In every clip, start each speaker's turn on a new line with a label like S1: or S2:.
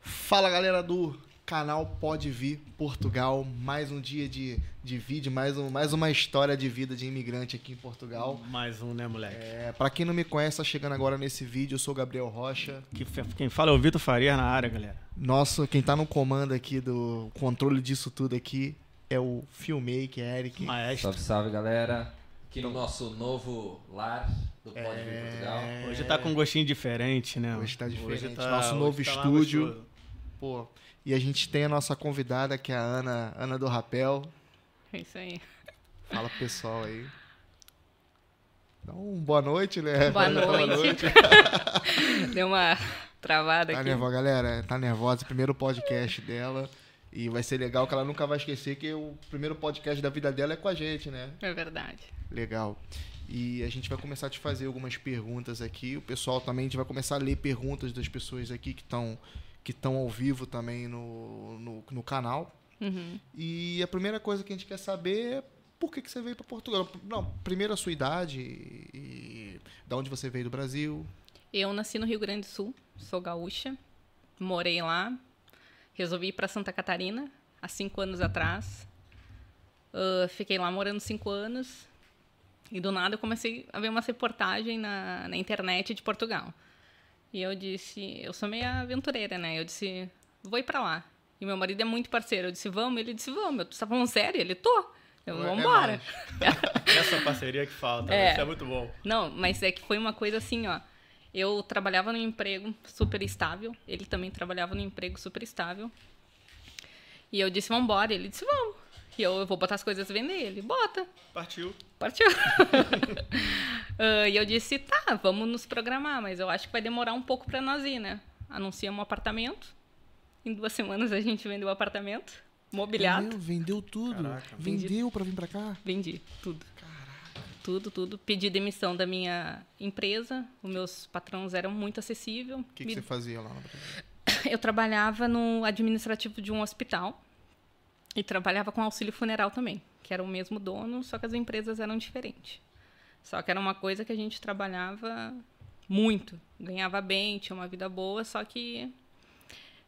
S1: Fala galera do canal Pode Vir Portugal, mais um dia de, de vídeo, mais, um, mais uma história de vida de imigrante aqui em Portugal.
S2: Mais um, né, moleque?
S1: É, para quem não me conhece, tá chegando agora nesse vídeo, eu sou o Gabriel Rocha.
S2: Que fe- quem fala é o Vitor Faria na área, galera.
S1: Nosso, quem tá no comando aqui do controle disso tudo aqui é o filmmaker Eric.
S2: Maestro.
S3: Salve, salve, galera. Aqui no nosso novo lar do Pode Vir Portugal.
S2: Hoje tá com um gostinho diferente, né?
S1: Hoje tá diferente.
S2: tá-
S1: Nosso novo
S2: tá mais
S1: estúdio.
S2: gostoso.
S1: Pô, e a gente tem a nossa convidada que é a Ana, Ana do Rapel.
S4: É isso aí.
S1: Fala pro pessoal aí. Dá um boa noite, né?
S4: Boa noite. Deu uma travada
S1: Tá
S4: aqui.
S1: nervosa, galera. Tá nervosa. Primeiro podcast dela. E vai ser legal que ela nunca vai esquecer que o primeiro podcast da vida dela é com a gente, né?
S4: É verdade.
S1: Legal. E a gente vai começar a te fazer algumas perguntas aqui. O pessoal também, a gente vai começar a ler perguntas das pessoas aqui que estão que estão ao vivo também no, no, no canal.
S4: Uhum.
S1: E a primeira coisa que a gente quer saber é por que, que você veio para Portugal. Não, primeiro a sua idade e da onde você veio do Brasil.
S4: Eu nasci no Rio Grande do Sul, sou gaúcha, morei lá, resolvi ir para Santa Catarina há cinco anos atrás. Ah, fiquei lá morando cinco anos e do nada eu comecei a ver uma reportagem na, na internet de Portugal. E eu disse, eu sou meio aventureira, né? Eu disse, vou ir pra lá. E meu marido é muito parceiro. Eu disse, vamos. Ele disse, vamos. Eu, tu tá falando sério? Ele, tô. Eu,
S1: É
S4: vamos embora.
S1: nóis.
S2: Essa parceria que falta,
S4: É.
S2: né? isso é muito bom.
S4: Não, mas é que foi uma coisa assim, ó. Eu trabalhava num emprego super estável, ele também trabalhava num emprego super estável. E eu disse, vamos embora. Ele disse, vamos. E eu, eu vou botar as coisas a vender. Ele, bota.
S2: Partiu. é
S4: Partiu. Ah, e eu disse, tá, vamos nos programar, mas eu acho que vai demorar um pouco pra nós ir, né? Anunciamos um apartamento. Em duas semanas a gente vendeu o apartamento, mobiliado.
S1: Vendeu, vendeu tudo.
S2: Caraca.
S1: Vendeu para vir para cá.
S4: Vendi tudo. Tudo, tudo. Pedi demissão da minha empresa. Os meus patrões eram muito acessíveis.
S1: O que, que você fazia lá no Brasil?
S4: Eu trabalhava no administrativo de um hospital e trabalhava com auxílio funeral também, que era o mesmo dono, só que as empresas eram diferentes. Só que era uma coisa que a gente trabalhava muito, ganhava bem, tinha uma vida boa, só que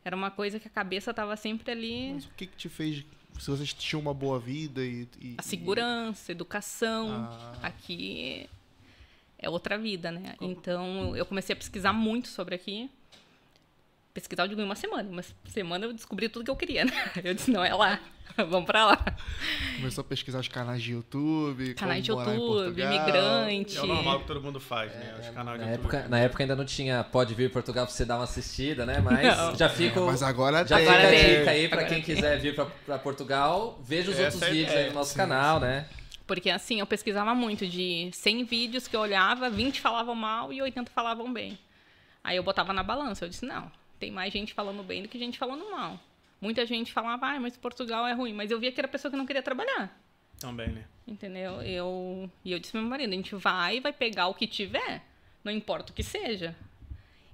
S4: era uma coisa que a cabeça estava sempre ali.
S1: Mas o que, que te fez. Se vocês tinham uma boa vida e. e-
S4: A segurança, educação.
S1: Ah.
S4: Aqui é outra vida, né? Então eu comecei a pesquisar muito sobre aqui. Pesquisar, eu digo, em uma semana. Em Uma semana eu descobri tudo que eu queria, né? Eu disse, não, é lá. Vamos pra lá.
S1: e começou a pesquisar os canais de YouTube.
S4: Canais de
S1: como morar em
S4: YouTube,
S1: Portugal.
S4: imigrante.
S2: É o normal que todo mundo faz, né?
S1: É,
S2: Os canais
S3: Na
S2: de YouTube.
S3: época, na época ainda não tinha Pode Vir Portugal pra você dar uma assistida, né? Mas
S4: Não.
S3: já fico.
S1: É, Mas agora
S3: já
S1: tem. né?
S3: fica a
S4: tem.
S3: dica aí pra quem quiser vir pra, pra Portugal. Veja os
S2: Essa
S3: outros
S2: é a
S3: vídeos aí
S2: ideia.
S3: no nosso canal, né?
S4: Porque assim, eu pesquisava muito de 100 vídeos que eu olhava, 20 falavam mal e 80 falavam bem. Aí eu botava na balança, eu disse, não, tem mais gente falando bem do que gente falando mal. Muita gente falava, ah, mas Portugal é ruim, mas eu via que era pessoa que não queria trabalhar.
S2: Também, né?
S4: Entendeu? Eu, e eu disse pro meu marido, a gente vai, vai pegar o que tiver, não importa o que seja.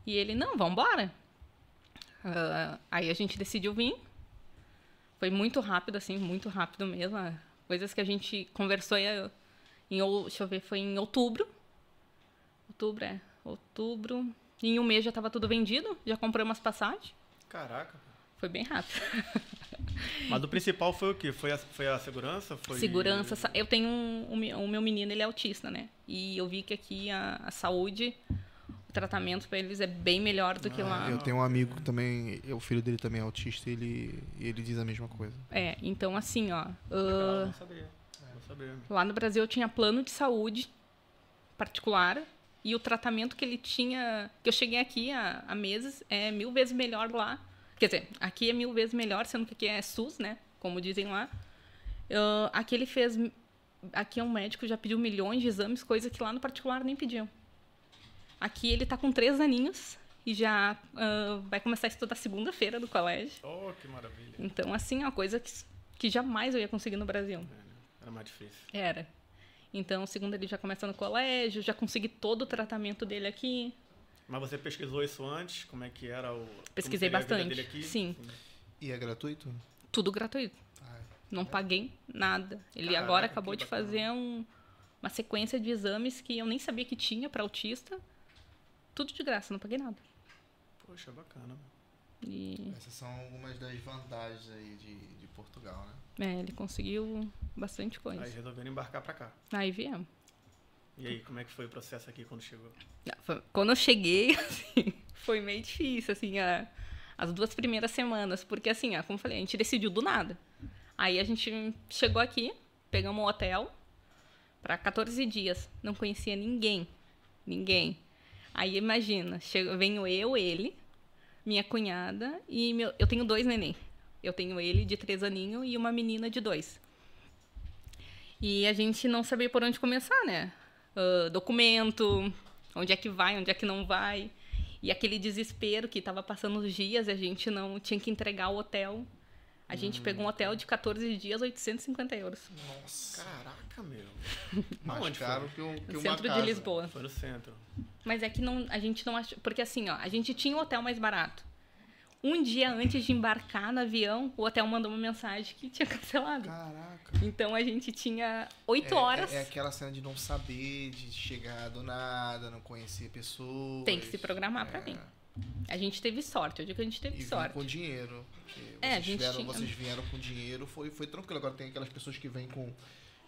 S4: E ele, não, vambora. Ah, aí a gente decidiu vir. Foi muito rápido, assim, muito rápido mesmo. Ah, Coisas que a gente conversou em, em ou- deixa eu ver, foi em outubro. Outubro, é. Outubro. Em um mês já estava tudo vendido, já compramos as passagens.
S2: Caraca.
S4: Foi bem rápido.
S2: Mas o principal foi o quê? Foi a, foi a segurança? Foi... Ah,
S4: Segurança. sa- Eu tenho um, um me- o meu menino, ele é autista, né? E eu vi que aqui a, a saúde, o tratamento pra eles é bem melhor do que lá.
S1: Eu tenho um amigo que também. O filho dele também é autista e ele, e ele diz a mesma coisa.
S4: É, então assim, ó.
S2: Ah,
S4: ah,
S2: não sabia. Não sabia.
S4: lá no Brasil eu tinha plano de saúde particular e o tratamento que ele tinha, que eu cheguei aqui há, há meses, é mil vezes melhor lá. Quer dizer, aqui é mil vezes melhor, sendo que aqui é SUS, né? Como dizem lá. Ah, aqui ele fez. Aqui é um médico já pediu milhões de exames, coisa que lá no particular nem pediam. Aqui ele tá com três aninhos e já ah, vai começar a estudar segunda-feira do colégio.
S2: Oh, que maravilha.
S4: Então, assim, é uma coisa que, que jamais eu ia conseguir no Brasil.
S2: Era mais difícil.
S4: Era. Então, segundo ele já começa no colégio, já consegui todo o tratamento dele aqui.
S2: Mas você pesquisou isso antes? Como é que era o... como
S4: Pesquisei
S2: seria a vida
S4: bastante,
S2: dele aqui?
S4: sim.
S1: E é gratuito?
S4: Tudo gratuito.
S1: Ah,
S4: Não paguei nada. Ele
S2: Caraca,
S4: agora acabou
S2: que
S4: de
S2: bacana.
S4: fazer um- uma sequência de exames que eu nem sabia que tinha para autista. Tudo de graça, não paguei nada.
S2: Poxa, bacana.
S4: E
S1: Essas são algumas das vantagens aí de, de Portugal, né?
S4: é, ele conseguiu bastante coisa.
S2: Aí resolveram embarcar pra cá.
S4: Aí viemos.
S2: E aí, como é que foi o processo aqui quando chegou?
S4: Não, Ah, foi- Quando eu cheguei, assim, foi meio difícil, assim, a- as duas primeiras semanas, porque assim, ó, como eu falei, a gente decidiu do nada. Aí a gente chegou aqui, pegamos um hotel para 14 dias, não conhecia ninguém, ninguém. Aí imagina, chego, venho eu, ele, minha cunhada e meu, eu tenho dois neném. Eu tenho ele de três aninhos e uma menina de dois. E a gente não sabia por onde começar, né? Ah, documento, onde é que vai, onde é que não vai. E aquele desespero que estava passando os dias, e a gente não tinha que entregar o hotel. A
S1: Hum,
S4: gente pegou um
S1: tá.
S4: hotel de 14 dias, 850 euros.
S1: Nossa,
S2: Caraca, meu.
S1: mais
S2: Onde foi?
S1: caro que, um- que
S4: No
S1: uma
S4: centro
S1: casa.
S4: de Lisboa.
S2: Foi no centro.
S4: Mas é que não, a gente não achou. Porque assim, ó, a gente tinha um hotel mais barato. Um dia antes de embarcar no avião, o hotel mandou uma mensagem que tinha cancelado.
S1: Caraca.
S4: Então a gente
S1: É-
S4: tinha oito horas.
S1: É, é aquela cena de não saber, de chegar do nada, não conhecer pessoas.
S4: Tem que se programar pra
S1: É.
S4: mim. A gente teve sorte, eu digo que a gente
S1: E
S4: teve
S1: vir
S4: sorte.
S1: com dinheiro. porque
S4: É, a
S1: vocês,
S4: gente
S1: vieram,
S4: tinha-
S1: vocês vieram com dinheiro, foi, foi tranquilo. Agora tem aquelas pessoas que vêm com.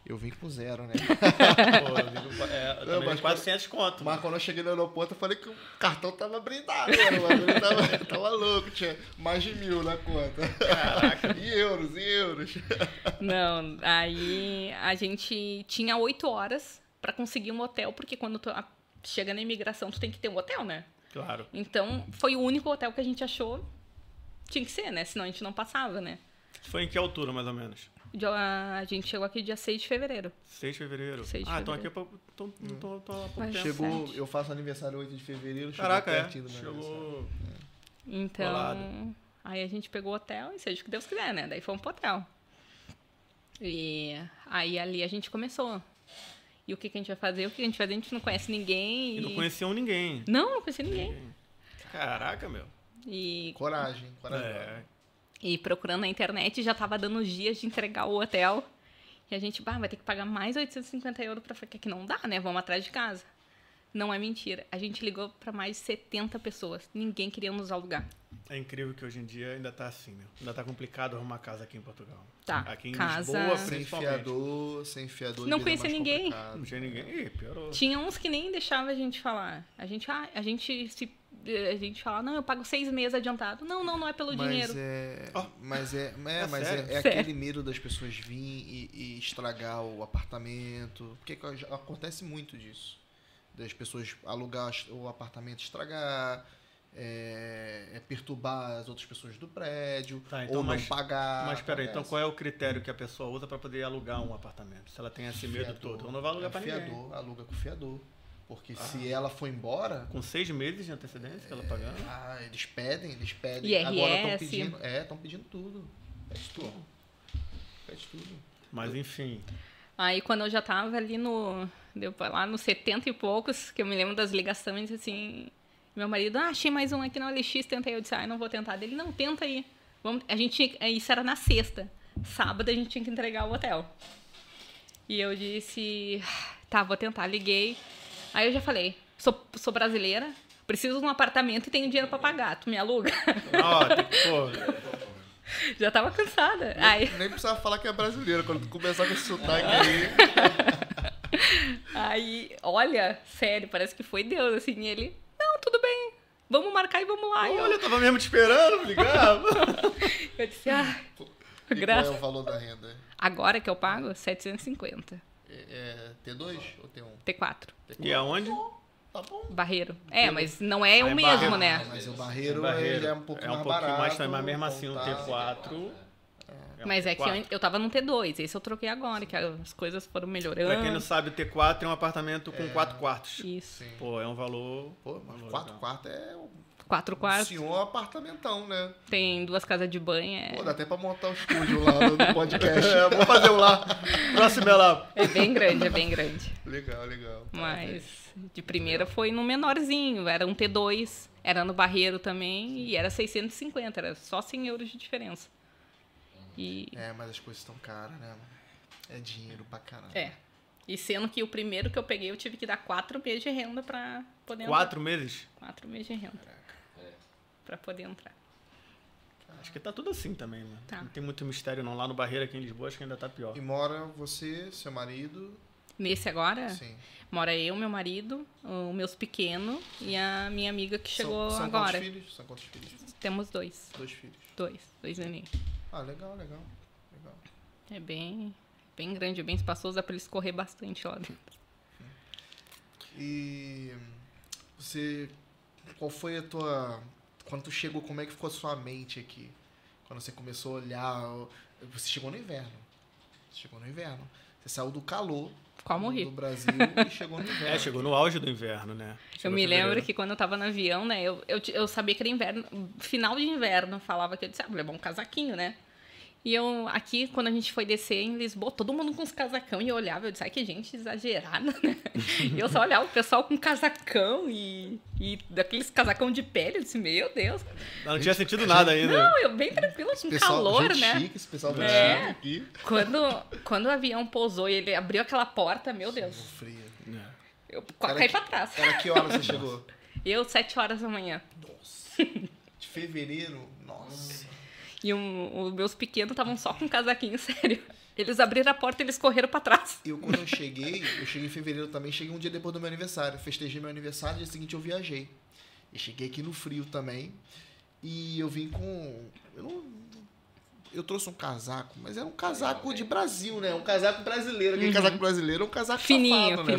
S1: Eu vim com zero, né?
S2: Pô, eu digo, é, eu
S1: Não,
S2: também
S1: mas
S2: dei 400 conto.
S1: Mas quando eu cheguei no aeroporto, eu falei que o cartão tava brindado, né? O bagulho tava, tava louco, tinha mais de mil na conta. Caraca. E euros, e euros.
S4: Não, aí a gente tinha oito horas pra conseguir um hotel, porque quando tu a- chega na imigração, tu tem que ter um hotel, né?
S2: Claro.
S4: Então foi o único hotel que a gente achou. Tinha que ser, né? Senão a gente não passava, né?
S2: Foi em que altura, mais ou menos?
S4: Dia- A gente chegou aqui dia 6 de fevereiro.
S2: 6 de fevereiro.
S4: 6 de
S2: ah, então aqui
S4: fevereiro.
S2: eu tô, tô, tô há pouco
S4: Mas
S1: Então,
S2: tempo.
S4: chegou-
S1: Chegou, eu faço aniversário 8 de fevereiro, chegou
S2: Caraca, é.
S1: pertinho do meu aniversário.
S2: Chegou.
S4: Então.
S2: Colado.
S4: Aí a gente pegou o hotel e seja o que Deus quiser, né? Daí fomos pro hotel. E aí ali a gente começou. E o que, que a gente vai fazer? O que a gente vai fazer? A gente não conhece ninguém.
S2: E não conheciam ninguém.
S4: Não, não conhecia ninguém.
S2: Caraca, meu.
S4: E,
S1: Coragem, coragem.
S2: É.
S4: e procurando na internet, já tava dando os dias de entregar o hotel. E a gente, bah, vai ter que pagar mais 850 euros pra ficar que não dá, né? Vamos atrás de casa. Não é mentira. A gente ligou pra mais de 70 pessoas. Ninguém queria nos alugar.
S2: É incrível que hoje em dia ainda tá assim, meu. Ainda tá complicado arrumar casa aqui em Portugal.
S4: Tá,
S2: Aqui em
S4: casa-
S2: Lisboa,
S1: Sem
S2: principalmente.
S1: fiador, sem fiador.
S4: Não
S1: vida
S4: conhecia
S1: mais
S4: ninguém.
S1: complicada.
S2: Não tinha ninguém. Ih, piorou.
S4: Tinha uns que nem deixava a gente falar. A gente, ah, a gente se eh, a gente fala, não, eu pago seis meses adiantado. Não, não, não é pelo dinheiro.
S1: Mas é,
S2: Ó.
S1: mas é, é,
S2: É
S1: mas é,
S2: sério?
S1: é
S4: Sério.
S1: aquele medo das pessoas virem e, e estragar o apartamento. Porque que já acontece muito disso. Das pessoas alugar as- o apartamento, estragar, é, é perturbar as outras pessoas do prédio,
S2: Tá, então,
S1: ou não
S2: mas-
S1: pagar.
S2: Mas peraí, então
S1: acontece.
S2: qual é o critério que a pessoa usa pra poder alugar um apartamento? Se ela tem esse medo
S1: Fiador.
S2: todo, ela não vai alugar
S1: É
S2: pra
S1: fiador,
S2: ninguém. Ah.
S1: aluga com fiador. Porque se ela for embora,
S2: Com seis meses de antecedência que ela tá pagando?
S1: ah, eles pedem, eles pedem.
S4: IRS.
S1: Agora estão pedindo. É, estão pedindo tudo. Pede tudo. Pede tudo.
S2: Mas enfim,
S4: Aí quando eu já tava ali no. Deu pra lá nos 70 e poucos, que eu me lembro das ligações assim. Meu marido, ah, achei mais um aqui na OLX, tenta aí. Eu disse, ah, não vou tentar. Ele, não, tenta aí. Vamos... A gente tinha... Isso era na sexta. Sábado a gente tinha que entregar o hotel. E eu disse, tá, vou tentar. Liguei. Aí eu já falei, sou, sou brasileira, preciso de um apartamento e tenho dinheiro pra pagar. Tu me aluga?
S2: Ah, ó, tem que- pô,
S4: já tava cansada. Aí.
S1: Nem precisava falar que é brasileiro. Quando tu começar com esse sotaque aí.
S4: Aí, olha, sério, parece que foi Deus, assim, e ele, não, tudo bem, vamos marcar e vamos lá. E
S2: olha,
S4: eu,
S2: eu tava mesmo te esperando, ligava.
S4: eu disse, ah,
S1: E
S4: Graças-
S1: qual é o valor da renda?
S4: agora que eu pago, 750,
S1: É, é T2 ou T1?
S4: T4,
S2: E aonde?
S1: Tá bom.
S4: barreiro. É, mas não é
S2: Aí
S4: o mesmo,
S2: barreiro.
S3: Ah,
S4: né?
S1: Mas o barreiro,
S2: Barreiro.
S1: ele é um pouco
S2: É um
S1: mais
S2: pouquinho
S1: barato.
S2: mais também, mas mesmo assim, um
S1: então tá.
S2: T4. um
S4: Mas é que
S2: T4.
S4: eu, eu tava num T2, esse eu troquei agora, que as coisas foram
S2: Pra quem não
S4: melhorando.
S2: sabe, o T4 é um apartamento com quatro quartos.
S4: Isso,
S1: Sim.
S2: Pô, é um valor.
S1: Pô,
S2: então.
S1: mas 4 quartos é um
S4: quatro quartos,
S1: senhor apartamentão, né?
S4: tem duas casas de banho, é,
S1: Pô, dá até pra montar o estúdio lá no no podcast. é, vou fazer um lá.
S2: Próximo é lá.
S4: é bem grande, é bem grande.
S1: Legal, legal.
S4: Mas
S1: É.
S4: de primeira foi no menorzinho, era um T2, era no barreiro também e era 650, era só 100 euros de diferença. E
S1: É, mas as coisas estão caras, né? mano? É dinheiro pra caralho.
S4: é. E sendo que o primeiro que eu peguei, eu tive que dar quatro meses de renda pra poder
S2: Quatro meses?
S4: entrar. Quatro meses de renda. Pra poder entrar.
S2: Acho que tá tudo assim também, mano.
S4: Tá.
S2: Não tem muito mistério não. Lá no Barreiro, aqui em Lisboa, acho que ainda tá pior.
S1: E mora você, seu marido.
S4: Nesse agora,
S1: Sim.
S4: mora eu, meu marido, os meus pequenos e a minha amiga que chegou
S1: são, são
S4: agora.
S1: Quantos filhos? São quantos filhos?
S4: Temos dois.
S1: Dois filhos.
S4: Dois. Dois neném.
S1: Ah, legal, legal. legal.
S4: É bem, bem grande, bem espaçoso, dá pra eles correr bastante lá dentro.
S1: E você. Qual foi a tua. Quando tu chegou, como é que ficou a sua mente aqui? Quando você começou a olhar. o- Você chegou no inverno. Você chegou no inverno. Você saiu do calor
S4: Qual morri?
S1: do Brasil e chegou no inverno.
S2: É, chegou no auge do inverno, né?
S4: Eu
S2: Chegou
S4: me
S2: fevereiro.
S4: lembro que quando eu tava no avião, né? Eu, eu, ti- eu sabia que era inverno, final de inverno, eu falava que eu disse, ah, vou levar um casaquinho, né? E eu, aqui, quando a gente foi descer em Lisboa, todo mundo com os casacão, e eu olhava, eu disse, ai, que gente exagerada, né? e eu só olhava o pessoal com casacão e, e daqueles casacão de pele, eu disse, meu Deus.
S2: Não, não tinha sentido nada ainda.
S4: Não, eu bem tranquila, com
S1: Pessoal,
S4: calor,
S1: gente
S4: né?
S1: Chique, esse pessoal bem
S4: É.
S1: chique aqui.
S4: Quando, quando o avião pousou e ele abriu aquela porta, meu
S1: Pô,
S4: Deus,
S1: Frio.
S2: É.
S4: eu
S1: Era
S4: caí
S1: que-
S4: pra trás.
S1: Era que hora você chegou?
S4: Eu, sete horas da manhã.
S1: Nossa. De fevereiro? Nossa.
S4: E um- os meus pequenos estavam só com casaquinho, sério. Eles abriram a porta e eles correram pra trás.
S1: Eu, quando eu cheguei, eu cheguei em fevereiro também, cheguei um dia depois do meu aniversário. Festejei meu aniversário, dia seguinte eu viajei. E cheguei aqui no frio também. E eu vim com. Eu não. Eu trouxe um casaco, mas era um casaco de Brasil, né? Um casaco brasileiro.
S2: Uhum.
S1: Aquele casaco brasileiro é um casaco
S4: Fininho,
S1: safado, né?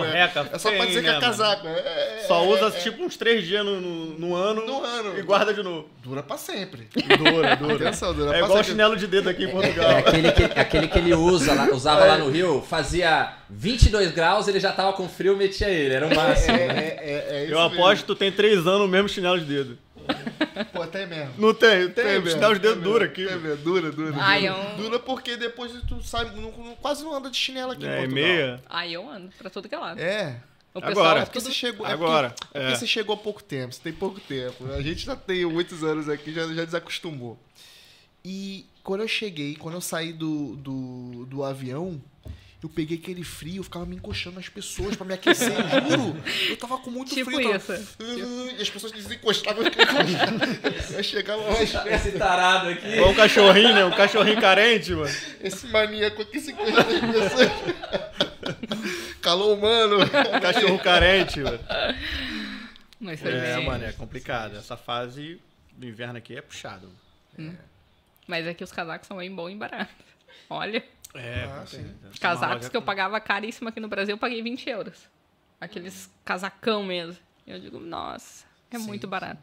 S1: né?
S2: Porreca,
S1: É só pra
S2: feio,
S1: dizer que
S2: né,
S1: é
S2: mano?
S1: casaco. É, é,
S2: Só usa tipo uns três dias no, no- no ano
S1: No ano.
S2: e guarda de novo.
S1: Dura pra sempre.
S2: Dura, dura.
S1: Atenção, dura pra
S2: É igual
S1: sempre.
S2: chinelo de dedo aqui em
S3: É
S2: Portugal.
S3: aquele que, é aquele que ele usa lá- usava lá no Rio, fazia 22 graus, ele já tava com frio, metia ele, era o máximo.
S1: É,
S3: né?
S1: é, é, é isso
S2: Eu aposto que tu tem três anos o mesmo chinelo de dedo.
S1: mesmo. Pô, até mesmo.
S2: Não tem,
S1: Tem,
S2: tem.
S1: velho.
S2: Chinelo de dedo
S1: Tem,
S2: dura
S1: velho.
S2: aqui.
S1: Tem, velho. Dura, dura.
S4: Ai, é um
S1: dura.
S4: eu-
S1: Dura porque depois tu sai, não, não- quase não anda de chinelo aqui em
S2: É, e
S1: Portugal.
S2: meia.
S4: Aí eu ando pra tudo que é lado.
S1: É.
S4: O
S1: É
S2: Agora.
S4: pessoal
S1: porque
S4: tudo...
S1: você chegou. é
S2: Agora,
S1: porque- É porque
S2: é.
S1: você chegou há pouco tempo, você tem pouco tempo. né? A gente já tem muitos anos aqui, já, já desacostumou. E quando eu cheguei, quando eu saí do, do, do avião, eu peguei aquele frio, eu ficava me encoxando nas pessoas pra me aquecer, juro. Eu tava com muito
S4: Tipo
S1: frio. eu tava-
S4: isso.
S1: E as pessoas desencostavam. eu ficava- Eu chegava mais
S3: Esse, tarado aqui.
S2: Igual um cachorrinho, né? Um cachorrinho carente, mano.
S1: Esse maníaco aqui se cuida das pessoas. Calou humano.
S2: Um cachorro carente, mano.
S4: Mas foi
S2: É,
S4: bem-
S2: mano, é complicado. Essa fase do inverno aqui é puxado.
S4: Mas é que os casacos são bem bons e baratos. Olha,
S2: É,
S1: Ah,
S2: com
S1: sim.
S2: certeza. Essa
S4: casacos
S2: loja-
S4: que eu pagava caríssimo aqui no Brasil, eu paguei 20 euros. Aqueles casacão mesmo. Eu digo, nossa, é
S1: Sim,
S4: muito
S1: sim.
S4: barato.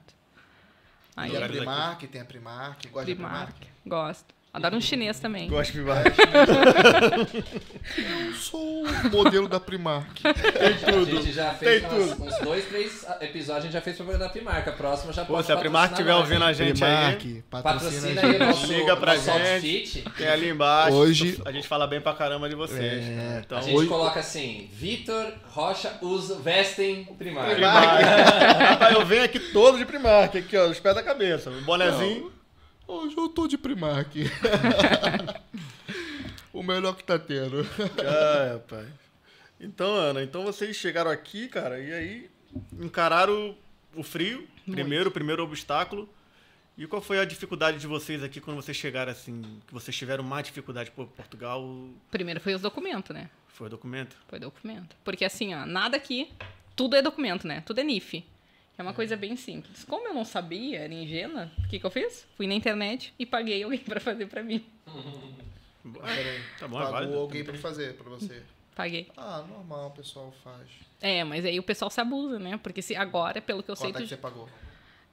S4: Aí
S1: E a
S2: Agora-
S1: Primark, tem a Primark, gosta de
S4: Primark,
S1: Primark.
S4: gosto. Adoro um chinês também.
S2: Gosto de barra.
S1: Eu sou o modelo da Primark.
S2: Tem
S3: A
S2: tudo.
S3: gente já fez
S2: Tem
S3: umas- uns dois, três episódios, a gente já fez propaganda da Primark. A próxima já
S2: Pô,
S3: pode
S2: se a Primark estiver
S3: patrocinar nós,
S2: ouvindo
S3: hein?
S2: a gente
S1: Primark,
S2: aí,
S1: patrocina,
S3: Patrocina
S1: a
S3: aí o
S1: gente.
S3: nosso,
S2: Chega pra
S3: nosso
S2: gente.
S3: outfit.
S2: tem ali embaixo.
S1: Hoje-
S2: A gente fala bem pra caramba de vocês.
S1: É.
S2: né? Então,
S3: a gente
S1: hoje-
S3: coloca assim, Vitor Rocha usa, vestem Primark.
S2: Rapaz, eu venho aqui todo de Primark, aqui, ó, os pés da cabeça. Um bonezinho.
S1: Hoje eu tô de Primark. o melhor que tá tendo.
S2: Ah, rapaz. Então, Ana, então vocês chegaram aqui, cara, e aí encararam o- o frio, primeiro, o primeiro obstáculo. E qual foi a dificuldade de vocês aqui quando vocês chegaram assim? Que vocês tiveram mais dificuldade? Pô, Portugal
S4: Primeiro foi os documentos, né?
S2: foi o documento?
S4: Foi documento. Porque assim, ó, nada aqui, tudo é documento, né? Tudo é NIF. É uma coisa bem simples. Como eu não sabia, era ingênua, o que, que eu fiz? Fui na internet e paguei alguém pra fazer pra mim.
S2: Tá bom, é
S1: Pagou
S2: válido.
S1: alguém pra fazer pra você.
S4: Paguei.
S1: Ah, normal, o pessoal faz.
S4: É, mas aí o pessoal se abusa, né? Porque se agora, pelo que eu sei,
S1: Quanto é
S4: tu,
S1: que você pagou?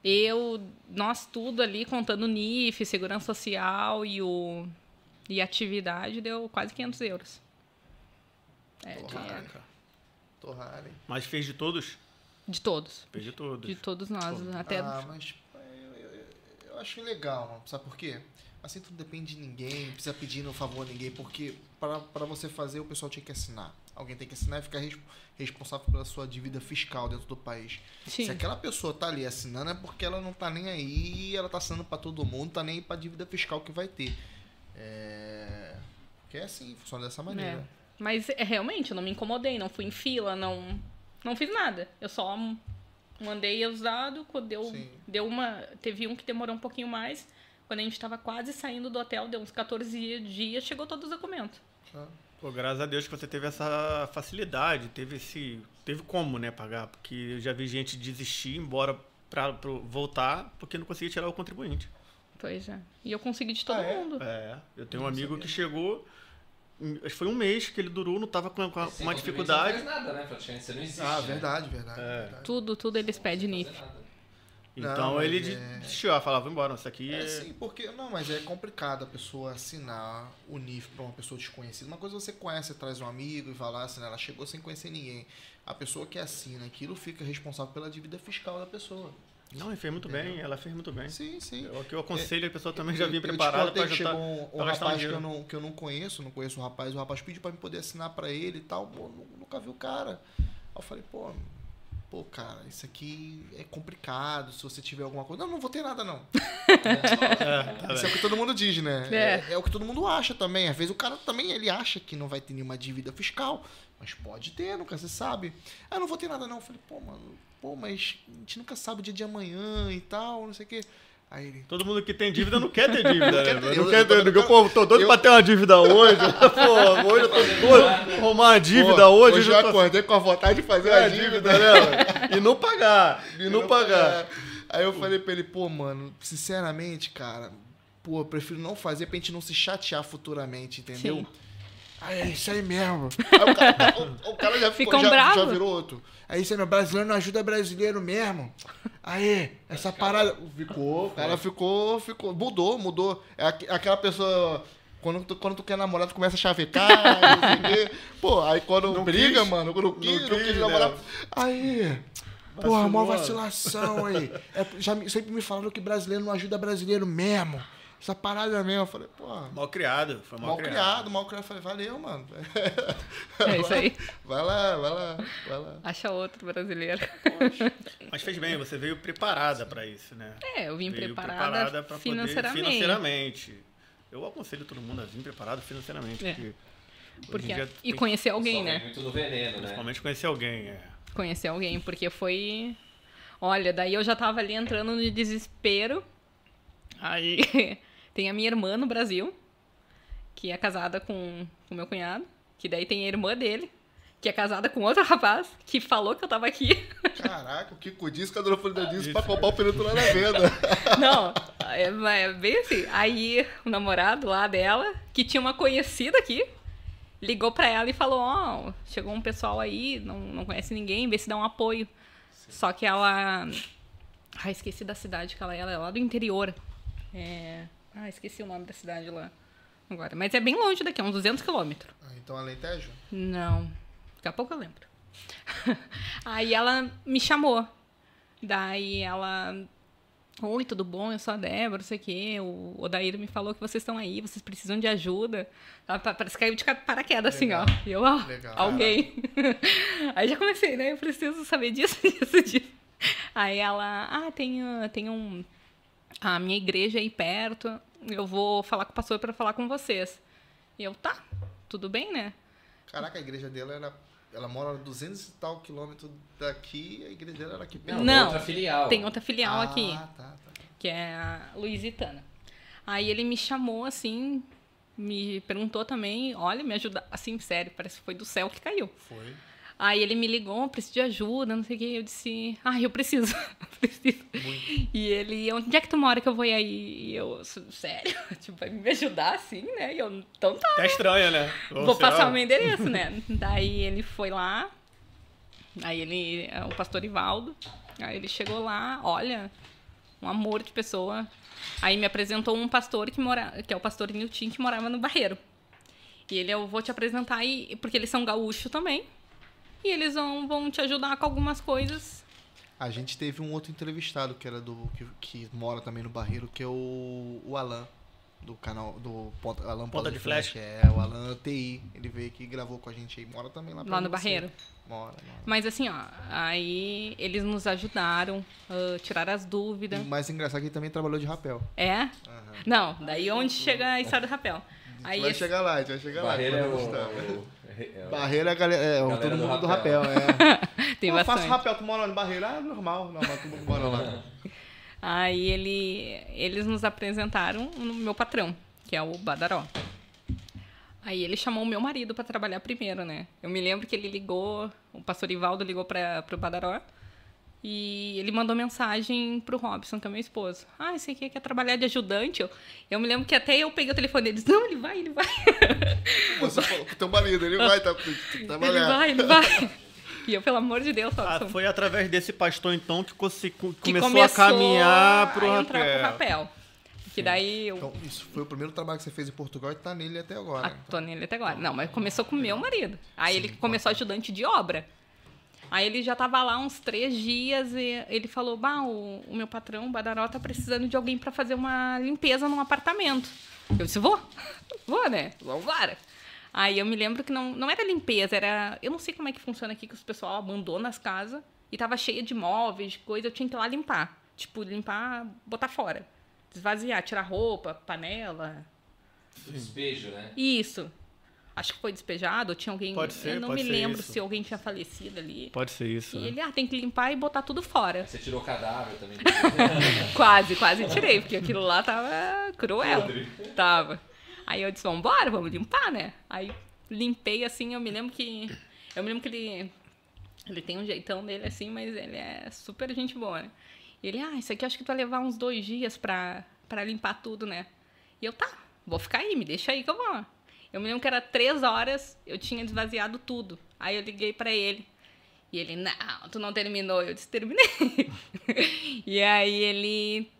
S4: eu, nós tudo ali contando NIF, segurança social e o e atividade deu quase 500 euros. É, dinheiro.
S1: Caraca. Torrar, hein?
S2: Mas fez de todos?
S4: de todos,
S2: Fez de
S4: de
S2: todos.
S4: todos nós, até
S1: Ah, mas eu, eu- eu acho legal, mano. sabe por quê? Assim tu não depende de ninguém, não precisa pedir um favor a ninguém, porque pra pra você fazer o pessoal tinha que assinar. Alguém tem que assinar e ficar res- responsável pela sua dívida fiscal dentro do país. Se
S4: sim.
S1: aquela pessoa tá ali assinando é porque ela não tá nem aí, ela tá assinando pra todo mundo, tá nem aí pra dívida fiscal que vai ter. É. Porque é assim, funciona dessa maneira.
S4: Mas é, realmente, eu não me incomodei, não fui em fila, não, não fiz nada. Eu só mandei usado, quando deu,
S1: Sim.
S4: deu uma. Teve um que demorou um pouquinho mais. Quando a gente estava quase saindo do hotel, deu uns 14 dias, chegou todos os documentos.
S2: Pô, graças a Deus que você teve essa facilidade, teve esse. Teve como, né, pagar? Porque eu já vi gente desistir, embora pra, pro- voltar, porque não conseguia tirar o contribuinte.
S4: Pois é. E eu consegui de todo
S1: Ah, é?
S4: mundo.
S2: É. Eu tenho um
S1: Não
S2: amigo
S1: sabia.
S2: que chegou. em- acho que Foi um mês que ele durou, não tava com, com
S3: Sem
S2: uma
S3: contribuinte
S2: dificuldade.
S3: Você não faz nada, né? Praticamente você não existe.
S1: Ah,
S3: né?
S1: verdade, verdade.
S2: É. tá
S1: verdade.
S4: Tudo, tudo eles pedem
S3: Não
S4: NIF.
S3: faz nada.
S1: Não,
S2: Então
S1: mas
S2: ele
S1: é-
S2: desistiu, ah, falava, vamos embora, isso aqui.
S1: É
S2: é-
S1: sim, porque. Não, mas é complicado a pessoa assinar o NIF pra uma pessoa desconhecida. Uma coisa você conhece, traz um amigo e vai lá assinar. Ela chegou sem conhecer ninguém. A pessoa que assina aquilo fica responsável pela dívida fiscal da pessoa.
S2: Não, ele fez muito bem, ela fez muito bem.
S1: Sim, sim.
S2: Eu, que eu aconselho a pessoa também já
S1: Eu-
S2: vir
S1: eu te
S2: preparada
S1: contei
S2: pra
S1: que
S2: juntar.
S1: Chegou um, um
S2: pra gastar um
S1: rapaz que eu,
S2: dinheiro.
S1: não, que eu não conheço, não conheço o rapaz. O rapaz pediu pra me poder assinar pra ele e tal. Pô, nu- nunca vi o cara. Aí eu falei, pô, pô, cara, isso aqui é complicado. Se você tiver alguma coisa. Não, não vou ter nada, não.
S2: É,
S1: Isso é
S2: tá
S1: o
S2: bem.
S1: que todo mundo diz, né?
S4: É.
S1: É, é o que todo mundo acha também. Às vezes o cara também ele acha que não vai ter nenhuma dívida fiscal, mas pode ter, nunca se sabe. Ah, não vou ter nada não. Eu falei, pô, mano, pô, mas a gente nunca sabe o dia de amanhã e tal, não sei o quê. Aí ele,
S2: Todo mundo que tem dívida não quer ter dívida, né?
S1: quer ter-
S2: Não
S1: eu-
S2: quer
S1: eu tô-
S2: ter dívida.
S1: eu-
S2: Pô, tô doido
S1: eu-
S2: pra ter uma dívida hoje. Pô, hoje eu tô doido pra arrumar uma dívida
S1: pô,
S2: hoje.
S1: hoje
S2: eu
S1: eu
S2: tô...
S1: acordei com a vontade de fazer
S2: É,
S1: a
S2: dívida,
S1: dívida.
S2: né? mano? E não pagar. E não pagar.
S1: Aí eu falei pra ele, pô, mano, sinceramente, cara, pô, eu prefiro não fazer pra gente não se chatear futuramente, entendeu?
S4: Sim.
S1: Ah, é isso aí mesmo. Aí o cara, o- o cara já, ficou-
S4: Ficam
S1: já,
S4: bravo.
S1: já virou outro. Aí você, meu, brasileiro não ajuda brasileiro mesmo. Aí, essa parada. Ficou, o cara ficou, ficou. Mudou, mudou. É aque- aquela pessoa. Quando tu, quando tu quer namorar, tu começa a chavecar, não sei o quê. Pô, aí quando
S2: Não
S1: briga,
S2: quis.
S1: mano, quando quis,
S2: Não
S1: não
S2: quis,
S1: quis namorar.
S2: né?
S1: Aí. Porra, mó
S2: Vacilou.
S1: vacilação aí. É, já me- sempre me falaram que brasileiro não ajuda brasileiro mesmo. Essa parada mesmo. Eu falei, porra.
S2: Mal criado. Foi mal,
S1: Mal criado, mal criado. Eu falei, valeu, mano.
S4: É isso aí.
S1: Vai lá, vai lá, vai lá.
S4: Acha outro brasileiro.
S2: Mas fez bem, você veio preparada pra isso, né?
S4: É, eu vim
S2: Veio pra
S4: preparada,
S2: poder-
S4: financeiramente.
S2: financeiramente. Eu aconselho todo mundo a vir preparado financeiramente.
S4: É.
S2: Porque, hoje
S4: Porque, é.
S2: em dia
S4: e
S2: tem-
S4: conhecer alguém,
S3: Só vem
S4: né?
S3: muito do veneno, né?
S2: Principalmente conhecer alguém. É.
S4: Conhecer alguém, porque foi. Olha, daí eu já tava ali entrando no desespero. Aí tem a minha irmã no Brasil, que é casada com o meu cunhado, que daí tem a irmã dele, que é casada com outro rapaz, que falou que eu tava aqui.
S1: Caraca, o Kiko disse que a dona Florinda disse
S2: isso.
S1: pra comprar o período lá na venda.
S4: Não, é, mas é bem assim. Aí o namorado lá dela, que tinha uma conhecida aqui, ligou pra ela e falou: Ó, chegou um pessoal aí, não, não conhece ninguém, vê se dá um apoio. Só que ela. Ah, esqueci da cidade que ela é, ela é lá do interior. É... Ah, esqueci o nome da cidade lá agora. Mas é bem longe daqui, é uns 200 quilômetros.
S1: Ah, então Alentejo?
S4: Não. Daqui a pouco eu lembro. Aí ela me chamou. Daí ela. Oi, tudo bom? Eu sou a Débora, não sei o quê. O Odair me falou que vocês estão aí, vocês precisam de ajuda. Ela pa- Parece que caiu de ca- paraquedas, assim, ó.
S1: Legal.
S4: E eu, ó,
S1: Legal.
S4: alguém. aí já comecei, né? Eu preciso saber disso, disso, disso. Aí ela, ah, tem, ah, tem um. A minha igreja aí perto, eu vou falar com o pastor pra falar com vocês. E eu, tá, tudo bem, né?
S1: Caraca, a igreja dela era. Ela mora a 200 e tal quilômetros daqui, a igreja dela era aqui perto.
S3: Não,
S4: Não,
S3: outra filial.
S4: Tem outra filial aqui,
S1: Ah, tá, tá.
S4: que é a Luisitana. Aí ele me chamou assim, me perguntou também, olha, me ajuda, assim, sério, parece que foi do céu que caiu.
S1: Foi.
S4: Aí ele me ligou, preciso de ajuda, não sei o quê, eu disse, ah, eu preciso, preciso. E ele, onde é que tu mora que eu vou ir aí? E eu, sério, tipo, vai me ajudar assim, né? E eu, então tá.
S2: Tá estranho, né?
S4: Vou
S2: Sei lá.
S4: passar o meu endereço, né? Daí ele foi lá, aí ele, é, o pastor Ivaldo, aí ele chegou lá, olha, um amor de pessoa. Aí me apresentou um pastor que mora, que é o pastor Nilton, que morava no Barreiro. E ele, eu vou te apresentar aí, porque eles são gaúchos também. E eles vão, vão te ajudar com algumas coisas.
S1: A gente teve um outro entrevistado que era do. que, que mora também no Barreiro, que é o, o Alan. Do canal do Ponta, Alan Ponta,
S2: de
S1: É, o Alan TI. Ele veio aqui e gravou com a gente aí. Mora também lá
S4: Lá
S1: perto
S4: no
S1: de Ah, você.
S4: Barreiro.
S1: Mora, mora.
S4: Mas assim, ó, aí eles nos ajudaram, ah, tiraram as dúvidas.
S1: E o mais engraçado é que ele também trabalhou de rapel.
S4: É?
S1: Aham.
S4: Não, daí onde chega a história do rapel?
S1: A
S4: Aí é
S1: gente vai
S4: esse-
S1: chegar lá, a gente vai chegar lá.
S3: Barreira é
S1: quando
S3: o...
S1: eu gostar.
S3: é o-
S1: Barreira é, a galera, é o
S3: Galera
S1: todo
S3: do
S1: mundo do
S3: rapel.
S1: rapel, é.
S4: tem
S1: eu faço
S4: bastante.
S1: rapel, tu mora lá no Barreira? Ah, normal, normal, todo mundo mora lá.
S4: Aí ele, eles nos apresentaram o meu patrão, que é o Badaró. Aí ele chamou o meu marido para trabalhar primeiro, né? Eu me lembro que ele ligou, o pastor Ivaldo ligou para o Badaró e ele mandou mensagem pro Robson, que é meu esposo. Ah, esse aqui quer trabalhar de ajudante. Eu, eu me lembro que até eu peguei o telefone dele disse, não, ele vai, ele vai.
S1: Você falou pro teu marido, ele vai tá, tem que
S4: Ele
S1: trabalhar.
S4: vai, ele vai. E eu, pelo amor de Deus, Robson.
S2: Ah, foi através desse pastor, então, que, conse-
S4: que
S2: começou, a caminhar pro É,
S4: a
S2: Rafael.
S4: entrar pro rapel. Que daí eu
S1: Então, isso foi o primeiro trabalho que você fez em Portugal e tá nele até agora.
S4: Ah, tô nele até agora. Não, mas começou com meu marido. Aí ele começou ajudante de obra. Aí ele já tava lá uns três dias e ele falou: Bah, o, o meu patrão, o Badaró, tá precisando de alguém para fazer uma limpeza num apartamento. Eu disse: Vou, vou, né? Vambora. Aí eu me lembro que não, não era limpeza, era. Eu não sei como é que funciona aqui, que os pessoal abandona as casas e tava cheia de móveis, de coisa, eu tinha que ir lá limpar. Tipo, limpar, botar fora. Esvaziar, tirar roupa, panela,
S3: Despejo, né?
S4: isso. Acho que foi despejado, ou tinha alguém.
S2: Pode ser,
S4: eu não
S2: pode
S4: me
S2: ser
S4: lembro
S2: isso.
S4: se alguém tinha falecido ali.
S2: Pode ser isso.
S4: E
S2: né?
S4: ele, ah, tem que limpar e botar tudo fora.
S3: Você tirou cadáver também. tá
S4: quase, quase tirei, porque aquilo lá tava cruel. Tava. Aí eu disse, vambora, vamos limpar, né? Aí limpei assim, eu me lembro que. Eu me lembro que ele. Ele tem um jeitão dele assim, mas ele é super gente boa, né? E ele, ah, isso aqui acho que vai levar uns dois dias pra, pra limpar tudo, né? E eu, tá, vou ficar aí, me deixa aí que eu vou. Eu me lembro que era três horas, eu tinha desvaziado tudo. Aí eu liguei pra ele. E ele, não, tu não terminou. Eu disse, terminei. e aí ele,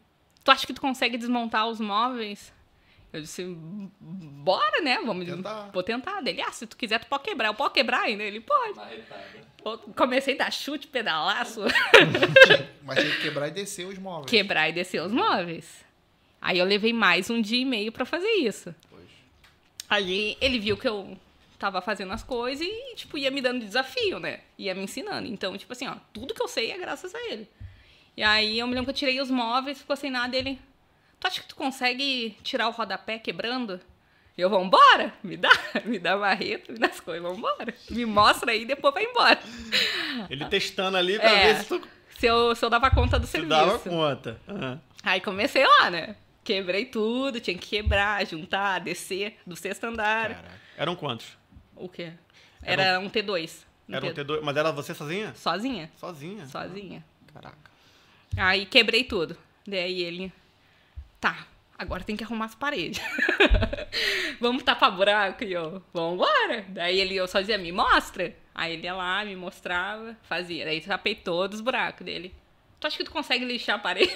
S4: tu acha que tu consegue desmontar os móveis? Eu disse, bora, né? Vamos
S1: Tentar.
S4: Vou tentar. Ele, ah, se tu quiser, tu pode quebrar. Eu posso quebrar ainda? Ele, pode.
S3: Marretada.
S4: Eu comecei a dar chute, pedalaço,
S1: Mas tem que quebrar e descer os móveis.
S4: quebrar e descer os móveis. Aí eu levei mais um dia e meio pra fazer isso.
S1: Pois.
S4: Ali ele viu que eu tava fazendo as coisas e, tipo, ia me dando desafio, né? Ia me ensinando. Então, tipo assim, ó, tudo que eu sei é graças a ele. E aí eu me lembro que eu tirei os móveis, ficou sem nada, ele. Tu acha que tu consegue tirar o rodapé quebrando? Eu, vambora! Me dá, me dá marreta, me dá as coisas, vambora. Me mostra aí e depois vai embora.
S2: Ele testando ali pra
S4: tá- É.
S2: ver se tu,
S4: Se eu, se eu dava conta do
S2: tu
S4: serviço.
S2: dava conta. Aham.
S4: Aí comecei lá, né? Quebrei tudo, tinha que quebrar, juntar, descer do sexto andar.
S2: Eram quantos?
S4: O quê?
S2: Era
S4: Era, um T2. Um
S2: Eram
S4: T2.
S2: T2. Mas era você sozinha?
S4: Sozinha?
S2: Sozinha.
S4: Sozinha.
S2: Caraca.
S4: Aí quebrei tudo. Daí ele. Tá, agora tem que arrumar as paredes. Vamos tapar buraco e eu. Vambora! Daí ele eu só dizia, me mostra. Aí ele ia lá, me mostrava, fazia. Daí tapei todos os buracos dele. Tu acha que tu consegue lixar a parede?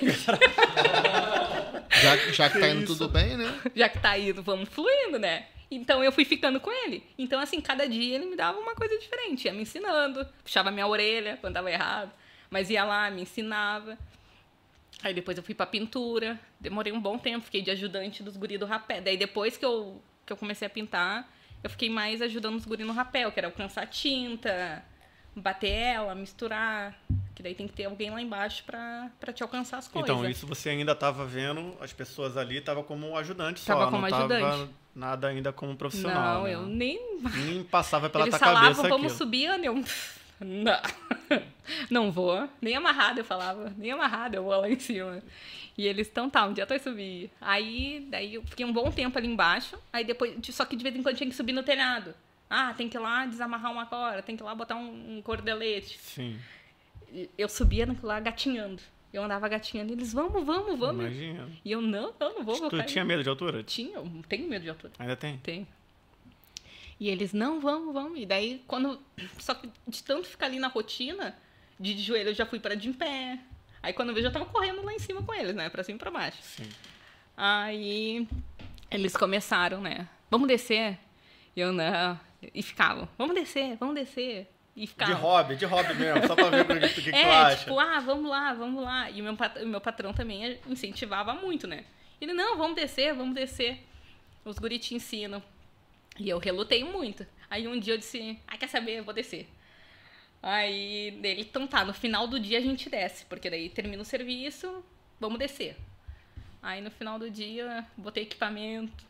S1: Já, já que tá indo
S2: isso?
S1: tudo bem, né?
S4: Já que tá indo, vamos fluindo, né? Então eu fui ficando com ele. Então, assim, cada dia ele me dava uma coisa diferente. Ia me ensinando, puxava minha orelha quando tava errado. Mas ia lá, me ensinava. Aí depois eu fui pra pintura. Demorei um bom tempo, fiquei de ajudante dos guri do rapé. Daí depois que eu, que eu comecei a pintar, eu fiquei mais ajudando os guri no rapel, que era alcançar tinta, bater ela, misturar. Que daí tem que ter alguém lá embaixo pra, pra te alcançar as coisas.
S2: Então, isso você ainda tava vendo as pessoas ali, tava como um ajudante só.
S4: Tava como
S2: não tava
S4: ajudante.
S2: nada ainda como profissional.
S4: Não,
S2: né?
S4: eu nem
S2: Nem passava pela
S4: Eles
S2: tua
S4: falavam,
S2: cabeça
S4: vamos
S2: aquilo.
S4: subir, Ana", eu... Não. Não vou. Nem amarrada, eu falava. Nem amarrada, eu vou lá em cima. E eles, então tá, um dia tu vai subir. Aí, daí eu fiquei um bom tempo ali embaixo. Aí depois, só que de vez em quando tinha que subir no telhado. Ah, tem que ir lá desamarrar uma corda, tem que ir lá botar um, um cordelete.
S2: Sim.
S4: E Eu subia naquilo lá gatinhando. Eu andava gatinhando. Eles, vamos, vamos, vamos.
S2: Imagina.
S4: E eu, não, não, não vou, vou
S2: Tu
S4: cair.
S2: tinha medo de altura?
S4: Tinha, eu tenho medo de altura.
S2: Ainda tem?
S4: Tem. E eles, não, vamos, vamos. E daí, quando. Só que de tanto ficar ali na rotina, de de joelho eu já fui pra de em pé. Aí quando eu vejo, eu tava correndo lá em cima com eles, né? Pra cima e pra baixo.
S2: Sim.
S4: Aí eles começaram, né? Vamos descer. E eu não. E ficavam, vamos descer, vamos descer. E
S2: De
S4: ficavam.
S2: hobby, de hobby mesmo, só pra ver o que, o que que tu
S4: É,
S2: acha.
S4: tipo, ah, vamos lá, vamos lá. E o meu, pat- o meu patrão também incentivava muito, né? Ele, não, vamos descer, vamos descer. Os guri te ensinam. E eu relutei muito. Aí um dia eu disse, ah, quer saber, eu vou descer. Aí ele, então tá, no final do dia a gente desce, porque daí termina o serviço, vamos descer. Aí no final do dia, botei equipamento.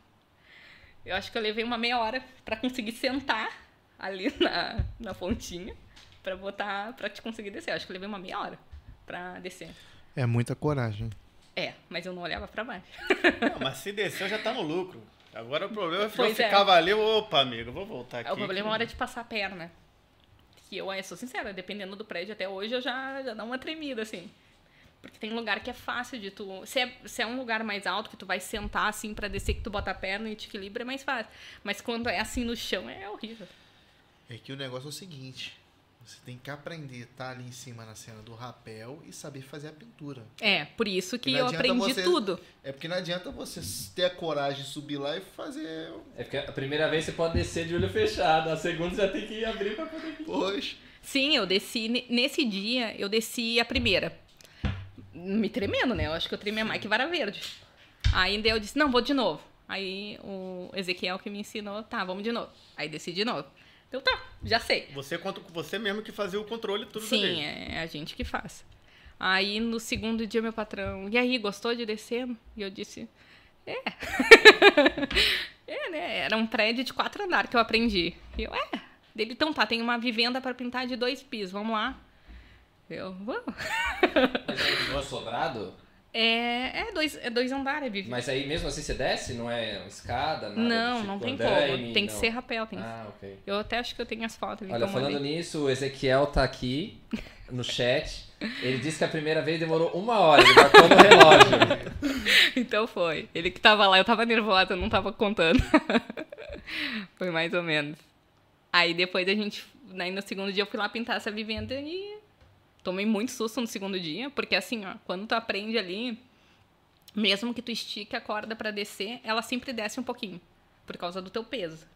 S4: Eu acho que eu levei uma meia hora pra conseguir sentar ali na, na pontinha pra botar, pra te conseguir descer. Eu acho que eu levei uma meia hora pra descer.
S1: É muita coragem.
S4: É, mas eu não olhava pra baixo.
S2: Não, mas se desceu, já tá no lucro. Agora o problema é se eu
S4: Pois é.
S2: ficava ali, opa, amigo, eu vou voltar aqui.
S4: o problema é a hora de passar a perna. Que eu, eu sou sincera, dependendo do prédio até hoje, eu já, já dá uma tremida, assim. Porque tem lugar que é fácil de tu. Se é, se é um lugar mais alto que tu vai sentar assim pra descer, que tu bota a perna e te equilibra, é mais fácil. Mas quando é assim no chão, é horrível.
S1: É que o negócio é o seguinte. Você tem que aprender tá ali em cima na cena do rapel e saber fazer a pintura.
S4: É, por isso que
S1: não
S4: eu
S1: adianta
S4: aprendi
S1: você-
S4: tudo.
S1: É porque não adianta você ter a coragem de subir lá e fazer.
S3: É porque a primeira vez você pode descer de olho fechado, a segunda você já tem que abrir pra poder.
S1: Pois.
S4: Sim, eu desci. ne- Nesse dia, eu desci a primeira. Me tremendo, né? Eu acho que eu tremi a Mike Vara Verde. Aí daí eu disse, não, vou de novo. Aí o Ezequiel que me ensinou, tá, vamos de novo. Aí desci de novo. Então tá, já sei.
S2: Você conta com você mesmo que fazia o controle e tudo
S4: Sim,
S2: dele.
S4: é a gente que faz. Aí no segundo dia, meu patrão, e aí, gostou de descer? E eu disse, é. é, né? Era um prédio de quatro andares que eu aprendi. E eu, é. Dele, então tá, tem uma vivenda pra pintar de dois pisos, vamos lá. Eu, vamos.
S3: Mas aí continua sobrado?
S4: É, é, dois, é dois andares, Vivi.
S3: Mas aí mesmo assim você desce? Não é escada? Nada,
S4: não,
S3: tipo
S4: não tem
S3: andaime,
S4: como. Tem que
S3: não.
S4: ser rapel. Tem que-
S3: Ah, ok.
S4: Eu até acho que eu tenho as fotos ali.
S3: Olha,
S4: que eu
S3: falando
S4: mandei.
S3: nisso, o Ezequiel tá aqui no chat. Ele disse que a primeira vez demorou uma hora, ele marcou no relógio.
S4: Então foi. Ele que tava lá, eu tava nervosa, eu não tava contando. foi mais ou menos. Aí depois a gente. Aí no segundo dia eu fui lá pintar essa vivenda e tomei muito susto no segundo dia, porque assim, ó, quando tu aprende ali, mesmo que tu estique a corda pra descer, ela sempre desce um pouquinho, por causa do teu peso.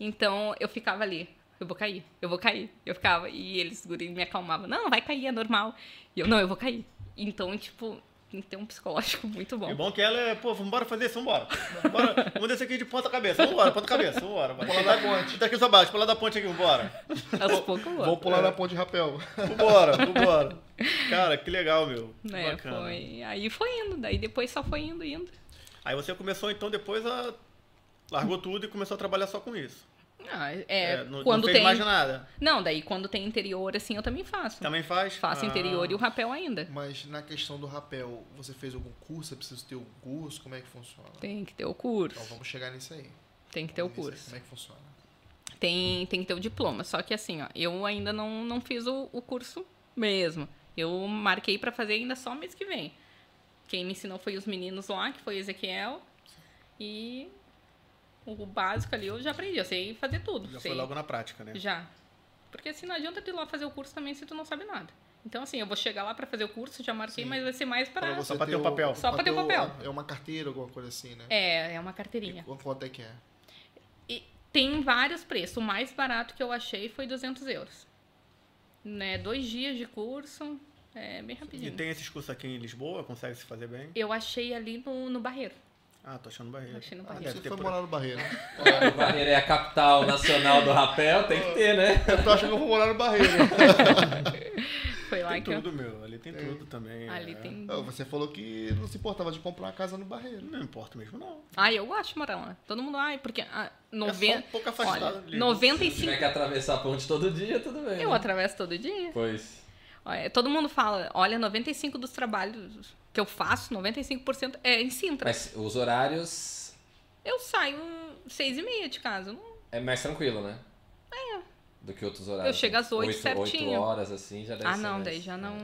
S4: Então eu ficava ali, eu vou cair, eu vou cair. Eu ficava, e eles guri, me acalmavam, não, vai cair, é normal. E eu, não, eu vou cair. Então, tipo, tem que ter um psicológico muito
S2: E
S4: bom.
S2: o bom que ela é, pô, vambora fazer isso, vambora. Bora, vamos descer aqui de ponta cabeça, vambora, ponta cabeça, vambora. Vamos pular da ponte. Tá aqui só baixo, pular da ponte aqui, vambora.
S4: Aos poucos eu
S1: Vamos
S4: vou.
S2: É.
S1: pular na ponte de rapel.
S2: Vambora, vambora. Cara, que legal, meu. Que
S4: É,
S2: bacana.
S4: foi. Aí foi indo, daí depois só foi indo, indo.
S2: Aí você começou, então, depois a... Largou tudo e começou a trabalhar só com isso.
S4: Ah, é,
S2: não,
S4: quando
S2: não fez
S4: tem.
S2: mais nada.
S4: Não, daí quando tem interior, assim, eu também faço.
S2: Também faz?
S4: Faço
S2: Ah.
S4: interior e o rapel ainda.
S1: Mas na questão do rapel, você fez algum curso? É preciso ter o curso? Como é que funciona?
S4: Tem que ter o
S1: Então
S4: curso.
S1: vamos chegar nisso aí.
S4: Tem que ter o
S1: Vamos nisso aí.
S4: curso.
S1: Como é que funciona?
S4: Tem, tem que ter o diploma. Só que assim, ó, eu ainda não, não fiz o, o curso mesmo. Eu marquei pra fazer ainda só mês que vem. Quem me ensinou foi os meninos lá, que foi o Ezequiel. E o básico ali eu já aprendi. Eu sei fazer tudo.
S2: Já
S4: sei
S2: foi logo na prática, né?
S4: Já. Porque assim, não adianta tu ir lá fazer o curso também se tu não sabe nada. Então, assim, eu vou chegar lá pra fazer o curso, já marquei,
S1: Sim.
S4: mas vai ser mais pra.
S2: Pra você- Só
S1: Você
S2: pra ter o papel.
S4: Só pra ter o papel.
S1: É uma carteira, alguma coisa assim, né?
S4: É, é uma
S1: E
S4: carteirinha.
S1: qu- Quanto é que é?
S4: E tem vários preços. O mais barato que eu achei foi 200 euros. Né? Dois dias de curso, é bem
S2: E
S4: rapidinho.
S2: tem esses cursos aqui em Lisboa, consegue se fazer bem?
S4: Eu achei ali no, no Barreiro.
S2: Ah, tô achando barreira.
S4: Achei no
S2: Ah,
S4: Barreiro.
S2: deve
S1: Você
S2: ter
S1: foi
S2: por-
S1: morar no Barreiro.
S3: O Barreiro é a capital nacional do rapel, tem que ter, né?
S1: Eu tô achando que eu vou morar no Barreiro.
S4: Foi lá
S2: Tem
S4: que eu.
S2: tudo, meu. Ali tem tudo também.
S4: Ali
S2: é.
S4: tem.
S1: Não, Você falou que não se importava de comprar uma casa no Barreiro.
S2: Não importa mesmo, não.
S4: Ai, eu gosto de morar lá. Todo mundo, ai, porque. Ah,
S2: É
S4: noven...
S2: só um pouco afastado.
S4: Olha,
S2: ali.
S3: Se tiver
S4: 95.
S3: que atravessar a ponte todo dia, tudo bem.
S4: Eu
S3: né?
S4: atravesso todo dia.
S3: Pois.
S4: Olha, É, todo mundo fala, olha, 95% dos trabalhos que eu faço, 95% é em Sintra.
S3: Mas os horários
S4: Eu saio um seis e meia de casa. não-
S3: é mais tranquilo, né? É. Do que outros horários.
S4: Eu chego às oito certinho.
S3: Oito horas, assim, já deve
S4: Ah,
S3: ser
S4: não,
S3: mais-
S4: daí já não...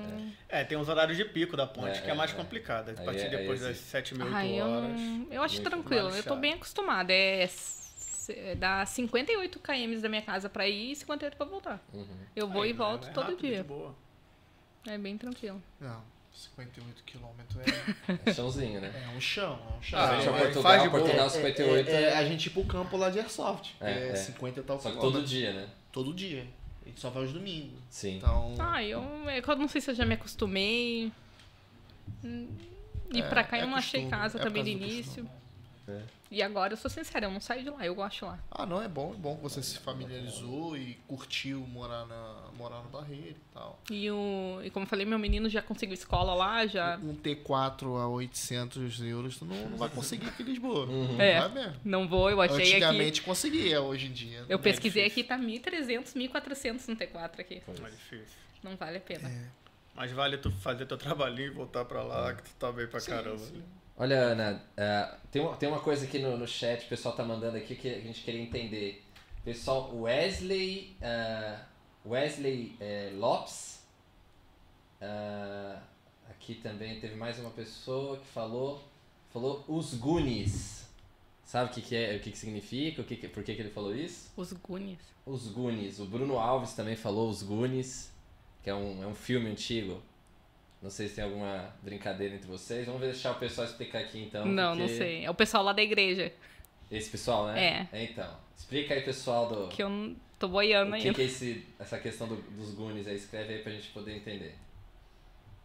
S3: é.
S2: É, tem uns horários de pico da ponte,
S3: É,
S2: que é
S3: é,
S2: mais
S3: é.
S2: complicada. A
S3: Aí
S2: partir
S3: é-
S2: depois
S3: aí é
S2: das 7 mil, 8
S4: Ai, eu,
S2: horas.
S4: não- eu acho
S3: Muito
S4: tranquilo,
S2: mais
S4: eu tô
S2: chato.
S4: bem acostumada. É... s- é- Dá 58 km da minha casa pra ir e 58 pra voltar.
S3: Uhum.
S4: Eu vou
S2: Aí,
S4: e
S2: né,
S4: volto
S2: é
S4: todo
S2: rápido, de
S4: dia.
S2: boa.
S4: É bem tranquilo.
S1: Não, 58 quilômetros é,
S3: É chãozinho, né?
S1: é um chão, é um chão.
S2: Ah,
S3: Ah,
S2: mas
S3: a
S2: faz de
S3: Portugal,
S2: boa.
S3: Portugal 58
S1: é, é a gente ir pro campo lá de Airsoft. que
S3: É,
S1: É,
S3: é.
S1: 50 e tal
S3: Só que
S1: quilômetro.
S3: todo dia, né?
S1: Todo dia. A gente só vai aos domingos.
S3: Sim.
S1: Então.
S4: Ah, eu, é que eu não sei se eu já me acostumei. Hum, E pra cá eu não achei
S1: costume,
S4: casa
S1: é por
S4: também no
S1: causa do
S4: início.
S3: É.
S4: E agora eu sou sincera, eu não saio de lá, eu gosto lá.
S1: Ah, não, é bom, é bom que você se familiarizou e curtiu morar, na, morar no Barreiro e tal.
S4: E, o, e como eu falei, meu menino já conseguiu escola lá, já.
S1: Um T4 a 800 euros, tu não, não vai conseguir aqui em Lisboa.
S3: Uhum.
S1: Não
S4: É.
S1: vai mesmo.
S4: Não vou, eu achei aqui.
S1: Antigamente conseguia, hoje em dia.
S4: Eu
S3: né, é
S1: não.
S4: pesquisei aqui, tá 1.300, 1.400 no T4 aqui.
S2: Mas é difícil.
S3: É.
S4: Não vale a pena.
S2: Mas vale tu fazer teu trabalhinho e voltar pra
S1: É.
S2: lá, que tu tá bem pra caramba.
S3: Olha, Ana, ah, tem, uma, tem uma coisa aqui no, no chat, o pessoal tá mandando aqui que a gente queria entender. Pessoal, Wesley, ah, Wesley eh, Lopes, ah, aqui também teve mais uma pessoa que falou, falou os Goonies. Sabe o que, que é, o que, que significa, o que que, por que, que ele falou isso?
S4: Os Goonies.
S3: Os Goonies. O Bruno Alves também falou Os Goonies, que é um, é um filme antigo. Não sei se tem alguma brincadeira entre vocês. Vamos deixar o pessoal explicar aqui então.
S4: não, não
S3: porque
S4: sei. É o pessoal lá da igreja.
S3: Esse pessoal, né? É. Então, explica aí, pessoal, do,
S4: Que eu não- tô
S3: o
S4: boiando
S3: que,
S4: ainda.
S3: que é esse, essa questão do- dos Goonies aí. Escreve aí pra gente poder entender. é?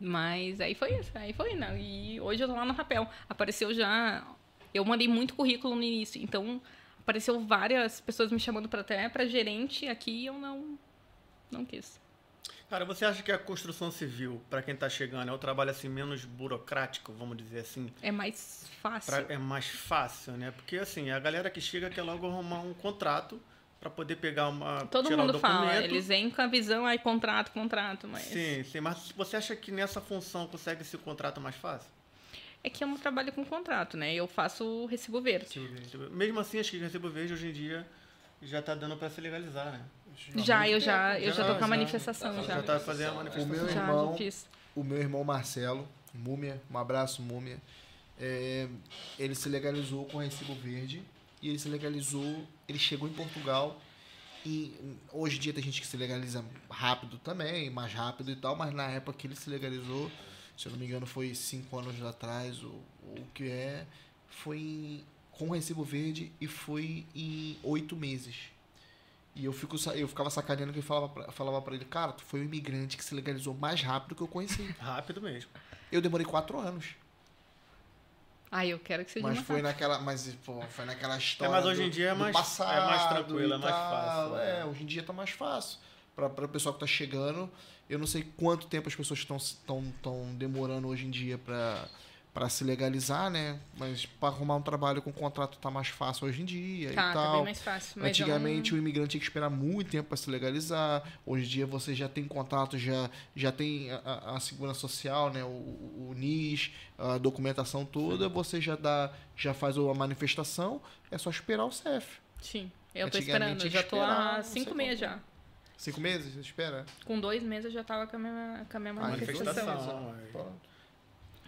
S4: Mas aí foi isso, aí foi, né? E hoje eu tô lá no rapel. Apareceu já. Eu mandei muito currículo no início, então apareceu várias pessoas me chamando pra até pra gerente aqui e eu não não quis.
S2: Cara, você acha que a construção civil, pra quem tá chegando, é um trabalho assim menos burocrático, vamos dizer assim?
S4: É mais fácil.
S2: Pra- é mais fácil, né? Porque assim, a galera que chega quer logo arrumar um contrato pra poder pegar uma.
S4: Todo
S2: tirar o
S4: mundo fala,
S2: documento.
S4: eles vêm com a visão, aí contrato, contrato, mas
S2: Sim, sim, mas você acha que nessa função consegue esse contrato mais fácil?
S4: é que eu não trabalho com contrato, né? Eu faço recibo verde.
S2: Mesmo assim, acho que recebo verde hoje em dia já tá dando pra se legalizar, né?
S4: Já, eu já, eu já tô
S1: Ah,
S4: com
S2: já.
S4: a manifestação
S3: fazendo
S4: já.
S2: Já tá fazendo a manifestação.
S1: O meu
S4: Já,
S1: irmão-
S4: já fiz.
S1: O meu irmão Marcelo, Múmia, um abraço, Múmia. é, ele se legalizou com recibo verde e ele se legalizou, ele chegou em Portugal e hum, hoje em dia tem gente que se legaliza rápido também, mais rápido e tal, mas na época que ele se legalizou, se eu não me engano foi cinco anos atrás, ou ou o que é, foi com recibo verde e foi em oito meses. E eu, fico, sa- eu ficava sacaneando que eu falava pra, falava pra ele, cara, tu foi o imigrante que se legalizou mais rápido que eu conheci.
S2: Rápido mesmo.
S1: Eu demorei quatro anos.
S4: Ai, eu quero que seja
S1: Mas
S4: uma
S1: foi
S4: fácil.
S1: naquela, mas, pô, foi naquela história.
S2: mas hoje
S1: do-
S2: em dia é
S1: do
S2: mais- é
S1: passado
S2: mais tranquilo,
S1: e
S2: é mais
S1: tal.
S2: fácil,
S1: É.
S2: é.
S1: hoje em dia tá mais fácil. Pra, pra o pessoal que tá chegando, eu não sei quanto tempo as pessoas estão tão, tão demorando hoje em dia pra, pra se legalizar, né? Mas pra arrumar um trabalho com contrato tá mais fácil hoje em dia
S4: Tá,
S1: e
S4: tá
S1: tal.
S4: bem mais fácil. Mas eu não-
S1: Antigamente o imigrante tinha que esperar muito tempo para se legalizar. Hoje em dia você já tem contato, já, já tem a- a, a segurança social, né? o, o o NIS, a documentação toda, você já dá, já faz a manifestação, é só esperar o CEF.
S4: Sim, eu tô
S1: Antigamente
S4: esperando. Eu já tô há
S1: esperava,
S4: cinco
S1: não sei
S4: meses
S1: quanto
S4: já.
S1: Cinco meses, você espera?
S4: Com dois meses eu já tava com a minha, com a minha
S1: Ah,
S4: manifestação.
S2: manifestação, é.
S1: Pronto.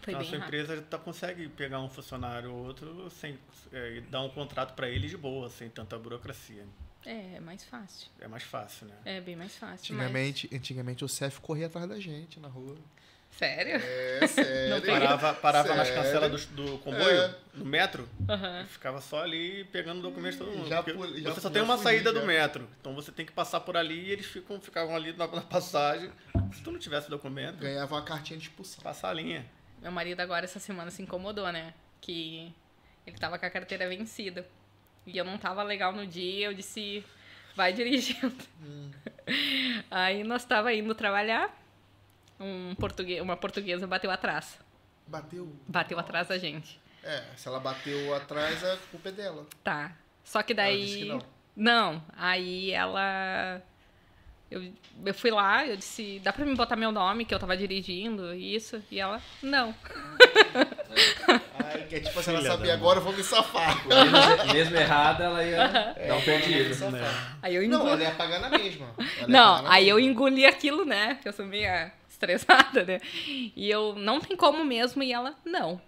S4: Foi
S2: então, a
S4: bem
S2: sua
S4: rápido.
S2: empresa tá, consegue pegar um funcionário ou outro sem é, e dar um contrato pra ele de boa, sem tanta burocracia.
S4: É, é mais fácil.
S2: É mais fácil, né?
S4: É bem mais fácil. mas-
S1: Antigamente, antigamente o CEF corria atrás da gente na rua.
S4: Sério?
S1: É, sério.
S4: Não tem-
S2: Parava, parava nas
S1: Sério?
S2: cancelas do, do comboio,
S1: É.
S2: no metro,
S4: Aham.
S2: e ficava só ali pegando o documento de todo mundo.
S1: Hum. Já
S2: porque
S1: pu- já-
S2: você só
S1: já
S2: tem uma
S1: fui, né?
S2: saída
S1: já.
S2: do metro, então você tem que passar por ali e eles ficam, ficavam ali na, na passagem. Se tu não tivesse documento,
S1: Ganhava uma cartinha de expulsão.
S2: passar a linha.
S4: Meu marido agora essa semana se incomodou, né? Que ele tava com a carteira vencida. E eu não tava legal no dia, eu disse, vai dirigindo.
S1: Hum.
S4: Aí nós tava indo trabalhar, um portugue... uma portuguesa bateu atrás.
S1: Bateu.
S4: Bateu atrás da gente.
S1: É, se ela bateu atrás, a culpa é dela.
S4: Tá. Só que
S1: Ela
S4: daí.
S1: disse que não.
S4: Não, aí ela. Eu, eu fui lá, eu disse, dá pra me botar meu nome, que eu tava dirigindo, isso. E ela, não.
S1: Ai, que é tipo, se ela
S2: Filha da
S1: saber
S2: mãe.
S1: agora, eu vou me safar.
S3: Mesmo, mesmo errada, ela ia dar um perdido.
S4: Aí eu
S1: Não,
S4: engoli.
S1: ela ia pagar na mesma. Ela
S3: Tá
S1: ia pagar
S3: né?
S4: Não,
S1: na
S4: aí eu
S1: mesma.
S4: engoli aquilo, né? Que eu sou meio estressada, né? E eu, não tem como mesmo. E ela, não.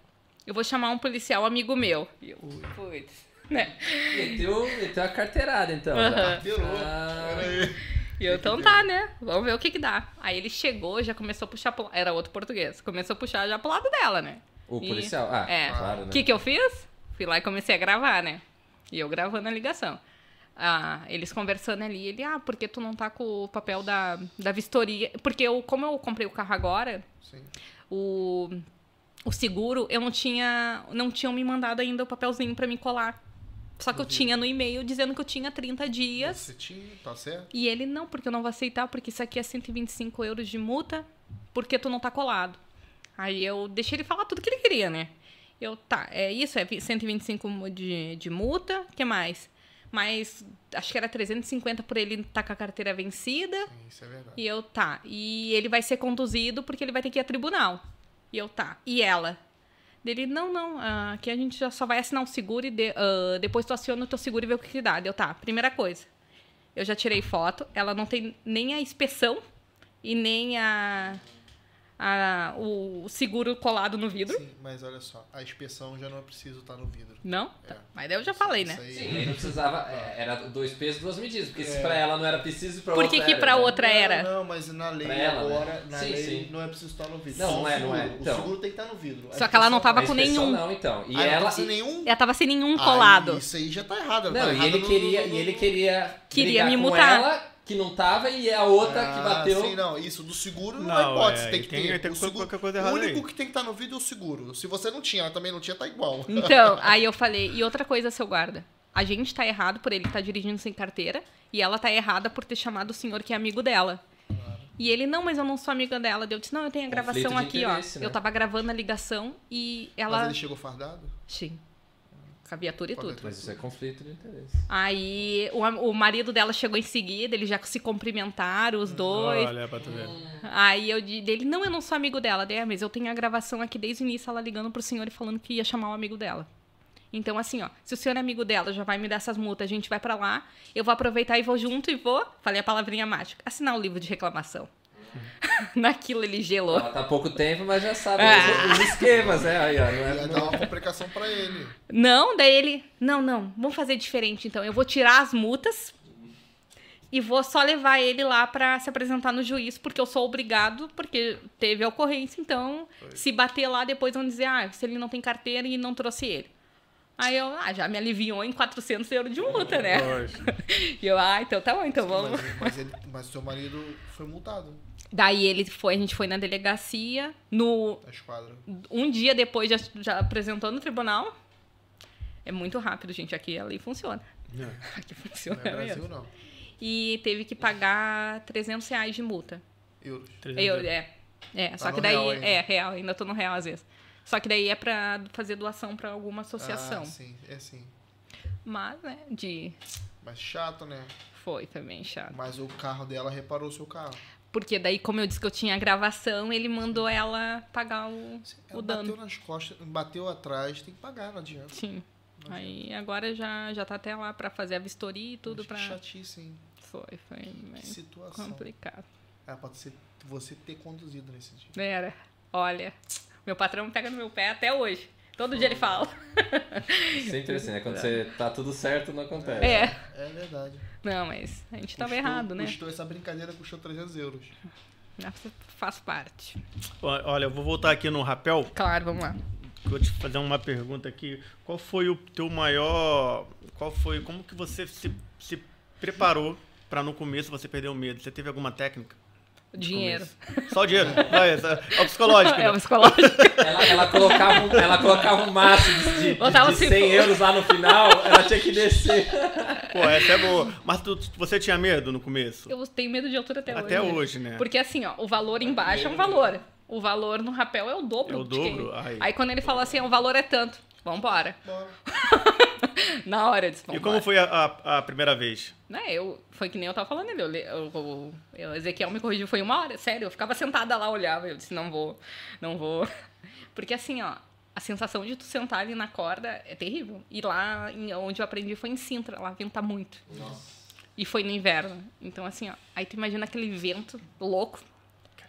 S4: Eu vou chamar um policial amigo meu. E eu, putz, né?
S3: Meteu, meteu a carteirada, então.
S4: Aham.
S1: Carteirou.
S3: Ah,
S1: Peraí.
S4: E eu, então tá, né? Vamos ver o que que dá. Aí ele chegou, já começou a puxar pro... Era outro português. Começou a puxar já pro lado dela, né?
S3: o
S4: E-
S3: policial? Ah,
S4: é.
S3: claro,
S4: O
S3: né?
S4: que, que eu fiz? Fui lá e comecei a gravar, né? E eu gravando a ligação. Ah, eles conversando ali, ele, ah, porque tu não tá com o papel da, da vistoria? Porque eu, como eu comprei o carro agora,
S1: Sim.
S4: o, o seguro, eu não tinha. Não tinham me mandado ainda o papelzinho pra me colar. Só que eu tinha no e-mail dizendo que eu tinha 30 dias.
S1: Você tinha, tá certo?
S4: E ele, não, porque eu não vou aceitar, porque isso aqui é 125 euros de multa, porque tu não tá colado. Aí eu deixei ele falar tudo que ele queria, né? Eu, tá, é isso, é vi- 125 mu- de, de multa, que mais? mas acho que era 350 por ele estar com a carteira vencida.
S1: Sim, Isso é verdade.
S4: E eu, tá. E ele vai ser conduzido porque ele vai ter que ir a tribunal. E eu, tá. E ela? Dele, não, não, ah, aqui a gente já só vai assinar um seguro e de- ah, depois tu aciona o teu seguro e vê o que, que dá. Deu, tá. Primeira coisa, eu já tirei foto, ela não tem nem a inspeção e nem a, a- o seguro colado no vidro.
S1: Sim, mas olha só, a inspeção já não é preciso estar no vidro.
S4: Não?
S1: É.
S4: Tá. Mas daí eu já falei, né?
S1: Isso É.
S3: Sim,
S1: aí-
S3: ele precisava. é, Era dois pesos, duas medidas. Porque se pra ela não era preciso, pra
S4: Por
S3: outra.
S4: que que
S3: era,
S4: pra
S3: né?
S4: outra era?
S1: Não, não, mas na lei
S3: Pra ela, né?
S1: agora, na
S3: Sim,
S1: lei
S3: sim.
S1: não é preciso estar no vidro.
S3: Não,
S1: Só
S3: não
S1: o
S3: é, não é.
S1: seguro.
S3: Então.
S1: O seguro tem que estar no vidro.
S4: Só que ela não tava
S3: A
S4: com
S3: inspeção
S4: nenhum.
S3: Não, então. E
S1: Ah,
S3: ela.
S1: não tem nenhum
S4: Ela tava sem nenhum
S1: Aí,
S4: colado.
S1: isso aí já tá errado.
S3: Não, e ele queria, e ele queria.
S4: Queria
S3: brigar
S4: me
S3: com
S4: multar.
S3: Ela, que não tava, e a outra que bateu.
S1: Ah, Sim, né? não, isso do seguro não, é
S2: Não,
S1: hipótese,
S2: é,
S1: tem que
S2: tem-
S1: ter.
S2: tem
S1: o
S2: qualquer
S1: seguro,
S2: coisa
S1: o
S2: errada
S1: único
S2: aí.
S1: que tem que estar no vidro é o seguro. Se você não tinha, ela também não tinha, tá igual.
S4: Então, aí eu falei, e outra coisa, seu guarda. A gente tá errado por ele estar dirigindo sem carteira e ela tá errada por ter chamado o senhor que é amigo dela. E ele, não, mas eu não sou amiga dela. Daí Eu disse, não, eu tenho a
S3: Conflito
S4: gravação
S3: de
S4: aqui, ó.
S3: interesse, né?
S4: Eu tava gravando a ligação e
S1: Mas
S4: ela.
S1: ele chegou fardado?
S4: Sim. Com a viatura e
S1: Com a
S4: tudo.
S3: Mas isso é conflito de interesse.
S4: Aí o, am- o marido dela chegou em seguida, eles já se cumprimentaram, os dois.
S2: Olha, pra tu ver.
S4: Hum. Aí eu di- dele, não, eu não sou amigo dela, né? Mas eu tenho a gravação aqui desde o início, ela ligando pro senhor e falando que ia chamar o amigo dela. Então, assim, ó, se o senhor é amigo dela, já vai me dar essas multas, a gente vai pra lá, eu vou aproveitar e vou junto e vou, falei a palavrinha mágica, assinar o livro de reclamação. Naquilo ele gelou.
S3: Ela tá há pouco tempo, mas já sabe
S4: Ah.
S3: os, os esquemas, né? Aí, ó, não
S1: Ia
S3: é,
S1: dar
S3: não-
S1: uma complicação pra ele.
S4: Não, daí ele, não, não, vamos fazer diferente então. Eu vou tirar as multas e vou só levar ele lá pra se apresentar no juiz, porque eu sou obrigado, porque teve a ocorrência, então se bater lá depois vão dizer, ah, se ele não tem carteira e não trouxe ele. Aí eu, ah, já me aliviou em 400 euros de multa,
S1: é
S4: né?
S2: Lógico.
S4: E eu, ah, então tá bom, então vamos.
S1: Mas, mas, ele, mas seu marido foi multado
S4: Daí ele foi, a gente foi na delegacia, no
S1: na esquadra.
S4: um dia depois já, já apresentou no tribunal. É muito rápido, gente, aqui a lei funciona.
S2: É.
S4: Aqui
S1: Não
S4: funciona
S1: é
S4: mesmo.
S1: Brasil, não.
S4: e teve que pagar 300 reais de multa.
S1: Euros.
S4: Eu, é, é, só
S1: Tá no
S4: que daí.
S1: real ainda.
S4: é, real, ainda tô no real às vezes. Só que daí é pra fazer doação pra alguma associação.
S1: Ah, sim, é sim.
S4: Mas, né, de.
S1: Mas chato, né?
S4: Foi também chato.
S1: Mas o carro dela reparou o seu carro.
S4: Porque daí, como eu disse que eu tinha a gravação, ele mandou ela pagar o,
S1: Assim, Ela
S4: o
S1: bateu
S4: dano.
S1: nas costas, bateu atrás, tem que pagar, não adianta.
S4: Sim. Aí agora já, já tá até lá pra fazer a vistoria e tudo
S1: Mas
S4: pra. É,
S1: Que chatice, hein?
S4: Foi, foi
S1: Que
S4: meio
S1: situação.
S4: complicado.
S1: Ela pode ser você ter conduzido nesse dia.
S4: Era. Olha, meu patrão pega no meu pé até hoje. Todo dia ele fala.
S3: Sempre assim, né? Quando você tá tudo certo, não acontece.
S4: É.
S1: É verdade.
S4: Não, mas a gente tava
S1: Custou-
S4: errado, né?
S1: Custou essa brincadeira, custou 300 euros.
S4: Nossa, Faz parte.
S2: Ó, Olha, eu vou voltar aqui no rapel.
S4: Claro, vamos lá.
S2: que Eu vou te fazer uma pergunta aqui. Qual foi o teu maior. Qual foi. Como que você se, se preparou pra no começo você perder o medo? Você teve alguma técnica?
S4: O dinheiro.
S2: Só o dinheiro. Vai, essa- é o psicológico.
S4: É
S2: né?
S4: o psicológico.
S3: Ela, ela colocava, um- ela colocava um maço de, de,
S4: Botava assim,
S3: de
S4: cinco.
S3: 100 euros lá no final, ela tinha que descer.
S2: Pô, essa é boa. Mas tu- você tinha medo no começo?
S4: Eu tenho medo de altura até, hoje.
S2: Até hoje, né?
S4: Porque assim, ó, o valor embaixo é um valor. O valor no rapel é o dobro.
S2: É o
S4: de quem-
S2: dobro? Ai.
S4: Aí quando ele fala assim, o valor é tanto. Vambora.
S1: Bora.
S4: Na hora eu disse,
S2: E
S4: vambora.
S2: como foi a, a- a primeira vez?
S4: Né, eu, foi que nem eu tava falando, ele, eu, le- eu, eu, eu- o Ezequiel me corrigiu, foi uma hora, sério, eu ficava sentada lá, olhava, eu disse, não vou, não vou. Porque assim, ó, a sensação de tu sentar ali na corda é terrível. E lá em- onde eu aprendi foi em Sintra, lá venta muito. E foi no inverno. Então assim, ó, aí tu imagina aquele vento louco,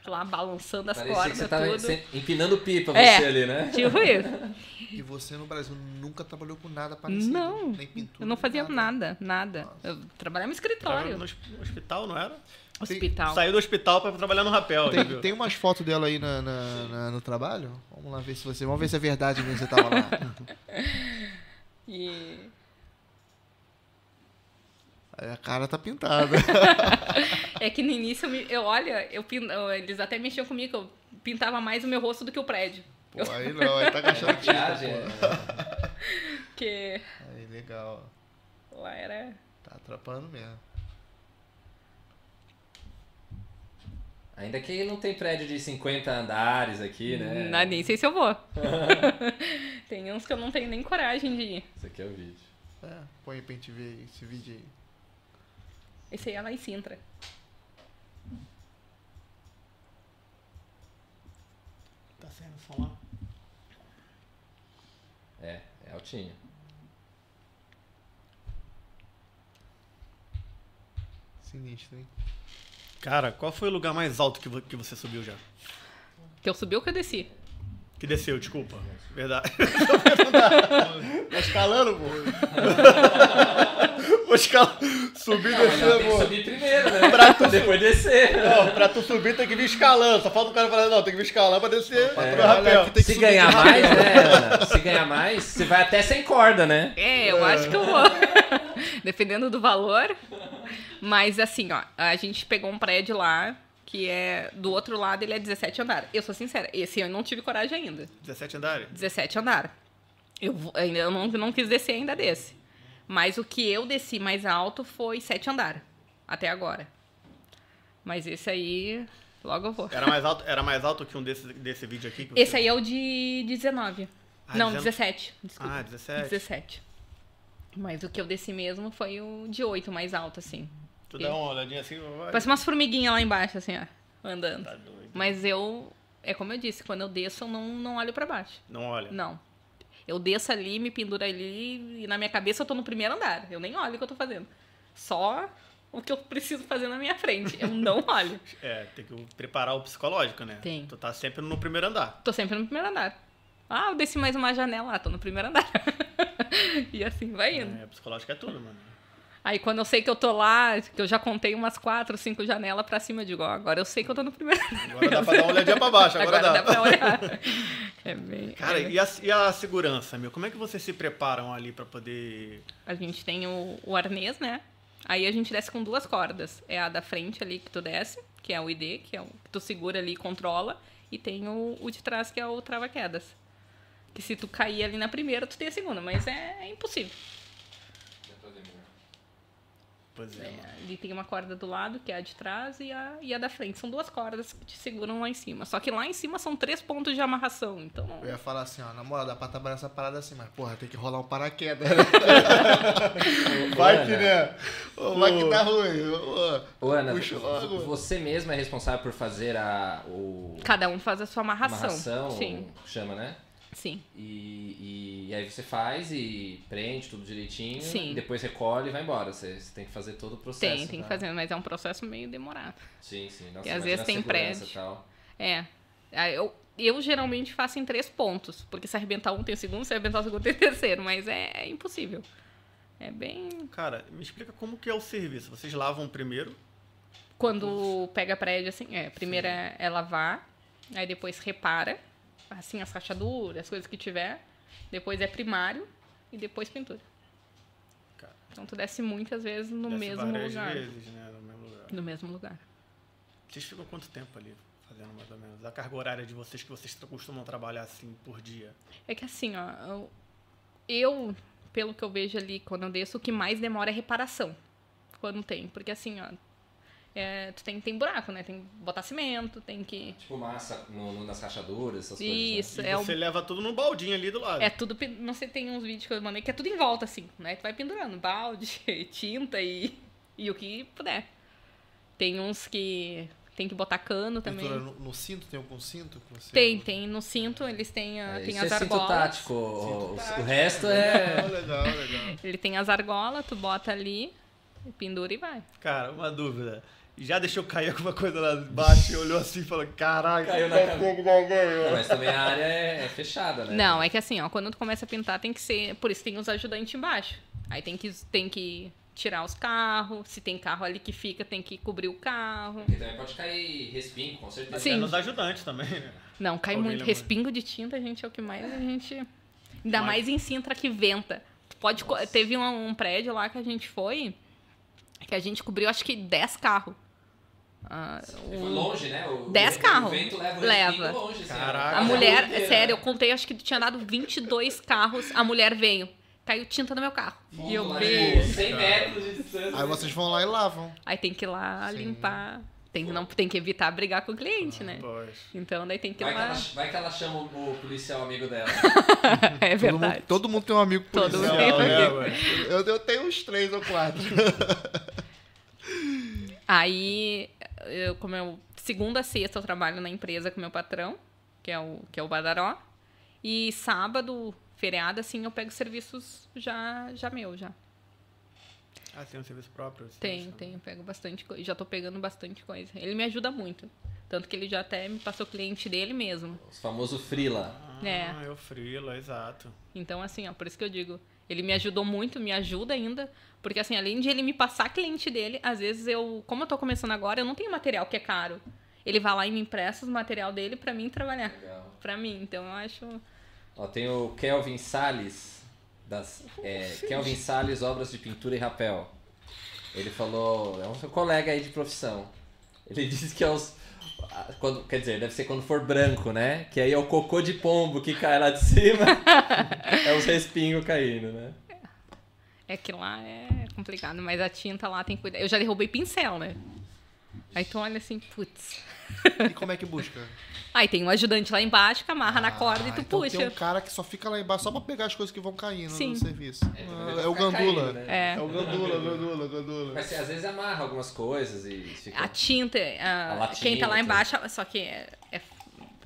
S4: lá balançando as
S3: Parecia que
S4: cordas,
S3: você tava
S4: tudo.
S3: se- empinando pipa você
S4: É.
S3: ali, né?
S4: Tipo isso.
S1: E você no Brasil nunca trabalhou com nada parecido?
S4: Não,
S1: Nem pintura.
S4: Eu não fazia
S1: nem
S4: nada, nada. Eu trabalhava no
S2: Trabalhava
S4: escritório,
S2: No hosp- no hospital, não era?
S4: hospital.
S2: Saiu do hospital pra trabalhar no rapel.
S1: Tem,
S2: entendeu?
S1: tem umas fotos dela aí na- na- na- no trabalho? Vamos lá ver se você. Vamos ver se é verdade mesmo que você tava lá.
S4: E...
S1: Aí A cara tá pintada.
S4: É que no início eu, me- eu olha, eu, pin- eu- eles até mexiam comigo, eu pintava mais o meu rosto do que o prédio.
S1: Pô, aí não, aí tá gastando tinta,
S3: Maquiagem,
S4: tipo,
S1: pô.
S4: Porque
S1: Aí legal.
S4: lá era.
S1: Tá atrapando mesmo.
S3: Ainda que não tem prédio de 50 andares aqui, né?
S4: Não, nem sei se eu vou. Tem uns que eu não tenho nem coragem de ir.
S3: Isso aqui é o vídeo.
S1: É, põe pra gente ver esse vídeo aí.
S4: Esse aí é lá em Sintra.
S2: Tá saindo som lá.
S3: É, é altinho.
S1: Sinistro, hein?
S2: Cara, qual foi o lugar mais alto que, vo- que você subiu já?
S4: Que eu subi ou que eu desci?
S2: Que desceu, desculpa. Verdade. tá escalando, pô. Vou escalar. Subir e
S3: Mas
S2: descer,
S3: ela tem que
S2: pô.
S3: subir primeiro, né? pra depois descer.
S2: Não, pra tu subir tem que vir escalando. Só falta o cara falar, não, tem que vir escalando pra descer. Pra tu rapel.
S1: aqui tem que
S3: Se
S1: subir
S3: ganhar
S1: de
S3: mais, né, Ana? Se ganhar mais, você vai até sem corda, né?
S4: É, eu acho que eu vou. Dependendo do valor. Mas assim, ó, a gente pegou um prédio lá, que é do outro lado, ele é 17 andar. Eu sou sincera, esse eu não tive coragem ainda.
S2: 17 andares?
S4: 17 andar. Eu vou- ainda eu não, não quis descer ainda desse. Mas o que eu desci mais alto foi 7 andar, até agora. Mas esse aí, logo eu vou.
S2: Era mais alto, era mais alto que um desse, desse vídeo aqui? Que
S4: Esse aí é o de 19.
S2: Ah,
S4: não,
S2: 19.
S4: 17. Desculpa.
S2: Ah, 17.
S4: 17. Mas o que eu desci mesmo foi o de 8, mais alto, assim.
S2: Tu dá uma olhadinha assim, vai.
S4: Parece umas formiguinhas lá embaixo, assim, ó, andando.
S2: Tá doido.
S4: Mas eu, é como eu disse, quando eu desço, eu não, não olho pra baixo.
S2: Não olha.
S4: Não. Eu desço ali, me penduro ali, e na minha cabeça eu tô no primeiro andar. Eu nem olho o que eu tô fazendo. Só o que eu preciso fazer na minha frente. Eu não olho.
S2: É, tem que preparar o psicológico, né?
S4: Tem.
S2: Tu tá sempre no primeiro andar.
S4: Tô sempre no primeiro andar. Ah, eu desci mais uma janela, ah, tô no primeiro andar. e assim vai indo.
S2: É, psicológico é tudo, mano.
S4: Aí quando eu sei que eu tô lá, que eu já contei umas quatro, cinco janelas pra cima, eu digo, ó, agora eu sei que eu tô no primeiro andar.
S2: Agora dá pra dar uma olhadinha pra baixo, agora,
S4: dá. pra olhar. É bem.
S2: Cara,
S4: é-
S2: e a, e a segurança, meu? Como é que vocês se preparam ali pra poder.
S4: a gente tem o, o arnês, né? Aí a gente desce com duas cordas. É a da frente ali que tu desce, que é o ID, que é o que tu segura ali e controla. E tem o, o de trás, que é o trava-quedas. Que se tu cair ali na primeira, tu tem a segunda, mas é, é impossível.
S2: Pois é.
S4: É, ali tem uma corda do lado, que é a de trás, e a, e a da frente. São duas cordas que te seguram lá em cima. Só que lá em cima são três pontos de amarração, então não-
S3: É
S1: Eu ia falar assim, ó, na moral, dá pra trabalhar essa parada assim, mas porra, tem que rolar um paraquedas.
S3: Ana,
S1: Vai que, né? Ô, Vai que dá ruim. Ô, ô.
S3: Ô, Ana,
S1: Puxa logo.
S3: você mesma é responsável por fazer a o,
S4: Cada um faz a sua amarração.
S3: amarração,
S4: Sim,
S3: chama, né?
S4: sim.
S3: E, e- e aí você faz e prende tudo direitinho,
S4: Sim.
S3: e depois recolhe e vai embora. Você, você tem que fazer todo o processo.
S4: Tem, tem que
S3: tá?
S4: fazer, mas é um processo meio demorado.
S3: Sim, sim. Nossa,
S4: Porque às
S3: imagina
S4: vezes
S3: a
S4: tem
S3: segurança
S4: prédio.
S3: e tal.
S4: É. Ah, Eu, eu geralmente faço em três pontos, porque se arrebentar um tem o segundo, se arrebentar o segundo tem o terceiro, mas é impossível. É bem.
S2: Cara, me explica como que é o serviço. Vocês lavam primeiro?
S4: Quando pega prédio, assim, é. Primeiro é é lavar, aí depois repara, assim, as rachaduras, as coisas que tiver. Depois é primário e depois pintura.
S2: Cara.
S4: Então tu desce muitas vezes no
S2: Desce
S4: mesmo
S2: várias
S4: lugar.
S2: vezes, né? No mesmo lugar.
S4: No mesmo lugar.
S2: Vocês ficam quanto tempo ali fazendo mais ou menos? A carga horária de vocês que vocês tra- costumam trabalhar assim por dia?
S4: É que assim, ó, eu- eu, pelo que eu vejo ali quando eu desço, o que mais demora é reparação. Quando tem. Porque assim, ó, é, tu tem, tem buraco, né? Tem que botar cimento, tem que.
S3: Tipo massa no- no- nas rachaduras, essas coisas. né?
S4: Isso,
S2: E
S4: é, o-
S2: você leva tudo num baldinho ali do lado.
S4: é tudo. pe- Não sei, tem uns vídeos que eu mandei que é tudo em volta, assim, né? Tu vai pendurando balde, tinta e, e o que puder. Tem uns que tem que botar cano também.
S1: Pintura no, no cinto, tem algum cinto que você.
S4: Tem, tem no cinto, eles têm, a-
S3: né?
S4: tem
S3: Isso
S4: as
S3: é cinto
S4: argolas.
S3: tático. o- o-
S1: tático.
S3: o resto
S1: Ah,
S3: é.
S1: legal, legal.
S4: Ele tem as argolas, tu bota ali, pendura e vai.
S2: Cara, uma dúvida. Já deixou cair alguma coisa lá embaixo e olhou assim e falou: caralho,
S3: Caiu na
S2: tá fogo,
S1: um
S2: bagulho.
S3: Não, mas também a área é, é fechada, né?
S4: Não, é que assim, ó, quando tu começa a pintar, tem que ser. Por isso tem os ajudantes embaixo. Aí tem que, tem que tirar os carros. Se tem carro ali que fica, tem que cobrir o carro.
S3: Porque também pode cair respingo, com certeza.
S4: Sim.
S2: É nos ajudantes também, né?
S4: Não, cai
S2: Alguém
S4: muito.
S2: lembra?
S4: Respingo de tinta, gente, é o que mais a gente. Ainda
S2: Mas-
S4: mais em Sintra que venta. Tu pode. co- Teve um, um prédio lá que a gente foi, que a gente cobriu acho que 10 carros. Ah,
S3: Ele
S4: o-
S3: foi longe, né? O,
S4: Dez
S3: o,
S4: carros.
S3: O vento leva o
S4: Leva.
S3: respingo longe. assim,
S2: Caraca.
S3: né?
S4: A
S2: Mas é
S4: mulher,
S3: inteira,
S4: sério, eu
S3: né?
S4: contei, acho que tinha dado 22 carros. A mulher veio. Caiu tinta no meu carro.
S3: Fundo
S4: E eu
S3: lá,
S4: vi.
S3: tipo, 100 metros de distância.
S1: Aí vocês vão lá e lavam.
S4: Aí tem que ir lá
S1: Sim.
S4: limpar. Tem que, não, tem que evitar brigar com o cliente, né?
S2: Pois.
S4: Então daí tem que ter
S3: Vai que,
S4: uma.
S3: ela, vai que ela chama o o policial amigo dela.
S4: é
S1: Todo
S4: verdade.
S1: mundo, todo mundo tem um amigo
S4: Todo
S1: policial.
S4: mundo tem um
S1: né?
S2: amigo.
S1: Eu, eu tenho uns três ou quatro.
S4: Aí, eu, como eu, segunda a sexta eu trabalho na empresa com meu patrão, que é o, que é o Badaró. E sábado, feriado, assim, eu pego serviços já, já meu, já.
S2: Ah, tem um serviço próprio? assim,
S4: Tem,
S2: sabe?
S4: tem, eu pego bastante coisa. Já tô pegando bastante coisa. Ele me ajuda muito. Tanto que ele já até me passou cliente dele mesmo.
S3: Os famoso Frila.
S2: Ah,
S4: É.
S2: eu frila, exato.
S4: Então, assim, ó, por isso que eu digo. Ele me ajudou muito, me ajuda ainda. Porque, assim, além de ele me passar cliente dele, às vezes eu, como eu tô começando agora, eu não tenho material que é caro. Ele vai lá e me empresta o material dele pra mim trabalhar.
S3: Legal.
S4: Pra mim, então eu acho.
S3: Ó, tem o Kelvin Salles, das é, Kelvin Salles Obras de Pintura e Rapel. Ele falou, é um seu colega aí de profissão. Ele disse que é os a- quando, quer dizer, deve ser quando for branco, né? Que aí é o cocô de pombo que cai lá de cima. é os respingos caindo, né?
S4: É que lá é complicado, mas a tinta lá tem que cuidar. Eu já derrubei pincel, né? Aí tu olha assim, putz.
S1: E como é que busca?
S4: Aí tem um ajudante lá embaixo que amarra na corda e tu
S1: Ah, então
S4: puxa.
S1: Tem um cara que só fica lá embaixo só pra pegar as coisas que vão caindo
S4: Sim.
S1: no serviço. Ah, É, o
S3: Fica
S1: Gandula.
S3: caindo, né?
S4: É.
S1: É o Gandula, Gandula, Gandula.
S3: Mas assim, às vezes amarra algumas coisas e fica.
S4: A tinta, a-
S3: A latinha,
S4: quem tá lá
S3: tudo.
S4: embaixo, só que é, é,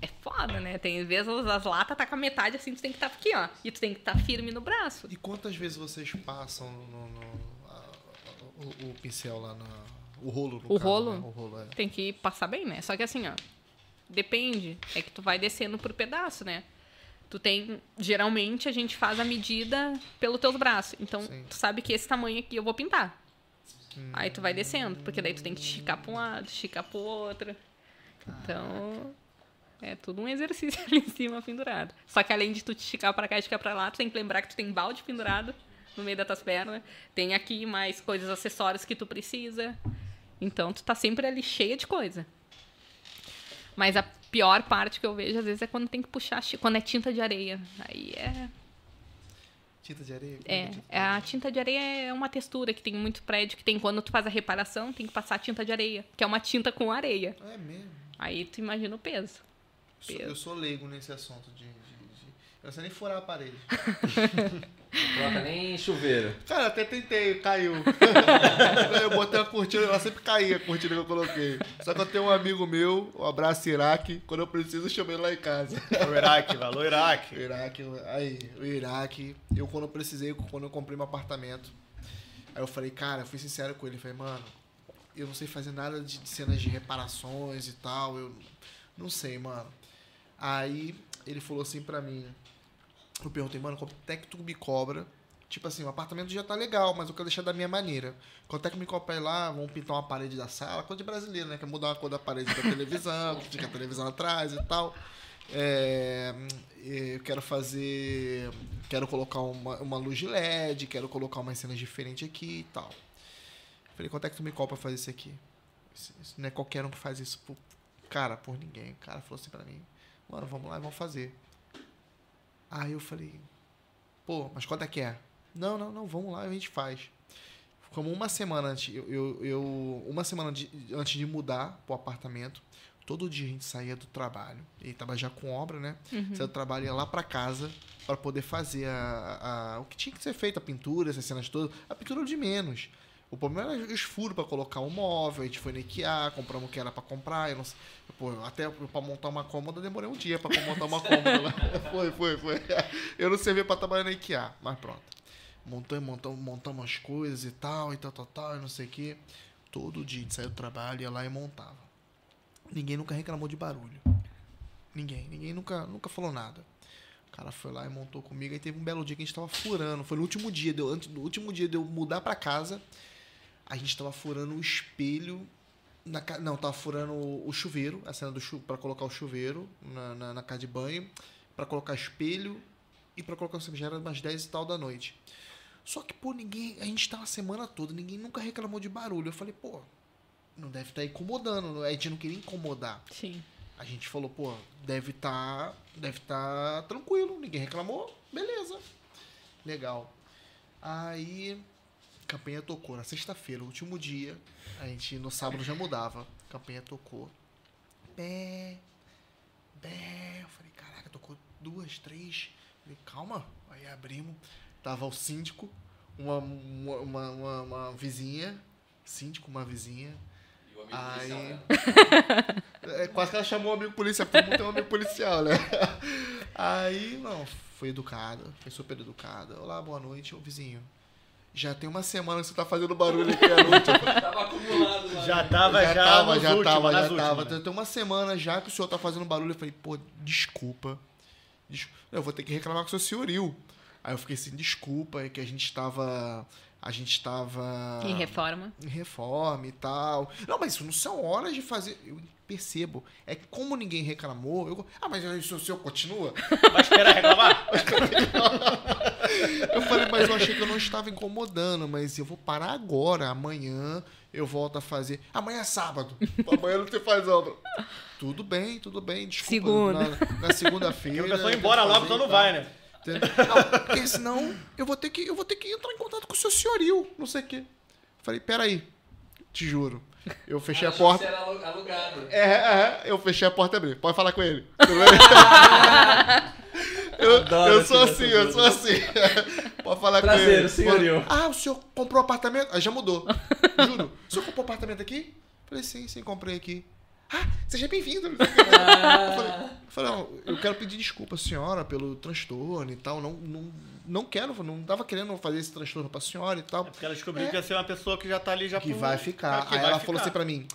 S4: é foda, né? Tem vezes as latas tá com a metade assim, tu tem que estar aqui, ó. E tu tem que estar firme no braço.
S1: E quantas vezes vocês passam no, no- a- a- o, o pincel lá na. O rolo, no
S4: O
S1: caso,
S4: rolo?
S1: né? O rolo, é.
S4: Tem que passar bem, né? Só que assim, ó. Depende. É que tu vai descendo por pedaço, né? Tu tem. Geralmente a gente faz a medida pelos teus braços. Então,
S1: Sim.
S4: tu sabe que esse tamanho aqui eu vou pintar. Aí tu vai descendo, porque daí tu tem que esticar pra um lado, esticar pro outro. Então. É tudo um exercício ali em cima pendurado. Só que além de tu te esticar pra cá e esticar pra lá, tu tem que lembrar que tu tem balde pendurado no meio das tuas pernas. Tem aqui mais coisas, acessórios que tu precisa. Então tu tá sempre ali cheia de coisa. Mas a pior parte que eu vejo às vezes é quando tem que puxar, chi- quando é tinta de areia. Aí é,
S1: Tinta de areia? como que
S4: é,
S1: tinta de
S4: é, a
S1: areia?
S4: tinta de areia é uma textura que tem muito prédio que tem quando tu faz a reparação, tem que passar tinta de areia, que é uma tinta com areia.
S1: É mesmo.
S4: Aí tu imagina o peso.
S1: Eu sou, eu sou leigo nesse assunto de. de- de- Eu não sei nem furar a parede.
S3: Não troca nem chuveiro.
S1: Cara, até tentei, caiu. eu botei uma cortina, ela sempre caía a cortina que eu coloquei. Só que eu tenho um amigo meu, um abraço Iraque, quando eu preciso, eu chamo ele lá em casa.
S2: O Iraque, valor
S1: O
S2: Iraque.
S1: Iraque, aí, o Iraque, eu quando eu precisei, quando eu comprei meu apartamento, aí eu falei, cara, eu fui sincero com ele, falei, mano, eu não sei fazer nada de de cenas de reparações e tal, eu não sei, mano. Aí ele falou assim pra mim, eu perguntei, mano, quanto é que tu me cobra? Tipo assim, o apartamento já tá legal, mas eu quero deixar da minha maneira. Quanto é que me cobra ir lá, vamos pintar uma parede da sala, coisa de brasileiro, né? Quer mudar uma cor da parede da televisão, que fica a televisão atrás e tal. É, eu quero fazer. Quero colocar uma, uma luz de LED, quero colocar umas cenas diferentes aqui e tal. Falei, quanto é que tu me cobra pra fazer isso aqui? Isso, isso não é qualquer um que faz isso, por, cara, por ninguém. O cara falou assim pra mim, mano, vamos lá e vamos fazer. Aí eu falei, pô, mas quanto é que é? Não, não, não, vamos lá e a gente faz. Como uma semana antes, eu, eu, eu- uma semana de- antes de mudar pro apartamento, todo dia a gente saía do trabalho. E tava já com obra, né? Saía do trabalho, ia lá pra casa pra poder fazer a, a- o que tinha que ser feito, a pintura, essas cenas todas. A pintura de menos. O problema era os furos pra colocar o móvel, a gente foi na IKEA, compramos o que era pra comprar, eu não sei. Pô, até pra montar uma cômoda eu demorei um dia pra montar uma cômoda lá. Foi, foi, foi. Eu não servia pra trabalhar na IKEA, mas pronto. Montamos, montamos, montamos as coisas e tal, e tal, tal, tal, e não sei o quê. Todo dia a gente saía do trabalho, ia lá e montava. Ninguém nunca reclamou de barulho. Ninguém, ninguém nunca, nunca falou nada. O cara foi lá e montou comigo, aí teve um belo dia que a gente tava furando. Foi no último dia, deu, antes, no último dia de eu mudar pra casa, a gente tava furando o espelho. Na, ca- não, tava furando o, o chuveiro, a cena do chu, pra colocar o chuveiro na, na, na casa de banho, pra colocar espelho e pra colocar o espelho. Já era umas 10 e tal da noite. Só que, pô, ninguém. A gente tava a semana toda, ninguém nunca reclamou de barulho. Eu falei, pô, não deve estar incomodando. A gente não queria incomodar.
S4: Sim.
S1: A gente falou, pô, deve estar deve tá tranquilo, ninguém reclamou, beleza. Legal. Aí, Campanha tocou na sexta-feira, último dia. A gente no sábado já mudava. Campanha tocou. Bé, bé. Eu falei, caraca, tocou duas, três. Eu falei, calma. Aí abrimos. Tava o síndico, uma, uma, uma, uma- uma vizinha. Síndico, uma vizinha.
S3: E o amigo
S1: Aí-
S3: policial dela.
S1: É, quase que ela chamou o amigo policial, porque todo mundo tem um amigo policial, né? Aí, não, foi educada, foi super educada. Olá, boa noite, ô vizinho. Já tem uma semana que você tá fazendo barulho aqui à noite.
S3: Tava acumulado lá.
S2: Já tava, já,
S1: tava,
S2: nos
S1: já
S2: últimos,
S1: tava, já
S2: nas últimas,
S1: tava.
S2: né?
S1: Tem- Tem uma semana já que o senhor tá fazendo barulho. Eu falei, pô, desculpa. Des- Eu vou ter que reclamar com o seu senhorio. Aí eu fiquei assim, desculpa, é que a gente estava. A gente estava
S4: Em reforma.
S1: em reforma e tal. Não, mas isso não são horas de fazer. Eu percebo. É que como ninguém reclamou, eu. Ah, mas isso o senhor continua?
S2: Mas espera reclamar.
S1: Eu falei, mas eu achei que eu não estava incomodando, mas eu vou parar agora. Amanhã eu volto a fazer. Amanhã é sábado. Amanhã não se faz obra. Tudo bem, tudo bem. Desculpa.
S4: Segunda.
S1: Na, na segunda-feira.
S2: Porque a pessoa
S1: eu
S2: ia embora
S1: tenho que
S2: logo,
S1: fazer
S2: então não
S1: e tal.
S2: vai, né?
S1: Entendeu? Não, porque senão eu vou ter que, eu vou ter que entrar em contato com o seu senhorio, não sei o quê. Falei, peraí, te juro. Eu fechei a
S3: Achou
S1: porta.
S3: que você era alu- alugado.
S1: É, é, eu fechei a porta e abri. Pode falar com ele. eu,
S3: Adoro
S1: eu sou
S3: esse
S1: assim, eu sou assim. Pode falar com
S3: Prazer,
S1: ele.
S3: senhorio.
S1: Ah, o senhor comprou apartamento? Ah, já mudou. Juro. O senhor comprou apartamento aqui? Falei, sim, sim, comprei aqui. Ah, seja bem-vindo. Eu falei, eu falei, "Não, eu quero pedir desculpa à senhora pelo transtorno e tal. Não, não, não quero, não tava querendo fazer esse transtorno pra senhora e tal
S2: É porque ela descobriu que ia ser uma pessoa que já tá ali já
S1: que
S2: por-
S1: vai ficar.
S2: que
S1: Aí
S2: vai
S1: ela falou
S2: ficar.
S1: assim pra mim: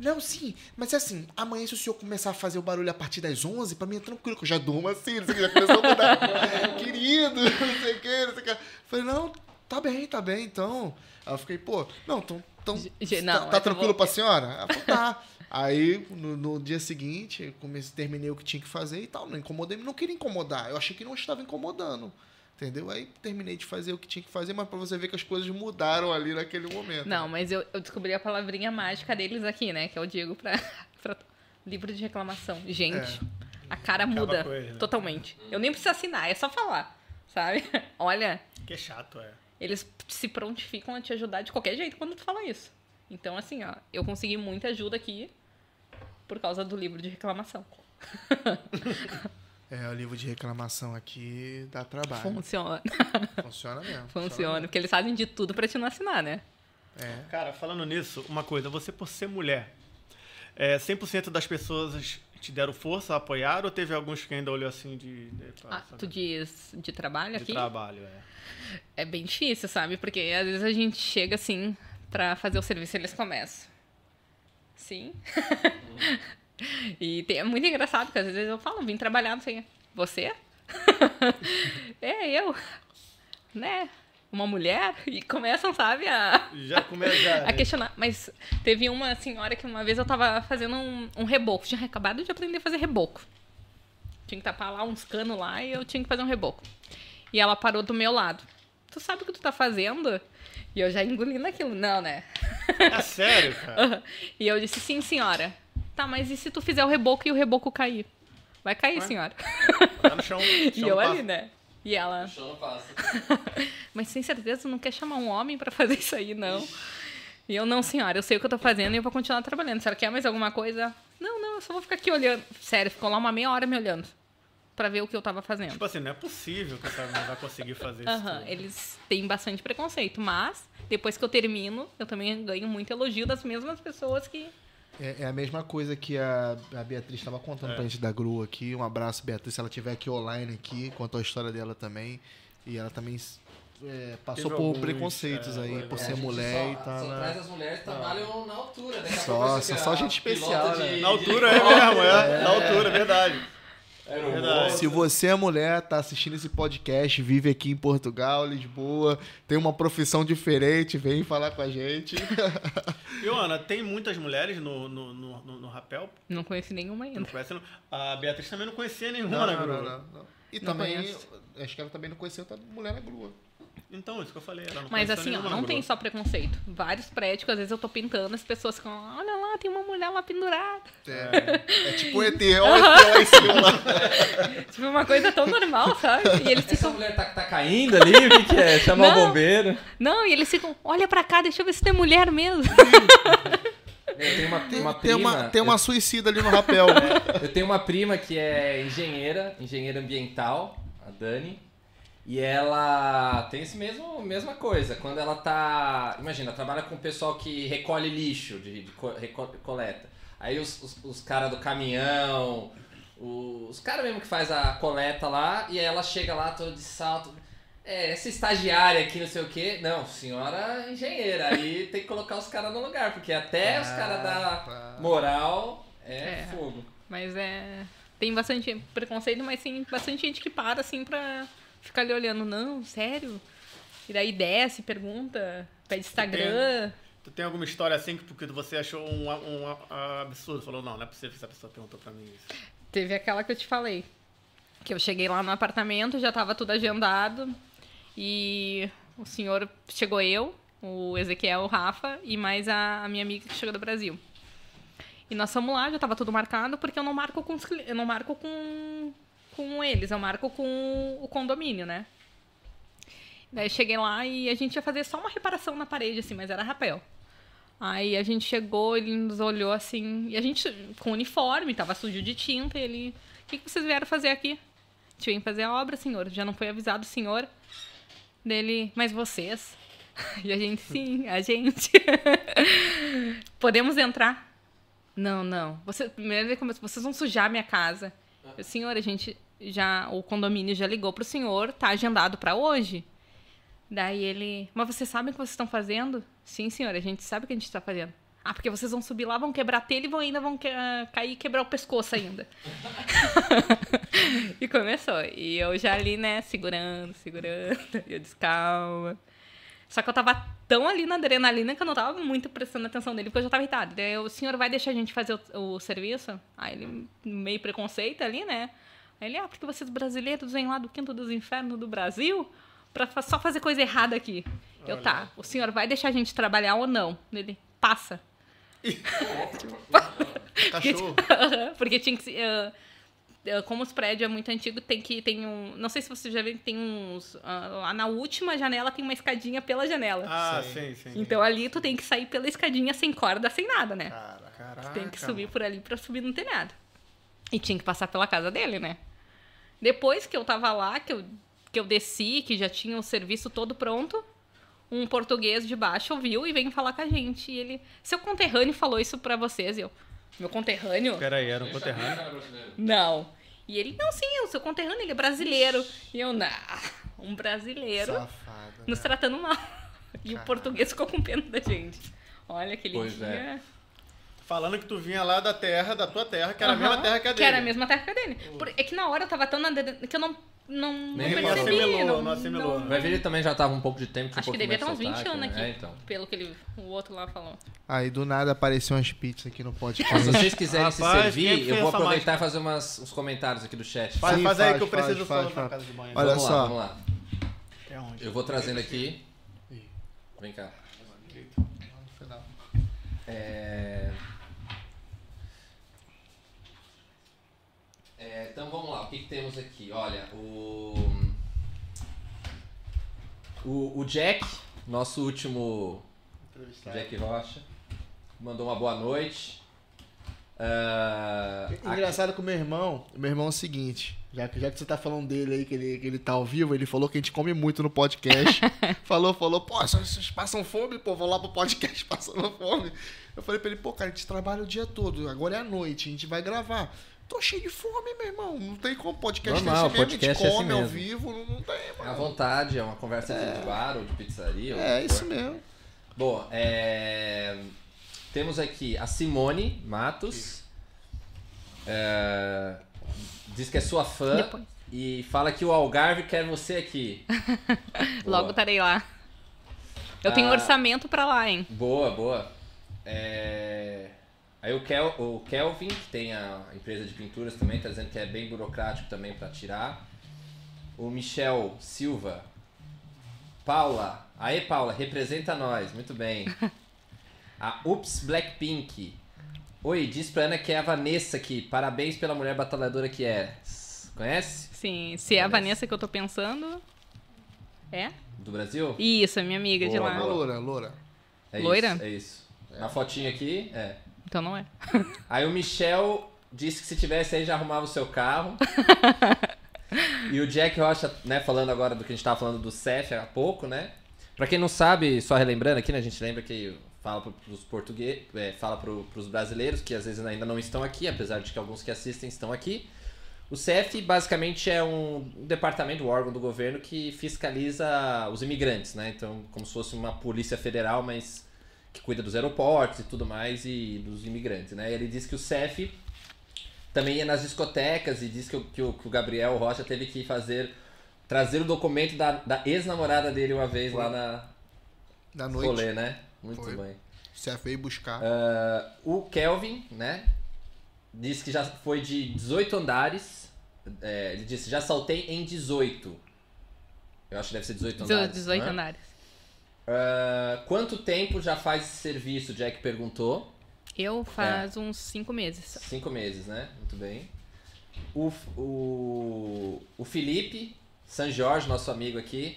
S1: Não, sim, mas assim, amanhã se o senhor começar a fazer o barulho a partir das 11, pra mim é tranquilo, que eu já durmo assim, não sei o que, já começou a mudar. Querido, não sei o que, não sei o que. Falei: Não, tá bem, tá bem, então. Aí eu fiquei: Pô, não, então. então
S4: Ge-
S1: tá
S4: ge- não, é
S1: tá
S4: eu
S1: tranquilo
S4: vou-
S1: pra senhora? Ela falou: Tá. Aí, no, no dia seguinte, eu comecei, terminei o que tinha que fazer e tal. Não incomodei, não queria incomodar. Eu achei que não estava incomodando. Entendeu? Aí terminei de fazer o que tinha que fazer, mas pra você ver que as coisas mudaram ali naquele momento.
S4: Não, mas eu, eu descobri a palavrinha mágica deles aqui, né? Que é o Diego pra, pra livro de reclamação. Gente, a cara muda
S2: É. com ele, né?
S4: totalmente. Eu nem preciso assinar, é só falar, sabe? Olha,
S2: Que chato, é.
S4: eles se prontificam a te ajudar de qualquer jeito quando tu fala isso. Então, assim, ó, eu consegui muita ajuda aqui por causa do livro de reclamação.
S1: É, o livro de reclamação aqui dá trabalho.
S4: Funciona,
S1: Funciona mesmo.
S4: funciona. Porque eles fazem de tudo pra te não assinar, né?
S1: É.
S2: Cara, falando nisso, uma coisa, você por ser mulher, é, 100% das pessoas te deram força, apoiaram, ou teve alguns que ainda olhou assim de... de
S4: Ah, tu diz de trabalho
S2: de
S4: aqui?
S2: trabalho, é.
S4: É bem difícil, sabe? Porque às vezes a gente chega assim pra fazer o serviço e eles começam. Sim. e tem- é muito engraçado, porque às vezes eu falo, vim trabalhar, não sei. o quê. Você? é eu. Né? Uma mulher? E começam, sabe, a,
S2: Já começa...
S4: a questionar. Mas teve uma senhora que uma vez eu tava fazendo um, um reboco. Tinha acabado de aprender a fazer reboco. Tinha que tapar lá uns canos lá e eu tinha que fazer um reboco. E ela parou do meu lado. Tu sabe o que tu tá fazendo? E eu já engolindo aquilo. Não, né?
S2: É sério, cara.
S4: E eu disse, sim, senhora. Tá, mas e se tu fizer o reboco e o reboco cair? Vai cair,
S2: Ué?
S4: senhora.
S2: Tá no chão.
S4: E
S2: chão
S4: eu
S2: no
S4: ali,
S2: passo.
S4: né? E ela,
S3: O chão não passa.
S4: Mas sem certeza, não quer chamar um homem pra fazer isso aí, não. E eu, não, senhora, eu sei o que eu tô fazendo e eu vou continuar trabalhando. A senhora quer mais alguma coisa? Não, não, eu só vou ficar aqui olhando. Sério, ficou lá uma meia hora me olhando pra ver o que eu tava fazendo.
S2: Tipo assim, não é possível que essa mulher vai conseguir fazer isso. né?
S4: Aham,
S2: tudo.
S4: eles têm bastante preconceito, mas depois que eu termino, eu também ganho muito elogio das mesmas pessoas que.
S1: É, é a mesma coisa que a, a Beatriz estava contando pra gente da Grua aqui. Um abraço, Beatriz, se ela estiver aqui online aqui, contou a história dela também. E ela também é, passou
S2: Teve
S1: por
S2: alguns,
S1: preconceitos
S2: é,
S1: aí, por
S3: É, a
S1: ser
S3: gente
S1: mulher
S3: só,
S1: e tal.
S3: Só
S1: né?
S3: traz as mulheres que trabalham na altura. né? Daqui a
S1: Só-
S3: pouco vai ser
S1: só- só
S3: a
S1: gente
S3: pilota
S1: especial,
S3: de-
S1: né?
S3: de
S2: Na altura é
S3: helicóptero,
S2: mesmo, é. Na altura, é verdade.
S3: aeromoça.
S1: Se você é mulher, tá assistindo esse podcast, vive aqui em Portugal, Lisboa, tem uma profissão diferente, vem falar com a gente.
S2: Joana, tem muitas mulheres no, no, no, no- no rapel.
S4: Não conheci nenhuma
S2: Tu não
S4: ainda.
S2: conhece, não. A Beatriz também não conhecia nenhuma,
S1: Não,
S2: né,
S1: não,
S2: Bruno?
S1: não, não, não. E
S4: Não
S1: também,
S4: conheço.
S1: acho que ela também não conheceu tá, mulher na grua.
S2: Então, isso que eu falei. Ela não
S4: Mas
S2: conhecia
S4: assim, ó,
S2: nenhuma né,
S4: não
S2: na
S4: tem
S2: grua.
S4: só preconceito. Vários prédios, às vezes eu tô pintando, as pessoas ficam, olha lá, tem uma mulher lá pendurada.
S1: É, é tipo o ET, olha o ET lá em cima.
S4: Tipo, uma coisa tão normal, sabe? E eles
S3: Essa
S4: ficam.
S3: mulher tá, tá caindo ali, o que, que é? Chamar o
S4: Não.
S3: bombeiro.
S4: Não, e eles ficam, olha pra cá, deixa eu ver se tem mulher mesmo.
S3: Eu tenho uma, uma
S1: tem,
S3: prima.
S1: uma, tem uma suicida ali no rapel.
S3: Eu tenho uma prima que é engenheira, engenheira ambiental, a Dani. E ela tem esse mesmo mesma coisa. Quando ela tá, imagina, trabalha com o pessoal que recolhe lixo, de, de co- reco- coleta. Aí os, os, os caras do caminhão, os, os caras mesmo que faz a coleta lá, e aí ela chega lá toda de salto. É, essa estagiária aqui, não sei o quê. Não, senhora engenheira. Aí tem que colocar os caras no lugar, porque até os caras da moral é,
S4: É.
S3: fogo.
S4: Mas é. Tem bastante preconceito, mas tem bastante gente que para, assim, pra ficar ali olhando. Não, sério? E daí desce, pergunta, pede Instagram.
S2: Tu tem alguma história assim que porque você achou um, um, um absurdo? Falou, não, não é possível que essa pessoa perguntou pra mim isso.
S4: Teve aquela que eu te falei. Que eu cheguei lá no apartamento, já tava tudo agendado. E o senhor chegou eu, o Ezequiel, o Rafa e mais a, a minha amiga que chegou do Brasil. E nós fomos lá, já tava tudo marcado, porque eu não marco com os cli- eu não marco com com eles, eu marco com o condomínio, né? Daí eu cheguei lá e a gente ia fazer só uma reparação na parede assim, mas era rapel. Aí a gente chegou, ele nos olhou assim, e a gente com uniforme, tava sujo de tinta, e ele, o que, que vocês vieram fazer aqui? A gente veio fazer a obra, senhor, já não foi avisado o senhor. Dele, mas vocês? E a gente, sim, a gente. Podemos entrar? Não, não. Você, primeiro ele começou, vocês vão sujar minha casa. Eu, senhor, a gente já, o condomínio já ligou pro senhor, tá agendado pra hoje. Daí ele, mas vocês sabem o que vocês estão fazendo? Sim, senhora, a gente sabe o que a gente está fazendo. Ah, porque vocês vão subir lá, vão quebrar a telha e vão ainda vão que- ah, cair e quebrar o pescoço ainda. e começou. E eu já ali, né, segurando, segurando. E eu disse, calma. Só que eu tava tão ali na adrenalina que eu não tava muito prestando atenção nele, porque eu já tava irritada. Daí eu, o senhor vai deixar a gente fazer o, o serviço? Aí ele, meio preconceito ali, né? Aí ele, ah, porque vocês brasileiros vêm lá do quinto dos infernos do Brasil pra fa- só fazer coisa errada aqui. Eu, tá, o senhor vai deixar a gente trabalhar ou não? Ele, passa.
S1: Cachorro.
S4: Porque tinha que. se- ah, ah, como os prédios é muito antigo, tem que. Tem um. Não sei se vocês já viram que tem uns. ah, lá na última janela tem uma escadinha pela janela.
S2: Ah,
S1: Sei.
S2: sim, sim.
S4: então ali tu tem que sair pela escadinha sem corda, sem nada, né?
S1: Cara, cara.
S4: Tu tem que
S2: Caraca,
S4: subir por ali pra subir no telhado. E tinha que passar pela casa dele, né? Depois que eu tava lá, que eu, que eu desci, que já tinha o serviço todo pronto, um português de baixo ouviu e veio falar com a gente. E ele, seu conterrâneo falou isso pra vocês. E eu, meu conterrâneo?
S2: Peraí, era um conterrâneo.
S4: Não. E ele, não, sim, o seu conterrâneo, ele é brasileiro. E eu, não, um brasileiro
S1: Safada.
S4: nos tratando mal. E o
S1: Caraca.
S4: português ficou com pena da gente. Olha aquele
S3: Pois
S4: dia...
S3: é.
S2: Falando que tu vinha lá da terra, da tua terra, que era a mesma
S4: Aham,
S2: terra que a dele.
S4: Que era a mesma terra que a dele. Por- é que na hora eu tava tão na dede- que eu não, não, não
S3: Nem
S4: percebi.
S2: assimilou,
S4: não,
S2: não assimilou,
S4: não-
S2: né?
S3: Vai ver, ele também já tava um pouco de tempo. tinha
S4: Acho
S3: um
S4: que
S3: pouquinho
S4: devia ter
S3: mais
S4: uns 20
S3: sotaque,
S4: anos aqui.
S3: né? É, então.
S4: Pelo que ele, o outro lá falou.
S1: Aí do nada apareceu umas pizzas aqui no
S3: Se
S1: podcast.
S3: vocês quiserem se
S2: Rapaz, quem
S3: servir,
S2: fez
S3: eu vou
S2: essa mágica?
S3: aproveitar e fazer umas, uns comentários aqui do chat.
S2: Faz,
S1: Sim,
S2: faz, aí que eu
S1: faz,
S2: preciso
S1: faz,
S2: falar na
S1: faz.
S2: casa de banho.
S1: Olha
S3: vamos
S1: só.
S3: Lá, vamos lá.
S2: Até onde?
S3: Eu vou trazendo aqui. Vem cá. É... É, então vamos lá, o que, que temos aqui? Olha, o... o. o Jack, nosso último Jack Rocha, mandou uma boa noite. Ah,
S1: É Engraçado que o meu irmão, o meu irmão é o seguinte, já que, já que você tá falando dele aí, que ele, que ele tá ao vivo, ele falou que a gente come muito no podcast. falou, falou, pô, vocês vocês passam fome, pô, vão lá pro podcast passando fome. Eu falei pra ele, pô, cara, a gente trabalha o dia todo, agora é a noite, a gente vai gravar. Tô cheio de fome, meu irmão. Não tem como podcast
S3: Normal,
S1: é assim mesmo,
S3: podcast
S1: a
S3: é
S1: gente
S3: assim
S1: come ao
S3: mesmo.
S1: vivo, não, não tem,
S3: à
S1: mano.
S3: vontade, é uma conversa de bar ou de pizzaria. ou o
S1: É,
S3: que
S1: isso
S3: for.
S1: mesmo.
S3: Bom, é, temos aqui a Simone Matos. É, Diz que é sua fã
S4: Depois.
S3: e fala que o Algarve quer você aqui. Boa.
S4: Logo estarei lá. Eu tenho
S3: Ah.
S4: orçamento pra lá, hein?
S3: Boa, boa. É, Aí o, Kel... o Kelvin, que tem a empresa de pinturas também, tá dizendo que é bem burocrático também para tirar. O Michel Silva. Paula. Aê, Paula, representa nós. Muito bem. A Ups Blackpink. Oi, diz pra Ana que é a Vanessa aqui. Parabéns pela mulher batalhadora que é. Conhece?
S4: Sim, se é a
S3: Parece.
S4: Vanessa que eu tô pensando. É?
S3: Do Brasil?
S4: Isso, é minha amiga de
S3: Boa,
S4: lá.
S1: Uma
S3: boa.
S1: loura, loura.
S3: É
S4: Loira?
S3: Isso, é isso. Na fotinha aqui, é.
S4: Então não é.
S3: Aí o Michel disse que se tivesse aí já arrumava o seu carro. e o Jack Rocha, né, falando agora do que a gente tava falando do CEF há pouco, né? Pra quem não sabe, só relembrando aqui, né, a gente lembra que fala pro- pros portugueses, fala pro, pros brasileiros que às vezes ainda não estão aqui, apesar de que alguns que assistem estão aqui. O CEF basicamente é um um departamento, um órgão do governo que fiscaliza os imigrantes, né? Então, como se fosse uma polícia federal, mas que cuida dos aeroportos e tudo mais e dos imigrantes, né? Ele diz que o CEF também ia nas discotecas e diz que o, que o, que o Gabriel Rocha teve que fazer trazer o documento da, da ex-namorada dele uma vez lá na
S1: Da noite.
S3: rolê, né? Muito
S1: Foi.
S3: bem.
S1: Você veio buscar.
S3: É. O Kelvin, né? Disse que já foi de 18 andares. É, ele disse, já saltei em 18. Eu acho que deve ser 18 andares.
S4: 18
S3: né?
S4: andares.
S3: Ah, quanto tempo já faz esse serviço? Jack perguntou. É.
S4: Eu faz uns 5 meses.
S3: Cinco meses, né? Muito bem. O, o, o Felipe San Jorge, nosso amigo aqui,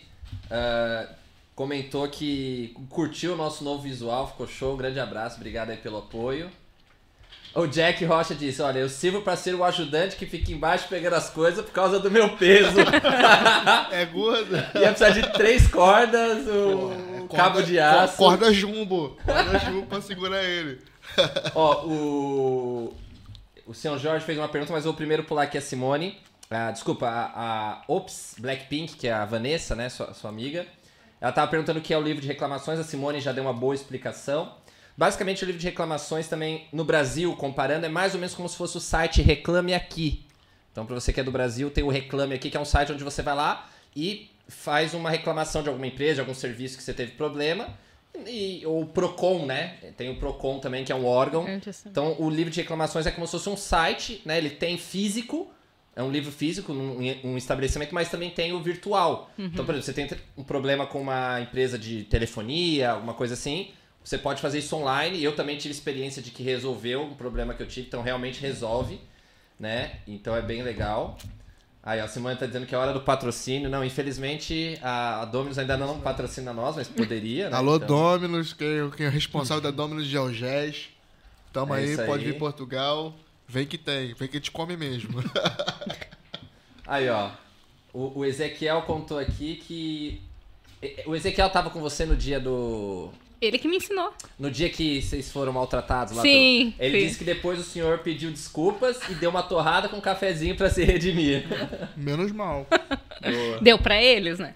S3: ah, comentou que curtiu o nosso novo visual, ficou show. Um grande abraço, obrigado aí pelo apoio. O Jack Rocha disse: Olha, eu sirvo pra ser o ajudante que fica embaixo pegando as coisas por causa do meu peso.
S1: É gorda.
S3: Ia precisar de três cordas, um cabo de aço.
S1: é, Corda jumbo. Corda jumbo pra segurar ele.
S3: Ó, o. O senhor Jorge fez uma pergunta, mas eu vou primeiro pular aqui a Simone. Ah, desculpa, a, a Ops Blackpink, que é a Vanessa, né, sua, sua amiga. Ela tava perguntando o que é o livro de reclamações, a Simone já deu uma boa explicação. Basicamente, o livro de reclamações também, no Brasil, comparando, é mais ou menos como se fosse o site Reclame Aqui. Então, pra você que é do Brasil, tem o Reclame Aqui, que é um site onde você vai lá e faz uma reclamação de alguma empresa, de algum serviço que você teve problema. E, ou o Procon, né? Tem o Procon também, que é um órgão.
S4: É, just-
S3: Então, o livro de reclamações é como se fosse um site, né? Ele tem físico, é um livro físico, um, um estabelecimento, mas também tem o virtual. Então, por exemplo, você tem um problema com uma empresa de telefonia, alguma coisa assim, você pode fazer isso online. Eu também tive experiência de que resolveu um problema que eu tive, então realmente resolve, né? Então é bem legal. Aí, ó, a Simone tá dizendo que é hora do patrocínio. Não, infelizmente a, a Dominus ainda não patrocina nós, mas poderia, né?
S1: Alô,
S3: Então-
S1: Dominus, quem, quem é responsável da Dominus de Algés. Tamo
S3: É
S1: aí,
S3: isso
S1: pode
S3: aí.
S1: vir Portugal. Vem que tem, vem que a gente come mesmo.
S3: Aí, ó. O, o Ezequiel contou aqui que. e- O Ezequiel tava com você no dia do.
S4: Ele que me ensinou.
S3: No dia que vocês foram maltratados lá
S4: Sim,
S3: pelo- Ele
S4: sim.
S3: disse que depois o senhor pediu desculpas e deu uma torrada com um cafezinho pra se redimir.
S1: Menos mal.
S4: Deu pra eles, né?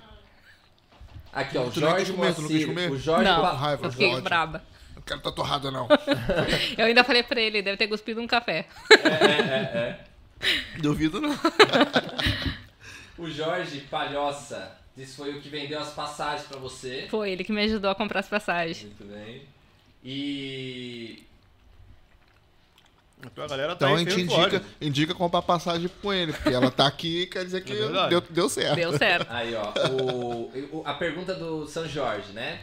S3: Aqui, ó, o
S1: Tu não quis
S3: Jorge
S1: comer, tu não quis
S3: Moacir.
S1: comer?
S3: O Jorge
S4: não,
S3: Pa-
S1: raiva,
S4: eu fiquei
S1: Jorge.
S4: braba.
S1: Não quero tá torrado, não.
S4: Eu ainda falei pra ele, deve ter cuspido um café.
S3: É,
S1: Duvido, não.
S3: O Jorge Palhoça disse que foi o que vendeu as passagens pra você.
S4: Foi ele que me ajudou a comprar as passagens.
S3: Muito bem. E.
S2: Então a galera tá
S1: Então a
S2: aí
S1: gente
S2: sem
S1: indica,
S2: olhos.
S1: indica comprar passagem com ele, porque ela tá aqui quer dizer que
S2: É verdade.
S1: deu, deu certo.
S4: Deu certo.
S3: Aí, ó, o, o- a pergunta do São Jorge, né?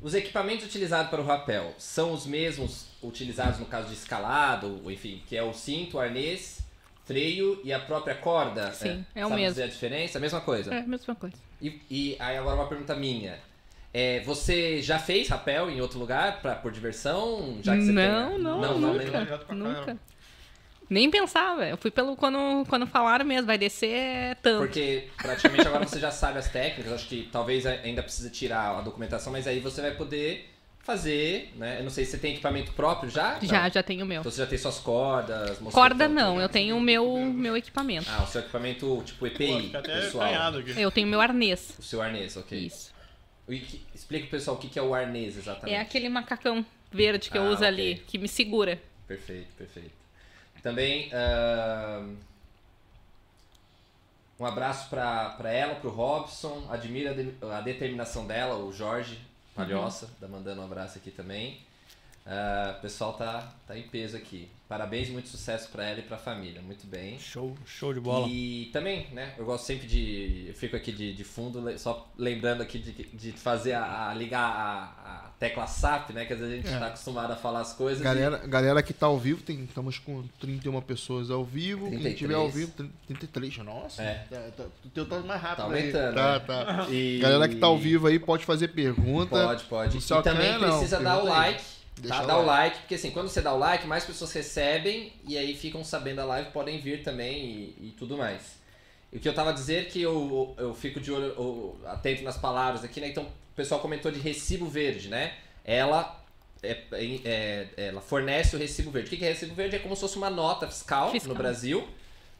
S3: Os equipamentos utilizados para o rapel são os mesmos utilizados no caso de escalado, ou enfim, que é o cinto, o arnês, freio e a própria corda?
S4: Sim, é o
S3: Sabe
S4: mesmo.
S3: dizer a diferença? A mesma coisa.
S4: É a mesma coisa.
S3: E, e aí agora uma pergunta minha. É, você já fez rapel em outro lugar pra, por diversão? Já que você
S4: não,
S3: tem- né?
S4: não,
S3: não, né? nem-
S4: nunca.
S2: Direto pra cá,
S4: nunca. Nem pensava. Eu fui pelo quando, quando falaram mesmo, vai descer é tanto.
S3: Porque praticamente agora você já sabe as técnicas, acho que talvez ainda precisa tirar a documentação, mas aí você vai poder fazer, né? Eu não sei, você tem equipamento próprio já?
S4: já,
S3: Não.
S4: já tenho o meu.
S3: Então você já tem suas cordas, mosquetão,
S4: Corda
S3: tudo.
S4: não, eu tenho o meu, meu equipamento.
S3: Ah, o seu equipamento tipo
S2: Pô,
S3: EPI,
S2: fica até é
S3: pessoal.
S2: acanhado aqui.
S4: Eu tenho o meu arnês.
S3: O seu arnês, ok.
S4: Isso.
S3: E que- explica pro pessoal o que que é o arnês exatamente.
S4: É aquele macacão verde que eu
S3: Ah,
S4: uso
S3: ok.
S4: ali, que me segura.
S3: Perfeito, perfeito. Também ahn, um abraço pra pra ela, pro Robson. Admira a de- a determinação dela, o Jorge Palhoça, tá mandando um abraço aqui também. Ah, o pessoal tá, tá em peso aqui. Parabéns, muito sucesso pra ela e pra família. Muito bem.
S2: Show, show de bola.
S3: E também, né? Eu gosto sempre de. Eu fico aqui de, de fundo, le- só lembrando aqui de, de fazer a, a- ligar a, a tecla SAP, né? Que às vezes a gente tá acostumado a falar as coisas. e-
S1: Galera, galera que tá ao vivo, tem, estamos com 31 pessoas ao vivo. Quem
S3: 33.
S1: tiver ao vivo, 30 33, nossa.
S3: É.
S1: Tá- tá- o teu tá mais rápido.
S3: Tá
S1: aí.
S3: aumentando,
S1: Tá,
S3: né?
S1: tá.
S3: E-
S1: Galera que tá ao vivo aí pode fazer pergunta.
S3: Pode, pode.
S1: Não sei o
S3: E também
S1: que, é, não.
S3: precisa dar o
S1: Pergunta aí.
S3: like,
S1: Deixa
S3: tá? Dá o like, porque assim, quando você dá o like, mais pessoas recebem e aí ficam sabendo a live, podem vir também e, e tudo mais. E o que eu tava a dizer é que eu, eu fico de olho, eu- atento nas palavras aqui, né? Então, o pessoal comentou de recibo verde, né? Ela, é- é- é- ela fornece o recibo verde. O que que é recibo verde? É como se fosse uma nota fiscal,
S4: Fiscal.
S3: no Brasil.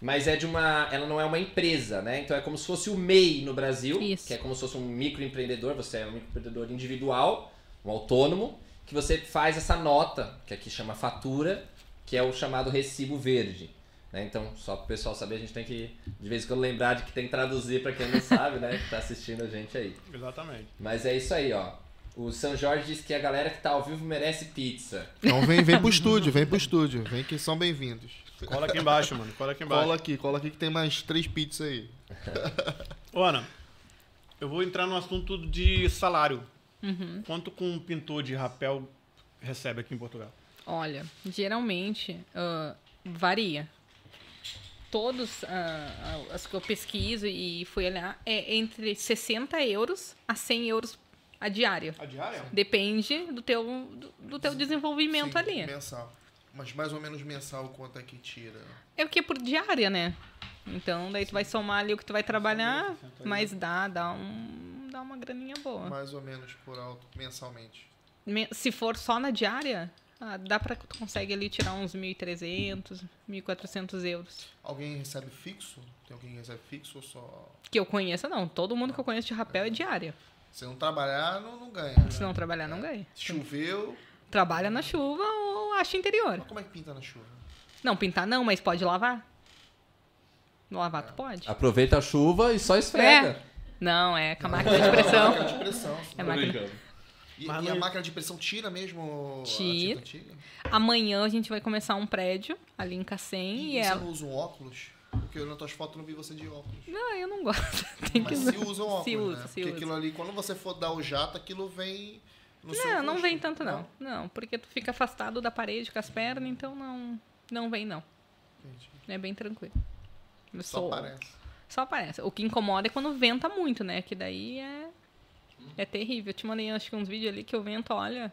S3: Mas é de uma. Ela não é uma empresa, né? Então é como se fosse o MEI no Brasil,
S4: Isso.
S3: que é como se fosse um microempreendedor, você é um microempreendedor individual, um autônomo, que você faz essa nota, que aqui chama fatura, que é o chamado recibo verde. né? Então, só para o pessoal saber, a gente tem que, de vez em quando, lembrar de que tem que traduzir para quem não sabe, né? Que tá assistindo a gente aí.
S2: Exatamente.
S3: Mas é isso aí, ó. O São Jorge disse que a galera que tá ao vivo merece pizza.
S1: Então vem, vem pro estúdio, vem pro estúdio. Vem que são bem-vindos.
S2: Cola aqui embaixo, mano. Cola aqui embaixo.
S1: Cola aqui, cola aqui que tem mais três pizzas aí.
S2: Ô, Ana, eu vou entrar no assunto de salário.
S4: Uhum.
S2: Quanto com um pintor de rapel recebe aqui em Portugal?
S4: Olha, geralmente ah, varia. Todos ah, ah, as que eu pesquiso e fui olhar é entre 60 euros a 100 euros a diária.
S2: A diária?
S4: Depende do teu, do, do teu desenvolvimento
S1: Sim,
S4: ali.
S1: Mensal. Mas mais ou menos mensal quanto é que tira.
S4: É o que é por diária, né? Então daí tu vai somar ali o que tu vai trabalhar, mas dá, dá um dá uma graninha boa.
S1: Mais ou menos por alto, mensalmente.
S4: Me- Se for só na diária, ah, dá pra tu consegue ali tirar uns 1.300, 1.400 euros.
S1: Alguém recebe fixo? Tem alguém que recebe fixo ou só.
S4: Que eu conheça, não. Todo mundo que eu conheço de rapel é diária.
S1: Se não trabalhar, não, não ganha. né?
S4: Se não trabalhar, não ganha.
S1: Choveu.
S4: Trabalha na chuva ou acha interior.
S1: Mas como é que pinta na chuva?
S4: Não, pintar não, mas pode lavar. Lavar tu pode.
S3: Aproveita a chuva e só
S4: É, esfrega. Não, é com a máquina de pressão.
S1: Máquina de pressão.
S4: É máquina.
S1: E,
S2: Mas
S1: e a
S2: não- é-
S1: máquina de pressão tira mesmo
S4: Tira.
S1: a tinta antiga?
S4: Amanhã a gente vai começar um prédio ali em Cassem e, é-
S1: você
S4: ela.
S1: não usa um óculos? Porque eu nas tuas fotos não vi você de óculos.
S4: Não, eu não gosto. Tem que
S1: Mas
S4: usar.
S1: se usa um óculos,
S4: Se usa,
S1: né?
S4: se
S1: Porque
S4: usa.
S1: aquilo ali, quando você for dar o jato, aquilo vem no seu
S4: Não, não
S1: rosto. né?
S4: vem tanto não. Não, porque tu fica afastado da parede com as pernas, então não, não vem não.
S1: Entendi.
S4: É bem tranquilo. Eu
S1: Só
S4: sou-
S1: parece.
S4: Só aparece. O que incomoda é quando venta muito, né? Que daí é. É terrível. Eu te mandei acho que uns vídeos ali que o vento, olha.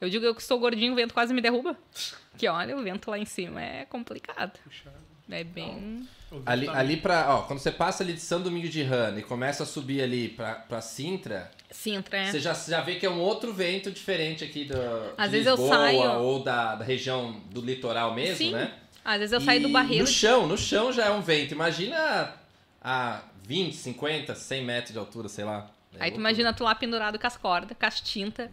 S4: Eu digo eu que sou gordinho, o vento quase me derruba. Que olha, o vento lá em cima é complicado.
S1: Puxado.
S4: É bem.
S3: Ali,
S2: tá
S3: ali pra. Ó, quando você passa ali de São Domingo de Rana e começa a subir ali pra, pra Sintra,
S4: Sintra, é.
S3: você já, já vê que é um outro vento diferente aqui do,
S4: Às
S3: de
S4: vezes eu
S3: Lisboa
S4: saio-
S3: ou da, da região do litoral mesmo,
S4: Sim.
S3: né?
S4: Às vezes eu saio do
S3: E
S4: barreiro.
S3: No chão, no chão já é um vento. Imagina a 20, 50, 100 metros de altura, sei lá. É
S4: Aí tu
S3: loucura.
S4: imagina tu lá pendurado com as cordas, com as tintas,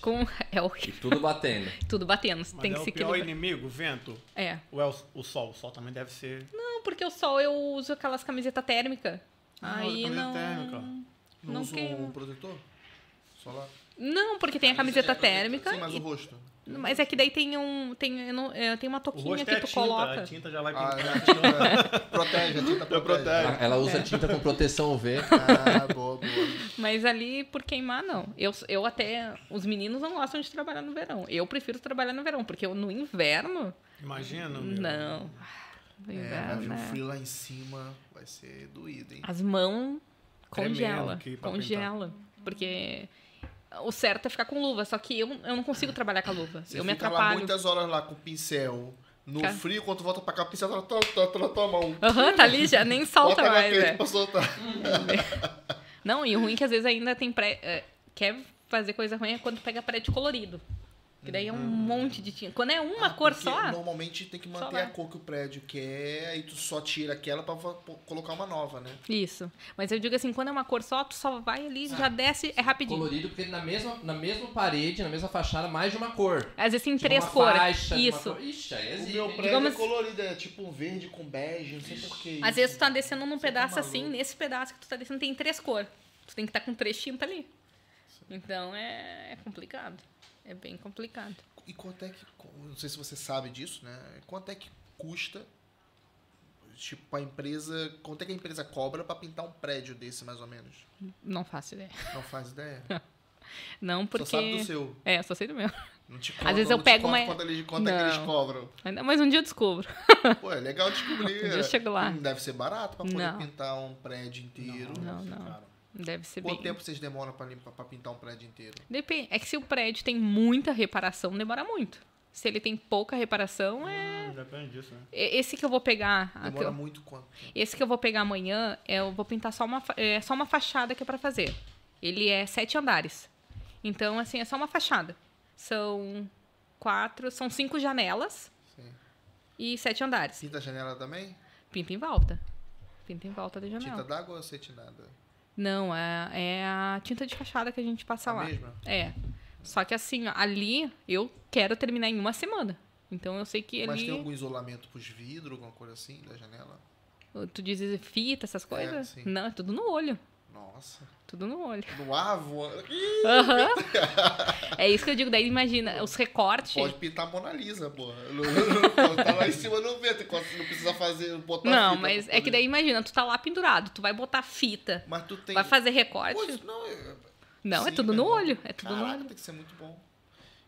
S4: com. É o
S3: E tudo batendo.
S4: tudo batendo. Você
S2: Mas
S4: tem
S2: é
S4: que
S2: o
S4: se
S2: pior
S4: equilibrar.
S2: inimigo, o vento?
S4: É.
S2: Ou é o, o sol? O sol também deve ser.
S4: Não, porque o sol eu uso aquelas camisetas térmicas.
S2: Ah,
S4: Aí
S2: camisa
S4: não.
S2: térmica.
S1: Não,
S4: Não
S1: usa
S4: queima.
S1: um protetor? Solar?
S4: Não, porque
S2: Ah,
S4: tem a
S2: é
S4: camiseta térmica
S1: Sim, mas o rosto.
S4: Mas é que daí tem um. Tem, eu não- é, tem uma
S2: O
S4: toquinha
S2: rosto
S4: que
S2: é a
S4: tu
S2: tinta,
S4: coloca.
S2: a tinta já vai
S1: Ah,
S2: pintar.
S1: a tinta é. protege, a tinta protege.
S2: protege.
S3: Ela- Ela
S1: É.
S3: usa tinta com proteção UV.
S1: Ah, boa, boa.
S4: Mas ali, por queimar, não. Eu, eu até. Os meninos não gostam de trabalhar no verão. Eu prefiro trabalhar no verão, porque eu, no inverno.
S2: Imagina. meu.
S4: Não. No
S1: É, vai vir
S4: inverno.
S1: um
S4: é.
S1: frio lá em cima, vai ser doído, hein?
S4: As mãos congela.
S2: aqui pra
S4: Congela. Porque. O certo é ficar com luva, só que eu, eu não consigo
S2: É.
S4: trabalhar com a luva.
S1: Você
S4: eu me
S1: fica lá
S4: atrapalho.
S1: muitas horas lá com o pincel, no
S4: Cara.
S1: frio, quando volta pra cá, o pincel tá na tua, tá, tá na tua mão.
S4: Aham, tá ali já, nem
S1: Bota
S4: solta
S1: na
S4: mais.
S1: frente
S4: é.
S1: pra soltar.
S4: Não, e o ruim é que às vezes ainda tem pré. é, Quer fazer coisa ruim é quando pega prédio colorido. Que daí é um monte de tinta. Quando é uma
S1: Hum. Ah,
S4: cor
S1: porque
S4: só.
S1: Normalmente tem que
S4: Só
S1: manter
S4: lá.
S1: a cor que o prédio quer, aí tu só tira aquela pra vo- pô- colocar uma nova, né?
S4: Isso. Mas eu digo assim, quando é uma cor só, tu só vai ali,
S1: Ah,
S4: já desce, é rapidinho.
S3: Colorido, porque na mesma, na mesma parede, na mesma fachada, mais de uma cor.
S4: Às vezes tem
S1: Tipo
S3: De
S4: três
S3: uma
S4: cores.
S3: faixa, de uma
S4: Isso.
S3: cor. Ixi, aí
S1: O
S3: existe,
S1: meu
S3: hein?
S1: prédio
S4: Digamos-
S1: é colorido, é tipo um verde com bege, não sei porquê.
S4: Às vezes tu tá descendo num
S1: Você tá
S4: pedaço
S1: maluco.
S4: assim, nesse pedaço que tu tá descendo tem três cores. Tu tem que estar com três tintas ali. Então é, é complicado. É bem complicado.
S1: E quanto é que. Não sei se você sabe disso, né? Quanto é que custa, tipo, a empresa. Quanto é que a empresa cobra pra pintar um prédio desse, mais ou menos?
S4: Não faço ideia.
S1: Não faz ideia?
S4: Não, porque.
S1: Só sabe do seu.
S4: É, só sei do meu.
S1: Não te contam,
S4: vezes eu
S1: não te
S4: pego
S1: contam
S4: uma-
S1: Quanto, eles, quanto é que eles
S4: Não.
S1: cobram?
S4: Ainda mais um dia eu descubro.
S1: Pô, é legal
S4: Um
S1: descobrir.
S4: dia eu chego lá.
S1: Hum, Deve ser barato pra poder
S4: Não.
S1: pintar um prédio inteiro.
S4: Não, não.
S2: Cara,
S4: Deve ser
S1: Quanto
S4: bem.
S1: tempo vocês demoram pra, limpar, pra pintar um prédio inteiro?
S4: Depende. É que se o prédio tem muita reparação, demora muito. Se ele tem pouca reparação, é.
S2: Hum, depende disso, né?
S4: E- Esse que eu vou pegar. a que
S1: Demora
S4: Ah, eu-
S1: muito quanto tempo?
S4: Esse que eu vou pegar amanhã, é, eu vou pintar só uma, fa- é só uma fachada que é pra fazer. Ele é sete andares. Então, assim, é só uma fachada. São quatro, são cinco janelas
S1: Sim.
S4: e sete andares.
S1: Pinta a janela também?
S4: Pinta em volta. Pinta em volta da
S1: Tinta
S4: janela.
S1: d'água ou acetinada?
S4: Não, é, é a tinta de fachada que a gente passa
S1: A
S4: lá.
S1: mesma?
S4: É. Só que assim, ó, ali eu quero terminar em uma semana. Então eu sei que
S1: Mas tem
S4: ali.
S1: algum isolamento pros vidros, alguma coisa assim, da janela?
S4: Tu dizes fita, essas coisas?
S1: sim.
S4: Não, é tudo no olho.
S1: Nossa.
S4: Tudo no olho.
S1: No ar voa- Ih,
S4: Aham. É isso que eu digo. Daí imagina, os recortes.
S1: Pode pintar a Mona Lisa, porra. Não- não- tá lá em cima no vento, enquanto tu não precisa fazer, botar
S4: Não,
S1: fita
S4: mas
S1: pra
S4: é que
S1: poder-
S4: daí imagina, tu tá lá pendurado, tu vai botar fita,
S1: Mas tu tem... né?
S4: vai fazer recorte.
S1: Pô, isso não, é-
S4: não, é
S1: sim,
S4: tudo
S1: meu
S4: no
S1: irmão.
S4: olho. É tudo
S1: Caraca,
S4: no olho.
S1: tem que ser muito bom.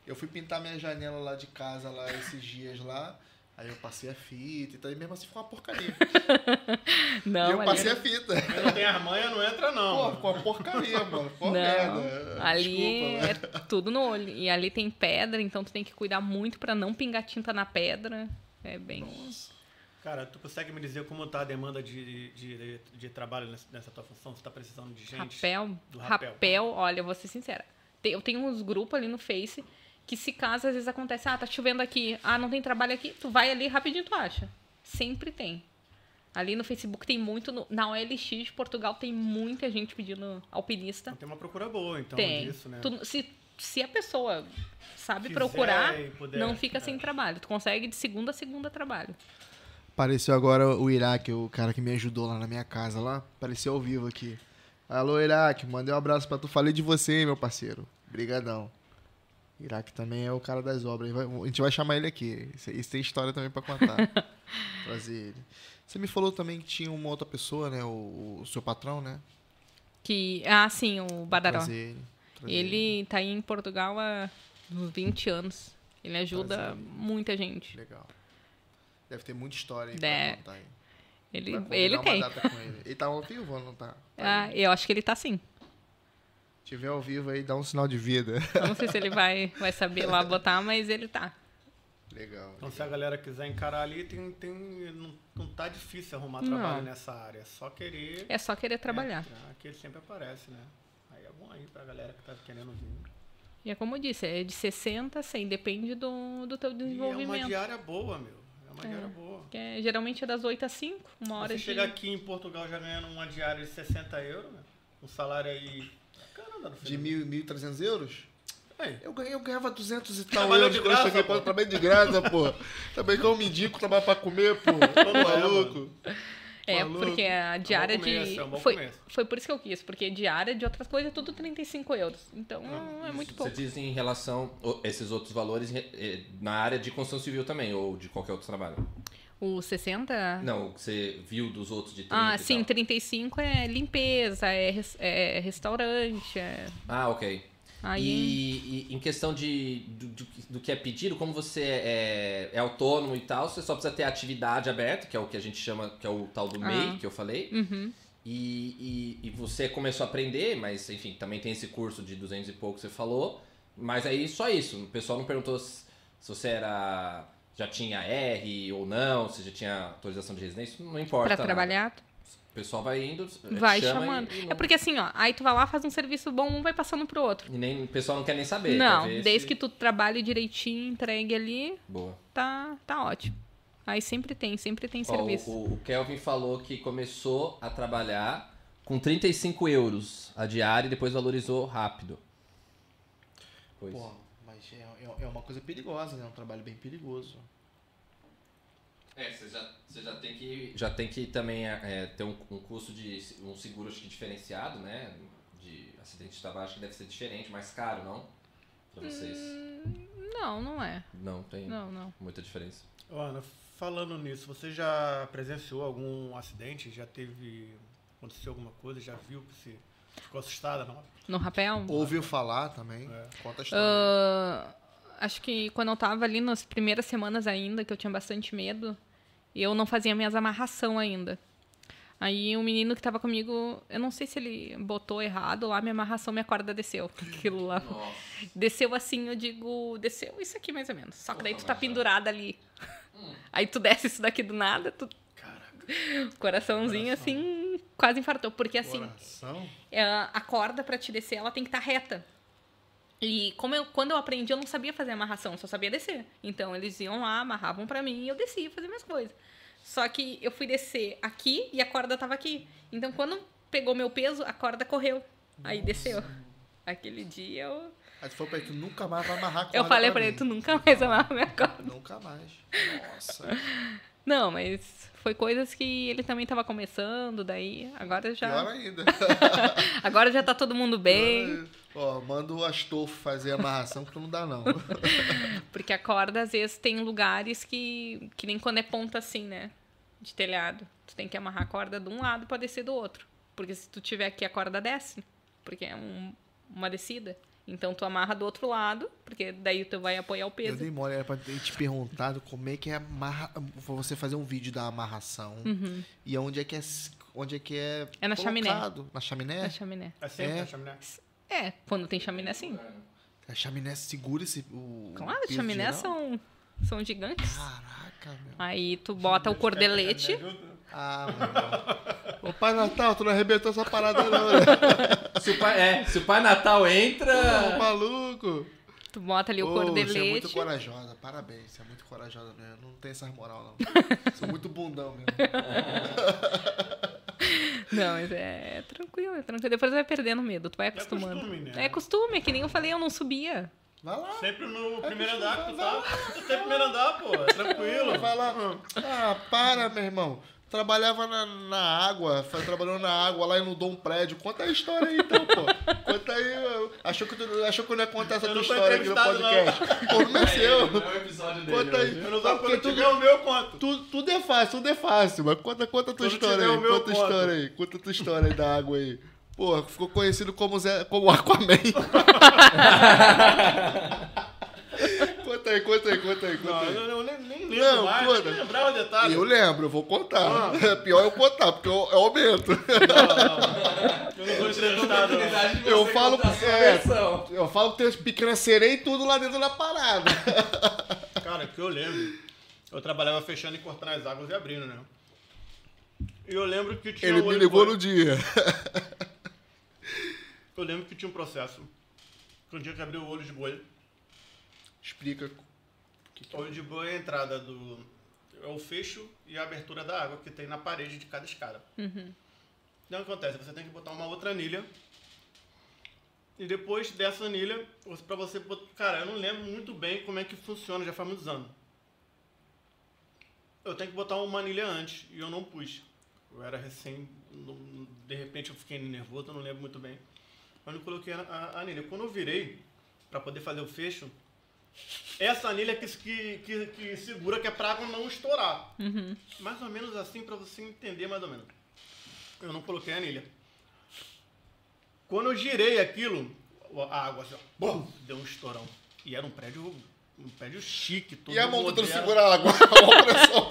S1: Eu fui pintar minha janela lá de casa, lá esses dias lá. Aí eu passei a fita e tal, e mesmo assim ficou uma porcaria.
S4: Não, é
S1: e eu
S4: ali
S1: passei
S4: era-
S1: a fita.
S2: Quem não tem armanha não entra, não.
S1: Pô,
S2: mano.
S1: ficou uma porcaria, mano. Ficou
S4: Não,
S1: uma merda.
S4: ali
S1: né? Desculpa, mano.
S4: é tudo no olho. E ali tem pedra, então tu tem que cuidar muito pra não pingar tinta na pedra. É bem.
S1: Nossa.
S2: Cara, tu consegue me dizer como tá a demanda de, de, de, de trabalho nessa, nessa tua função? Você tá precisando de gente?
S4: Rapel,
S2: do
S4: rapel.
S2: rapel.
S4: olha, eu vou ser sincera. Tem- Eu tenho uns grupos ali no Face que se casa, às vezes acontece, ah, tá chovendo aqui, ah, não tem trabalho aqui, tu vai ali rapidinho tu acha. Sempre tem. Ali no Facebook tem muito, no- na OLX de Portugal tem muita gente pedindo
S2: Então
S4: alpinista.
S2: tem uma procura boa, então,
S4: tem.
S2: disso, né?
S4: Tu- se, se a pessoa sabe
S2: Quiser
S4: procurar,
S2: e puder,
S4: não fica
S2: é.
S4: sem trabalho. Tu consegue de segunda a segunda trabalho.
S1: Apareceu agora o Iraque, o cara que me ajudou lá na minha casa lá. Apareceu ao vivo aqui. Alô, Iraque, mandei um abraço pra tu. Falei de você, hein, meu parceiro. Brigadão. Iraque também é o cara das obras. Vai- A gente vai chamar ele aqui. Isso, isso tem história também pra contar. Trazer ele. Você me falou também que tinha uma outra pessoa, né? O, o seu patrão, né?
S4: Que, ah, sim, o Badaró.
S1: Trazer ele. Trazer
S4: Ele tá aí em Portugal há uns 20 anos. Ele ajuda
S1: Prazer.
S4: muita gente.
S1: Legal. Deve ter muita história aí
S4: Deve.
S1: pra contar. aí.
S4: Ele,
S1: Vai combinar
S4: ele
S1: uma
S4: tem.
S1: data com ele. ele tá ao vivo ou não tá?
S4: Ah, eu acho que ele tá sim.
S1: Se tiver ao vivo aí, dá um sinal de vida.
S4: Eu não sei se ele vai, vai saber lá botar, mas ele tá.
S1: Legal.
S2: Então se a galera quiser encarar ali, tem, tem, não, não tá difícil arrumar trabalho nessa área. É só querer...
S4: É só querer trabalhar.
S2: entrar, que ele sempre aparece, né? Aí é bom aí pra galera que tá querendo vir.
S4: E é como eu disse, é de 60 a 100, depende do, do teu
S2: E é uma
S4: desenvolvimento.
S2: diária boa, meu. É uma diária boa.
S4: Que é, geralmente é das 8 às 5, uma hora
S2: Você
S4: de...
S2: chegar aqui em Portugal já ganhando uma diária de 60 euros, né? um salário aí. Caramba, no
S1: De
S2: final.
S1: mil, 1.300 euros?
S2: Aí,
S1: Eu, ganhei, eu ganhava 200 e tal
S2: Trabalhou
S1: euros
S2: de
S1: quando eu
S2: graça,
S1: cheguei,
S2: pô.
S1: pô. Trabalhei de graça, pô. Também que eu me digo trabalhar pra comer, pô. Tá Tô
S2: é,
S1: maluco.
S4: É,
S1: maluco.
S4: porque a diária de...
S2: começo, é um bom
S4: foi,
S2: começo.
S4: foi por isso que eu quis, porque diária de outras coisas é tudo 35 euros. Então é muito
S3: Você
S4: pouco.
S3: diz em relação a esses outros valores eh, eh, na área de construção civil também, ou de qualquer outro trabalho?
S4: O 60
S3: Não, o que você viu dos outros de 30
S4: Ah,
S3: e
S4: sim,
S3: tal.
S4: 35 é limpeza, é, res- é restaurante, é...
S3: Ah, ok.
S4: Aí, é.
S3: E, e em questão de, do, do que- do que é pedido, como você é, é autônomo e tal, você só precisa ter a atividade aberta, que é o que a gente chama, que é o tal do
S4: Ah.
S3: MEI, que eu falei.
S4: Uhum.
S3: E, e, e você começou a aprender, mas enfim, também tem esse curso de 200 e pouco que você falou. Mas aí só isso. O pessoal não perguntou se, se você era. já tinha R ou não, se já tinha autorização de residência, isso não importa.
S4: pra
S3: nada.
S4: trabalhar,
S3: O pessoal vai indo, eh,
S4: vai
S3: chama e-
S4: chamando.
S3: E, não-
S4: É porque assim, ó, aí tu vai lá, faz um serviço bom, um vai passando pro outro.
S3: e nem, o pessoal não quer nem saber.
S4: Não,
S3: quer ver
S4: desde
S3: se-
S4: que tu trabalhe direitinho, entregue ali,
S3: Boa.
S4: tá, tá ótimo. Aí sempre tem, sempre tem
S3: Ó,
S4: serviço.
S3: o, o Kelvin falou que começou a trabalhar com 35 euros a diária e depois valorizou rápido. Pois.
S1: Pô, mas é, é uma coisa perigosa, né? É um trabalho bem perigoso.
S3: É, você já, você já tem que. Já tem que também é, ter um, um custo de. um seguro acho que diferenciado, né? De acidente de trabalho, acho que deve ser diferente, mais caro, não? Pra vocês.
S4: Não, não é.
S3: Não, tem
S4: Hum. Não, não.
S3: muita diferença.
S2: Ô, Ana, falando nisso, você já presenciou algum acidente? Já teve. aconteceu alguma coisa? Já viu que você ficou assustada? Não?
S4: No rapel?
S1: Ouviu falar também?
S2: É.
S1: Conta a história.
S4: Ah, acho que quando eu tava ali nas primeiras semanas ainda, que eu tinha bastante medo, eu não fazia minhas amarração ainda. Aí um menino que tava comigo, eu não sei se ele botou errado lá, minha amarração, minha corda desceu. Aquilo lá.
S3: Nossa.
S4: Desceu assim, eu digo, desceu isso aqui mais ou menos. Só que daí
S3: Porra,
S4: tu tá
S3: mas já.
S4: pendurada ali. Aí tu desce isso daqui do nada, tu,
S2: Caraca.
S4: coraçãozinho
S2: Coração.
S4: assim, quase infartou. Porque assim,
S2: Coração?
S4: é, a corda pra te descer, ela tem que estar reta. E como eu, quando eu aprendi, eu não sabia fazer amarração, eu só sabia descer. Então eles iam lá, amarravam pra mim e eu descia e fazia minhas coisas. Só que eu fui descer aqui e a corda tava aqui. Então quando pegou meu peso, a corda correu. Aí desceu. Aquele dia eu.
S1: Aí tu falou pra ele, tu nunca mais vai amarrar a corda
S4: Eu falei
S1: pra
S4: pra
S1: mim.
S4: ele, tu nunca mais amarra minha corda.
S1: Nunca mais. Nossa.
S4: Não, mas foi coisas que ele também tava começando, daí agora
S1: Pior
S4: já.
S1: ainda.
S4: Agora já tá todo mundo bem.
S1: Ó, manda o Astolfo fazer a amarração que tu não dá, não.
S4: Porque a corda, às vezes, tem lugares que. que nem quando é ponta assim, né? De telhado. Tu tem que amarrar a corda de um lado pra descer do outro. Porque se tu tiver aqui, a corda desce. Porque é um- uma descida. Então tu amarra do outro lado, porque daí tu vai apoiar o
S1: Eu
S4: peso.
S1: dei mole, era pra ter te perguntado como é que é amarra... você fazer um vídeo da amarração e onde é que é... Onde é que é...
S4: É Uhum. na chaminé.
S1: colocado. né? Na chaminé?
S4: Na chaminé.
S2: É sempre
S1: É.
S2: na chaminé.
S4: É, quando tem chaminé, sim.
S1: A chaminé segura esse... O... o
S4: Claro,
S1: peso
S4: chaminés
S1: geral? Ah.
S4: são, são gigantes.
S1: Caraca, meu.
S4: Aí tu bota o cordelete.
S2: É, né?
S1: Ah, meu. Ô, Pai Natal, tu não arrebentou essa parada não, né?
S3: Se o pai, é, se o pai Natal entra.
S1: Ô, maluco.
S4: Tu bota ali o
S1: Ô, Você é muito
S4: cordelete.
S1: corajosa, parabéns. Você é muito corajosa mesmo. Eu Não tem essas moral, não. Sou muito bundão mesmo.
S4: não, mas é, é tranquilo, é tranquilo. Depois vai perdendo medo, tu vai acostumando.
S2: costume, né?
S4: É costume, é que nem eu falei, eu não subia.
S1: Vai lá.
S2: Sempre no primeiro andar que tu tá. Tu tá no primeiro andar, pô. É tranquilo.
S1: Vai lá, mano. Ah, para, meu irmão. Trabalhava na, na água, fa- trabalhou na água lá e inundou um prédio. Conta a história aí, então, pô. Conta aí. ó. Achou que, tu- achou que eu não ia contar essa
S2: Eu
S1: tua
S2: não tô
S1: história aqui no podcast?
S2: entrevistado,
S1: Pô, não é seu.
S3: é o episódio
S1: Conta aí.
S2: Eu não sou
S1: Porque
S2: quando
S1: tudo-
S2: tiver o meu, eu conto.
S1: Tu- tudo é fácil, tudo é fácil, mas conta, conta a tua
S2: Quando
S1: história
S2: tiver
S1: aí.
S2: o meu,
S1: Conta a
S2: conto.
S1: história aí. Conta a tua história aí da água aí. Porra, ficou conhecido como, Zé, como Aquaman. conta aí, conta aí, conta aí, conta
S2: Não,
S1: aí.
S2: eu não- eu nem, nem lembro
S1: Não,
S2: mais.
S1: conta.
S2: Nem lembrava o detalhe.
S1: Eu lembro, eu vou contar. É pior eu contar, porque eu, eu aumento.
S2: Eu não sou entrevistado. não.
S1: Eu falo- é.
S3: versão.
S1: Eu falo que tem as pequenas sereias e tudo lá dentro da parada.
S2: Cara, que eu lembro. Eu trabalhava fechando e cortando as águas e abrindo, né? E eu lembro que tinha
S1: Ele
S2: um
S1: me
S2: olho
S1: ligou
S2: gordo.
S1: no dia.
S2: Eu lembro que tinha um processo. Que um dia que abriu o olho de boi.
S1: Explica.
S2: Olho de boi é a entrada do. É o fecho e a abertura da água que tem na parede de cada escada. Então o que acontece? Você tem que botar uma outra anilha. E depois dessa anilha, você- pra você botar. Cara, eu não lembro muito bem como é que funciona, já faz muitos anos. Eu tenho que botar uma anilha antes e eu não pus. Eu era recém. não- De repente eu fiquei nervoso, eu não lembro muito bem. Mas eu coloquei a, a- a anilha. Quando eu virei pra poder fazer o fecho, essa anilha que, que, que, que segura, que é pra água não estourar. Mais ou menos assim, pra você entender mais ou menos. Eu não coloquei a anilha. Quando eu girei aquilo, a água assim, ó, bum, deu um estourão. E era um prédio, um prédio chique, todo
S1: E a mão do
S2: moderno.
S1: Dudu segura a água. Olha a pressão.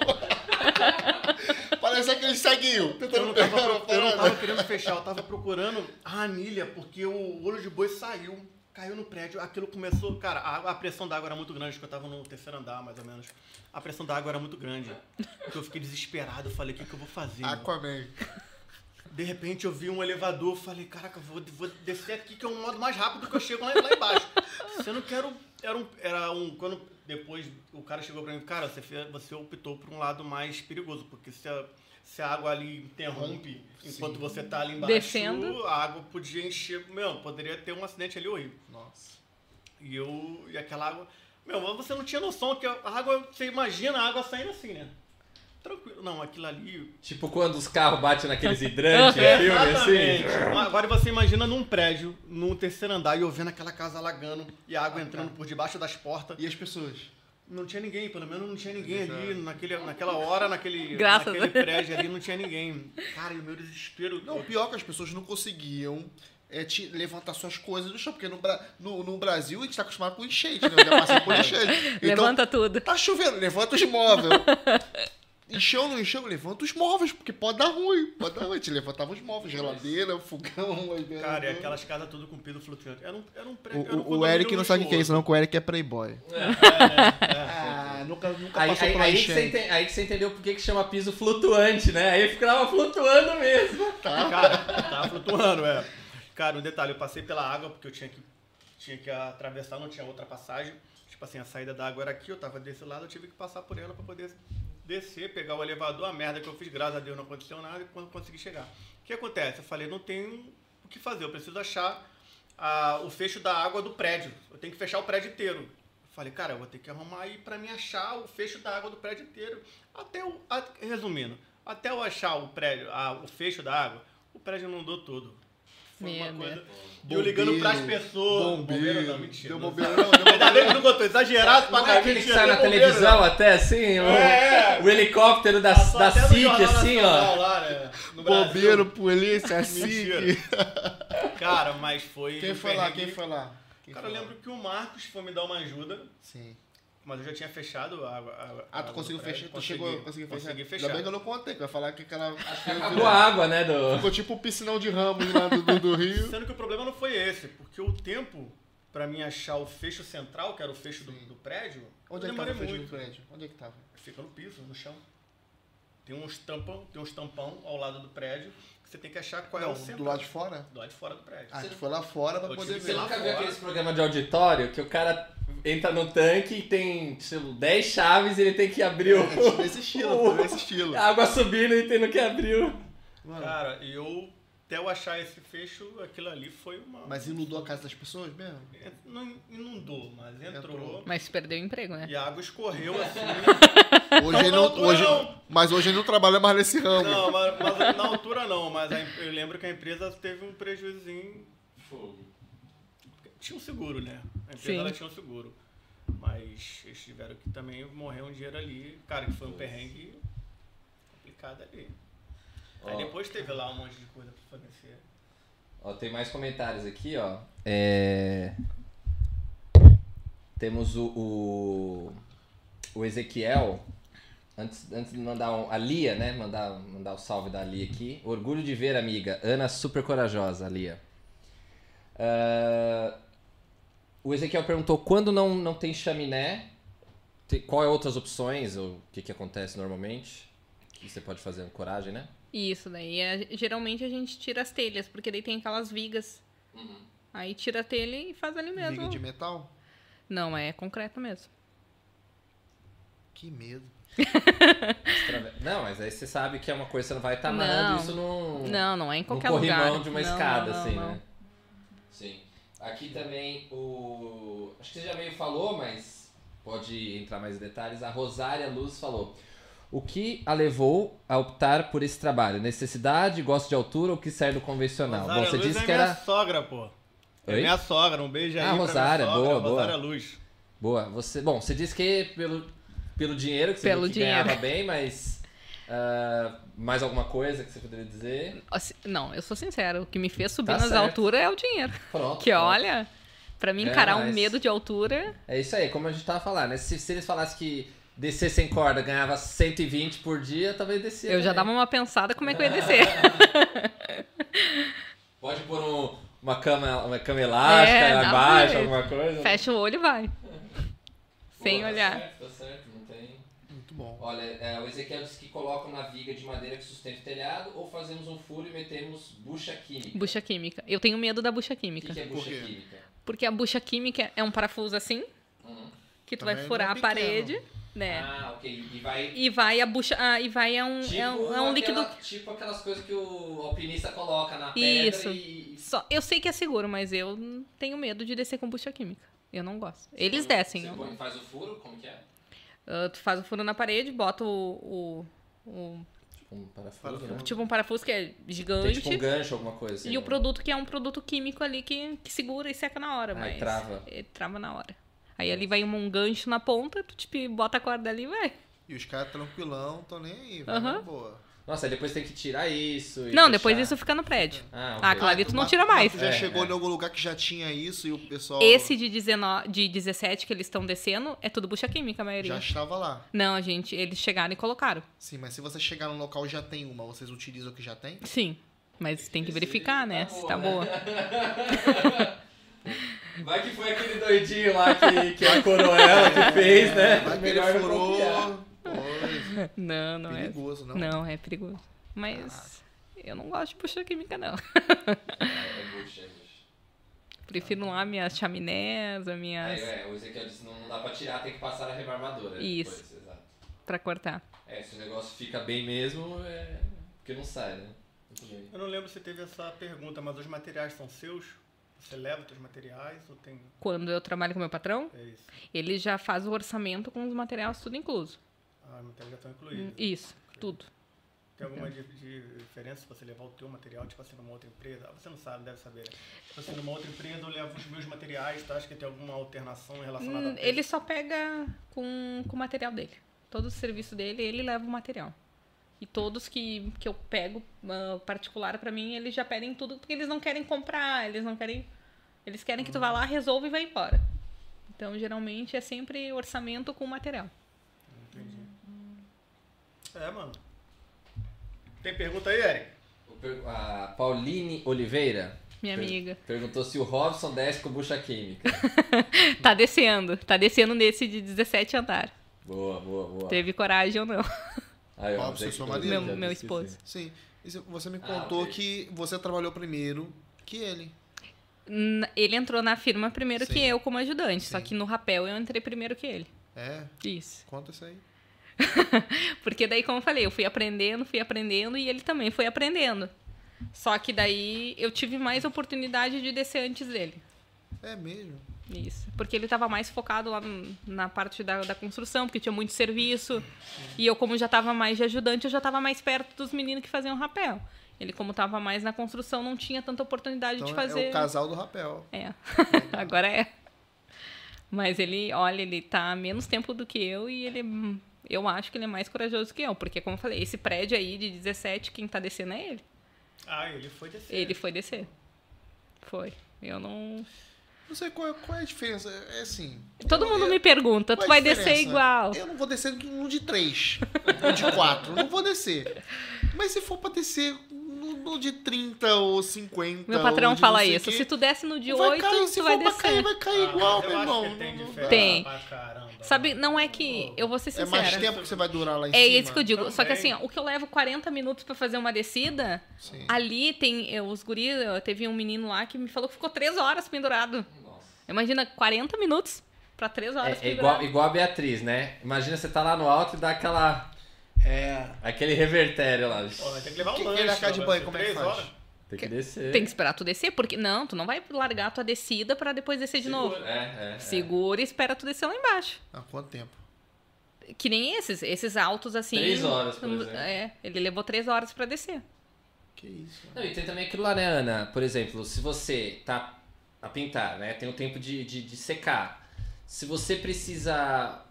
S1: Parece aquele ceguinho.
S2: Eu
S1: Tentando
S2: não,
S1: pegar uma
S2: tava, eu não
S1: parada.
S2: tava querendo fechar, eu tava procurando a anilha, porque o olho de boi saiu, caiu no prédio, aquilo começou. Cara, a, a pressão da água era muito grande, porque eu tava no terceiro andar, mais ou menos. A pressão da água era muito grande. Então eu fiquei desesperado, eu falei, o que, que eu vou fazer? meu?"
S1: Aquaman.
S2: De repente eu vi um elevador, eu falei, caraca, vou, vou descer aqui que é um modo mais rápido que eu chego lá, lá embaixo. Você não quero. Era um. Era um. Quando depois o cara chegou pra mim, cara, você, fe- você optou por um lado mais perigoso, porque se a, se a água ali interrompe enquanto você tá ali embaixo,
S4: Descendo.
S2: a água podia encher. Meu, poderia ter um acidente ali horrível.
S1: Nossa.
S2: E eu. E aquela água. Meu, mas você não tinha noção que a água. Você imagina a água saindo assim, né? Tranquilo. Não, aquilo ali.
S3: Tipo quando os carros batem naqueles hidrantes,
S4: É,
S3: filme
S2: Exatamente.
S3: assim.
S1: É.
S2: Agora você imagina num prédio, num terceiro andar, e eu vendo aquela casa alagando e a água entrando por debaixo das portas.
S1: E as pessoas?
S2: Não tinha ninguém, pelo menos não tinha ninguém
S1: é.
S2: ali naquele, naquela hora, naquele,
S4: Graças a
S2: naquele
S4: Deus.
S2: prédio ali, não tinha ninguém. Cara, e o meu desespero.
S1: Não, o pior é que as pessoas não conseguiam é, te levantar suas coisas do chão, porque no, Bra- no, no Brasil a gente tá acostumado com enchente, né? Eu já passei por enchente. Então,
S4: Levanta tudo.
S1: tá chovendo, levanta os móveis. Encheu ou não encheu? Levanta os móveis, porque pode dar ruim. Pode dar ruim. Te levantava os móveis, geladeira, fogão. aí
S2: Cara, e
S1: dentro.
S2: aquelas casas tudo com piso flutuante. Era um, era um prédio. era
S1: é, O,
S2: um
S1: o, o
S2: condomínio
S1: Eric não sabe o que é
S2: luxuoso.
S1: isso, não, que o Eric é playboy.
S2: Ah,
S1: nunca, nunca
S3: Aí, aí- aí que você ente- aí que você entendeu por que que chama piso flutuante, né? Aí ficava flutuando mesmo.
S2: Cara, tava flutuando, é. Cara, um detalhe, eu passei pela água porque eu tinha que, tinha que atravessar, não tinha outra passagem. Tipo assim, a saída da água era aqui, eu tava desse lado, eu tive que passar por ela pra poder descer, pegar o elevador, a merda que eu fiz, graças a Deus não aconteceu nada, e quando consegui chegar. O que acontece? Eu falei, não tenho o que fazer, eu preciso achar a- o fecho da água do prédio. Eu tenho que fechar o prédio inteiro. Eu falei, cara, eu vou ter que arrumar aí pra me achar o fecho da água do prédio inteiro. Até o. a- resumindo, até eu achar o prédio, a- o fecho da água, o prédio inundou todo. Foi uma
S4: Meu
S2: coisa. E eu
S1: Bombeiro,
S2: ligando pras pessoas.
S1: Bombeiro,
S2: não, mentira.
S1: deu
S2: não.
S1: bombeiro, não, deu
S2: Ainda bem que não botou, exagerado pra
S3: Não é aquele que
S2: mentira,
S3: sai na
S2: deu bombeiro,
S3: televisão
S2: não.
S3: até, assim? o-
S2: É, é.
S3: O helicóptero da,
S2: Passou
S3: da
S2: até no
S3: SIC,
S2: Jornal
S3: assim,
S2: Nacional
S3: ó.
S2: lá, né, no Brasil.
S1: Bombeiro, polícia, assim.
S2: Mentira. Cara, mas foi.
S1: Quem
S2: um
S1: foi lá?
S2: perrengue.
S1: Quem foi lá? Quem
S2: Cara, eu
S1: foi lá?
S2: lembro que o Marcos foi me dar uma ajuda,
S1: Sim.
S2: mas eu já tinha fechado a água. a- a
S1: Ah, tu
S2: água
S1: conseguiu
S2: do prédio.
S1: fechar? Tu
S2: é, Consegui,
S1: chegou, conseguiu fechar?
S2: Consegui
S1: Ainda bem que eu
S2: fechar.
S1: não contei, que vai falar que aquela...
S3: Acabou a água, né? Do...
S1: Ficou tipo o piscinão de Ramos lá do, do- do Rio.
S2: Sendo que o problema não foi esse, porque o tempo pra mim achar o fecho central, que era o fecho do,
S1: Sim.
S2: do prédio,
S1: Onde é
S2: eu
S1: que tava
S2: demorei
S1: o fecho do
S2: muito.
S1: prédio? Onde é que tava?
S2: Fica no piso, no chão. Tem uns tampão, tem uns tampão ao lado do prédio que você tem que achar qual é o
S1: Não,
S2: central.
S1: do lado de fora?
S2: Do lado de fora do prédio.
S1: Ah, tu foi lá fora pra
S2: Eu
S1: poder
S2: tive
S3: Você
S1: ver.
S2: lá
S3: nunca viu
S2: fora.
S3: aqueles programas de auditório que o cara entra no tanque e tem, tipo, 10 chaves e ele tem que abrir o...
S1: Nesse estilo, nesse estilo.
S3: A água subindo e tendo que abrir o...
S1: Mano,
S2: Cara, e eu até eu achar esse fecho, aquilo ali foi uma.
S1: mas inundou a casa das pessoas mesmo?
S2: É, Não inundou, mas entrou.
S1: Entrou.
S4: Mas perdeu o emprego, né?
S2: E a água escorreu assim.
S1: Hoje ele não,
S2: não,
S1: hoje,
S2: não.
S1: mas hoje ele não trabalha mais nesse ramo.
S2: não, mas, mas na altura não, mas a em- eu lembro que a empresa teve um prejuízozinho. Tinha um seguro, né? A empresa
S4: Sim.
S2: ela tinha um seguro. Mas eles tiveram que também morrer um dinheiro ali. Cara, que foi um perrengue complicado ali. Aí
S3: Ó.
S2: depois teve lá um monte de coisa pra fornecer.
S3: Ó, tem mais comentários aqui, ó. É... Temos o, o, o Ezequiel. Antes, antes de mandar um, a Lia, né? Mandar, mandar o salve da Lia aqui. Orgulho de ver, amiga. Ana super corajosa, Lia. Ah, o Ezequiel perguntou quando não, não tem chaminé, tem, qual é outras opções ou o que, que acontece normalmente? Que você pode fazer coragem, né?
S4: E Isso daí. é- geralmente a gente tira as telhas, porque daí tem aquelas vigas.
S3: Uhum.
S4: Aí tira a telha e faz ali mesmo.
S1: Liga de metal?
S4: Não, é concreto mesmo.
S1: Que medo.
S3: Extrave- Não, mas aí você sabe que é uma coisa que você não vai estar amarrando
S4: Não.
S3: isso num,
S4: Não, não é em
S3: num
S4: qualquer lugar.
S3: corrimão de uma
S4: Não,
S3: escada,
S4: não,
S3: assim,
S4: não.
S3: né? Sim. Aqui também o. Acho que você já meio falou, mas pode entrar mais em detalhes. A Rosária Luz falou. O que a levou a optar por esse trabalho? Necessidade, gosto de altura ou quis sair do convencional?
S2: Rosária
S3: Bom, você
S2: Luz
S3: disse
S2: é
S3: que
S2: minha
S3: era.
S2: sogra, pô. É
S3: Oi?
S2: minha sogra, um beijo aí.
S3: Ah,
S2: pra minha
S3: Rosária,
S2: sogra,
S3: boa, boa.
S2: Rosária Luz.
S3: Boa. Você... Bom, você disse que pelo, pelo dinheiro que você
S4: Pelo
S3: viu que
S4: dinheiro.
S3: ganhava bem, mas. ah, mais alguma coisa que você poderia dizer?
S4: Assim, Não, eu sou sincera. O que me fez subir
S3: Tá
S4: nas
S3: certo.
S4: alturas é o dinheiro.
S3: Pronto.
S4: Que
S3: pronto.
S4: olha, pra mim
S3: É,
S4: encarar um
S3: mas-
S4: medo de altura,
S3: É isso aí, como a gente tava falando, né? Se, se eles falassem que descer sem corda ganhava 120 por dia, talvez descia.
S4: eu já dava
S3: também.
S4: uma pensada como é que eu ia descer.
S3: Pode pôr um- uma, cama, uma cama elástica
S4: É,
S3: lá
S4: dá
S3: embaixo,
S4: pra ver.
S3: alguma coisa. né?
S4: Fecha o olho e vai.
S3: Pô,
S4: Sem
S3: tá
S4: olhar.
S3: certo, tá certo, não tem.
S1: Muito bom.
S3: Olha, é, o Ezequiel disse que colocam uma viga de madeira que sustenta o telhado ou fazemos um furo e metemos bucha química.
S4: Bucha química. Eu tenho medo da bucha
S3: O que,
S4: química.
S3: que é bucha
S1: Por quê?
S3: química?
S4: Porque a bucha química é um parafuso assim,
S3: Uhum.
S4: que tu
S1: Também não
S4: vai
S1: é
S4: furar a
S1: pequeno.
S4: parede, né?
S3: Ah, ok. E vai.
S4: E vai a bucha. ah, e vai é um,
S3: Tipo,
S4: é um, é um líquido.
S3: aquela- tipo aquelas coisas que o alpinista coloca na pedra
S4: Isso.
S3: e
S4: Só, eu sei que é seguro, mas eu tenho medo de descer com bucha química. Eu não gosto. Eles descem.
S3: Então, Você
S4: eu-
S3: põe- faz o furo, como que é?
S4: Ah, tu faz o furo na parede, bota o. o- o-
S3: Tipo um parafuso,
S1: Parafuso.
S3: né?
S4: tipo um parafuso que é
S3: Tem
S4: gigante.
S3: tipo um gancho, alguma coisa assim.
S4: E o
S3: né?
S4: produto que é um produto químico ali que, que segura e seca na hora,
S3: Ah,
S4: mas.
S3: e trava.
S4: é, trava na hora. Aí ali vai um gancho na ponta, tu tipo, bota a corda ali e vai.
S1: E os caras tranquilão, tão nem aí. Vai
S4: Aham.
S1: na boa.
S3: Nossa, aí depois tem que tirar isso. e
S4: Não, depois
S3: fechar.
S4: isso fica no prédio.
S3: Ah, ok.
S4: Ah, Clarito não
S1: Mas-
S4: tira mais.
S1: mas tu já
S3: É,
S1: chegou
S3: é.
S1: em algum lugar que já tinha isso e o pessoal
S4: Esse de, 19, de 17 que eles estão descendo é tudo bucha química, a maioria.
S1: já estava lá.
S4: Não, gente, eles chegaram e colocaram.
S1: Sim, mas se você chegar no local e já tem uma, vocês utilizam o que já tem?
S4: Sim. Mas tem que verificar, né? Se tá boa.
S3: Vai que foi aquele doidinho lá que, que a coroela que fez,
S2: É,
S3: né?
S1: Vai que ele
S3: Melhor não
S1: furou.
S3: confiar.
S1: Pois,
S4: Não, não é.
S1: perigoso, não.
S4: Não, é perigoso. Mas eu não gosto de bucha química, não.
S3: É, é bucha, é bucha.
S4: Prefiro lá minhas chaminés, as minhas.
S3: É, é, o Ezequiel disse não não dá pra tirar, tem que passar a rebarmadora.
S4: Isso.
S3: depois, exato.
S4: pra cortar.
S3: É, se o negócio fica bem mesmo, é. Porque não sai, né? Muito bem.
S2: Eu não lembro se teve essa pergunta, mas os materiais são seus? Você leva os teus materiais ou tem...
S4: Quando eu trabalho com meu patrão,
S2: É isso.
S4: ele já faz o orçamento com os materiais tudo incluso.
S2: Ah, os materiais já estão incluídos.
S4: Hum, Isso, tudo.
S2: Tem alguma di- di- diferença se você levar o teu material, tipo assim, numa outra empresa? Ah, você não sabe, deve saber. né? Tipo assim, numa outra empresa eu levo os meus materiais, tá? Acho que tem alguma alternação relacionada
S4: Hum,
S2: a preço.
S4: Ele só pega com, com o material dele. Todo o serviço dele, ele leva o material. E todos que, que eu pego ah, particular pra mim, eles já pedem tudo porque eles não querem comprar, eles não querem. Eles querem que tu vá lá, resolva e vá embora. Então, geralmente é sempre orçamento com material.
S2: Entendi. É, mano. Tem pergunta aí, Eric?
S3: O per- A Pauline Oliveira.
S4: Minha
S3: per-
S4: amiga.
S3: Perguntou se o Robson desce com bucha química.
S4: Tá descendo, tá descendo nesse de 17 andar.
S3: boa, boa, boa.
S4: Teve coragem ou não?
S3: Aí, ó,
S1: Robson,
S3: Zé que
S1: seu
S3: tá
S1: marido?
S3: dizendo,
S4: Meu- meu
S3: esqueci.
S4: esposo.
S1: Sim. E se- Você me
S3: Ah,
S1: contou
S3: ok.
S1: que você trabalhou primeiro que ele.
S4: N- Ele entrou na firma primeiro que
S1: Sim.
S4: eu como ajudante, só
S1: Sim.
S4: que no rapel eu entrei primeiro que ele.
S1: É,
S4: Isso.
S1: conta isso aí.
S4: Porque daí, como eu falei, eu fui aprendendo, fui aprendendo e ele também foi aprendendo. Só que daí eu tive mais oportunidade de descer antes dele.
S1: É mesmo.
S4: Isso. Porque ele estava mais focado lá no- na parte da, da construção, porque tinha muito serviço. E eu, como já estava mais de ajudante, eu já estava mais perto dos meninos que faziam rapel. Ele, como estava mais na construção, não tinha tanta oportunidade
S1: Então
S4: de
S1: é-
S4: fazer.
S1: é o casal do rapel.
S4: É. Agora é. Mas ele, olha, ele tá há menos tempo do que eu e ele. Eu acho que ele é mais corajoso que eu, porque, como eu falei, esse prédio aí de 17, quem tá descendo é ele.
S2: Ah, ele foi descer.
S4: Ele foi descer. Foi. Eu não.
S1: Não sei qual é, qual é a diferença. É assim.
S4: Todo
S1: eu-
S4: mundo
S1: eu-
S4: me pergunta, tu
S1: qual é
S4: vai
S1: a
S4: descer
S1: diferença?
S4: igual.
S1: Eu não vou descer no de três, no de quatro, não vou descer. Mas se for pra descer no, no de 30 ou 50.
S4: Meu
S1: ou
S4: patrão
S1: de
S4: fala
S1: não sei
S4: isso.
S1: o quê,
S4: Se tu desce no de
S1: vai
S4: 8,
S1: cair. Se
S4: tu
S1: for
S4: vai
S1: pra
S4: descer.
S1: cair, vai cair
S2: Ah,
S1: É igual,
S2: mas eu
S1: meu
S2: acho que
S1: irmão.
S2: tem
S1: Não- não-
S2: diferença
S4: Tem.
S2: pra caramba.
S4: Sabe, não é que. Eu vou ser
S1: É
S4: sincera.
S1: mais tempo que você vai durar lá em
S4: É
S1: cima.
S4: isso que eu digo. Só que assim,
S2: Também.
S4: ó, o que eu levo 40 minutos pra fazer uma descida,
S1: Sim.
S4: ali tem eh, os guris, eh, teve um menino lá que me falou que ficou 3 horas pendurado.
S3: Nossa.
S4: Imagina 40 minutos pra 3 horas
S3: É, é
S4: pendurado.
S3: igual, igual a Beatriz, né? Imagina você tá lá no alto e dá aquela. Aquele revertério
S2: Ó,
S3: lá.
S2: É. vai ter que levar um
S1: Quem- quem
S2: lanche.
S1: na casa de
S2: ó,
S1: banho,
S2: vai ser
S1: como é que
S2: três
S1: faz?
S2: horas.
S3: Tem que descer.
S4: Tem que esperar tu descer, porque não, tu não vai largar tua descida pra depois descer de novo.
S3: É, é, é.
S4: Segura e espera tu descer lá embaixo.
S1: Há quanto tempo?
S4: Que nem esses, esses altos assim.
S3: Três horas, por exemplo.
S4: É, ele levou 3 horas pra descer.
S1: Que isso.
S3: Não, e tem também aquilo lá, né, Ana? Por exemplo, se você tá a pintar, né? Tem o tempo de, de, de secar. Se você precisa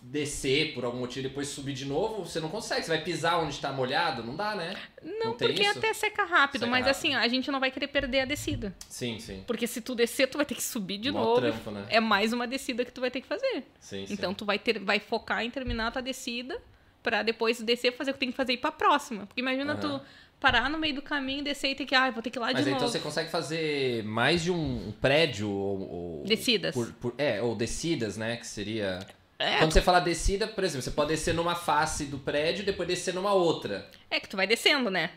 S3: descer por algum motivo e depois subir de novo, você não consegue. Você vai pisar onde tá molhado, não dá, né?
S4: Não,
S3: tem
S4: porque
S3: isso?
S4: até seca rápido,
S3: Seca
S4: mas
S3: rápido.
S4: assim, ó, a gente não vai querer perder a descida.
S3: Sim, sim.
S4: Porque se tu descer, tu vai ter que subir de
S3: Mó
S4: novo.
S3: trampo, né?
S4: É mais uma descida que tu vai ter que fazer.
S3: Sim, sim.
S4: Então tu vai ter, vai focar em terminar a tua descida pra depois descer fazer o que tem que fazer e ir pra próxima. Porque imagina
S3: Aham.
S4: tu parar no meio do caminho, descer e ter que, ah, vou ter que ir lá
S3: Mas
S4: de
S3: aí,
S4: novo.
S3: então você consegue fazer mais de um prédio ou. ou-
S4: Descidas.
S3: por- por- é, ou descidas, né? Que seria.
S4: É.
S3: Quando você fala descida, por exemplo, você pode descer numa face do prédio e depois descer numa outra.
S4: É que tu vai descendo, né?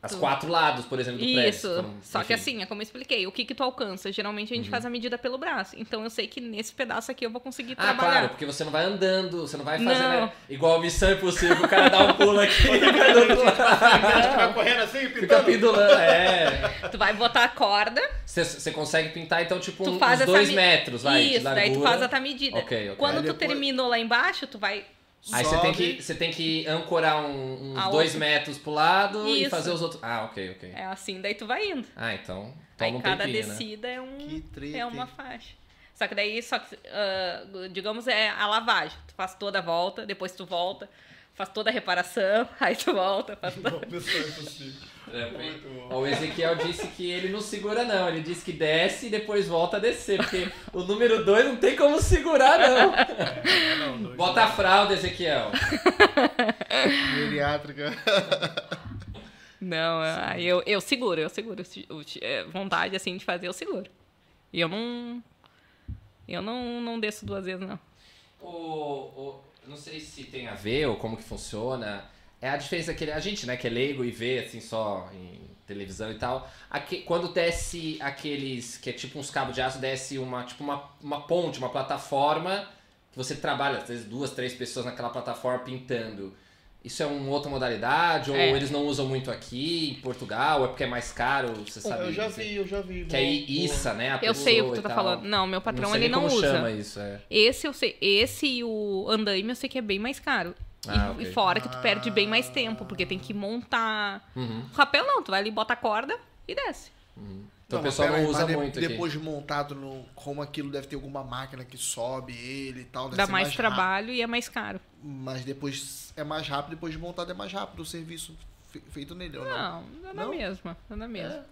S3: As
S4: Tu-
S3: quatro lados, por exemplo, do prédio.
S4: Isso.
S3: Então,
S4: Só que
S3: enfim. Uhum.
S4: assim, é como eu expliquei, o que que tu alcança? Geralmente a gente faz a medida pelo braço. Então eu sei que nesse pedaço aqui eu vou conseguir
S3: Ah, claro,
S4: trabalhar.
S3: porque você não vai andando, você não vai fazendo
S4: Não.
S3: né? igual Missão Impossível, o cara dá um pulo aqui e cai do outro lado.
S2: Você vai correndo assim,
S3: Fica
S2: pintando?
S3: pendulando, é.
S4: Tu vai botar a corda,
S3: Você, você consegue pintar, então, tipo,
S4: tu
S3: um,
S4: faz
S3: uns
S4: essa
S3: dois
S4: me-
S3: metros, vai, de
S4: Isso, daí tu
S3: largura.
S4: faz a tua medida.
S3: Ok, ok.
S4: Quando
S1: Aí
S4: tu
S1: depois-
S4: terminou lá embaixo, tu vai
S3: Aí você tem,
S1: Sobe.
S3: que, você tem que ancorar um- uns
S4: A
S3: dois
S4: outra.
S3: metros pro lado e
S4: Isso.
S3: fazer os outros. Ah, ok, ok.
S4: é assim, daí tu vai indo.
S3: Ah, então.
S4: Aí
S3: Toma um
S4: cada
S3: tempinho, né?
S4: descida é um
S1: Que treta.
S4: É uma
S1: hein?
S4: faixa. Só que daí, só que, ah, digamos, é a lavagem. Tu faz toda a volta, depois tu volta, faz toda a reparação, aí tu volta, faz
S2: Não, pessoal, é impossível.
S3: É, bem-
S2: Muito bom.
S3: Ó, O Ezequiel disse que ele não segura, não. Ele disse que desce e depois volta a descer. Porque o número 2 não tem como segurar, não.
S2: É, não, dois.
S3: Bota a fralda, Ezequiel.
S1: Geriátrica.
S4: Não, aí eu, eu seguro, eu seguro. Se- o ti- é, Vontade, assim, de fazer, eu seguro. E eu não... Eu não, não desço duas vezes, não.
S3: O, o- não sei se tem a ver ou como que funciona. É a diferença que ele- a gente, né, que é leigo e vê assim só em televisão e tal. Aque- quando desce aqueles que é tipo uns cabos de aço, desce uma tipo uma, uma ponte, uma plataforma que você trabalha às vezes duas, três pessoas naquela plataforma pintando. Isso é uma outra modalidade ou
S4: É.
S3: eles não usam muito aqui em Portugal? É porque é mais caro, você sabe?
S2: Eu já
S3: dizer?
S2: vi, eu já vi.
S3: Que aí issa, né? A
S4: Eu sei o
S3: pessoa
S4: que tu
S3: e
S4: tá
S3: tal.
S4: falando. Não, meu patrão,
S3: sei
S4: ele
S3: nem
S4: não
S3: como
S4: usa.
S3: Chama isso, é.
S4: Esse eu sei. Esse e o andaime eu sei que é bem mais caro. E-
S3: Ah,
S4: e,
S3: ok. Ah.
S4: fora que tu perde bem mais tempo, porque tem que montar.
S3: Uhum.
S4: O rapel não, tu vai ali, bota a corda e desce.
S3: Então o
S1: mas
S3: pessoal
S1: peraí,
S3: não usa
S1: mas de-
S3: muito aqui.
S1: Depois de montado, no, como aquilo deve ter alguma máquina que sobe ele e tal. Deve
S4: Dá
S1: ser
S4: mais,
S1: mais rápido.
S4: trabalho e é mais caro.
S1: Mas depois é mais rápido, depois de montado é mais rápido o serviço fe- feito nele, ou não?
S4: Não, não é na
S1: Não?
S4: mesma. Não é na mesma.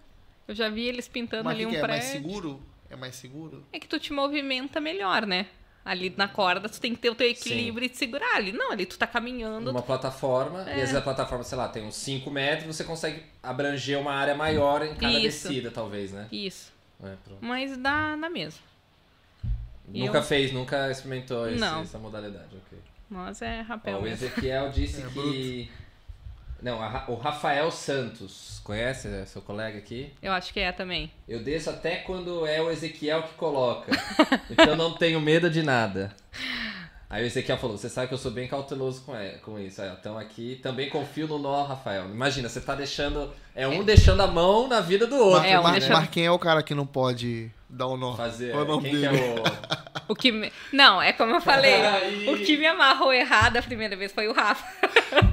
S4: Eu já vi eles pintando
S1: Mas o
S4: ali
S1: que
S4: um
S1: que é? É mais
S4: prédio.
S1: seguro? É mais seguro?
S4: é que tu te movimenta melhor, né? Ali na corda, tu tem que ter o teu equilíbrio e te segurar ali. Não, ali tu É. tá caminhando.
S3: Uma plataforma, e às vezes a plataforma, sei lá, tem uns 5 metros, você consegue abranger uma área maior em cada
S4: Isso.
S3: descida, talvez, né?
S4: Isso.
S3: É, pronto.
S4: Mas dá na mesma. Eu-
S3: Nunca fez, nunca experimentou esse-
S4: Não.
S3: essa modalidade, ok.
S4: Mas é
S3: Ó,
S4: rapel
S3: o
S4: mesmo.
S3: Ezequiel disse
S1: É,
S3: que. Não, a Ra- o Rafael Santos, conhece é seu colega aqui?
S4: Eu acho que é também.
S3: Eu desço até quando é o Ezequiel que coloca. então não tenho medo de nada. Aí o Ezequiel falou: Você sabe que eu sou bem cauteloso com, é- com isso. Aí, ó, Então aqui também confio no nó, Rafael. Imagina, você tá deixando. É um deixando a mão na vida do outro. né?
S1: Mas,
S4: É, um
S1: mas-
S4: deixa-
S1: mas quem é o cara que não pode dar o nó?
S3: Fazer.
S1: Qual é o nome
S3: quem que é
S1: dele?
S3: o.
S4: O que me- Não, é como eu falei.
S3: Aí.
S4: O que me amarrou errado a primeira vez foi o Rafa.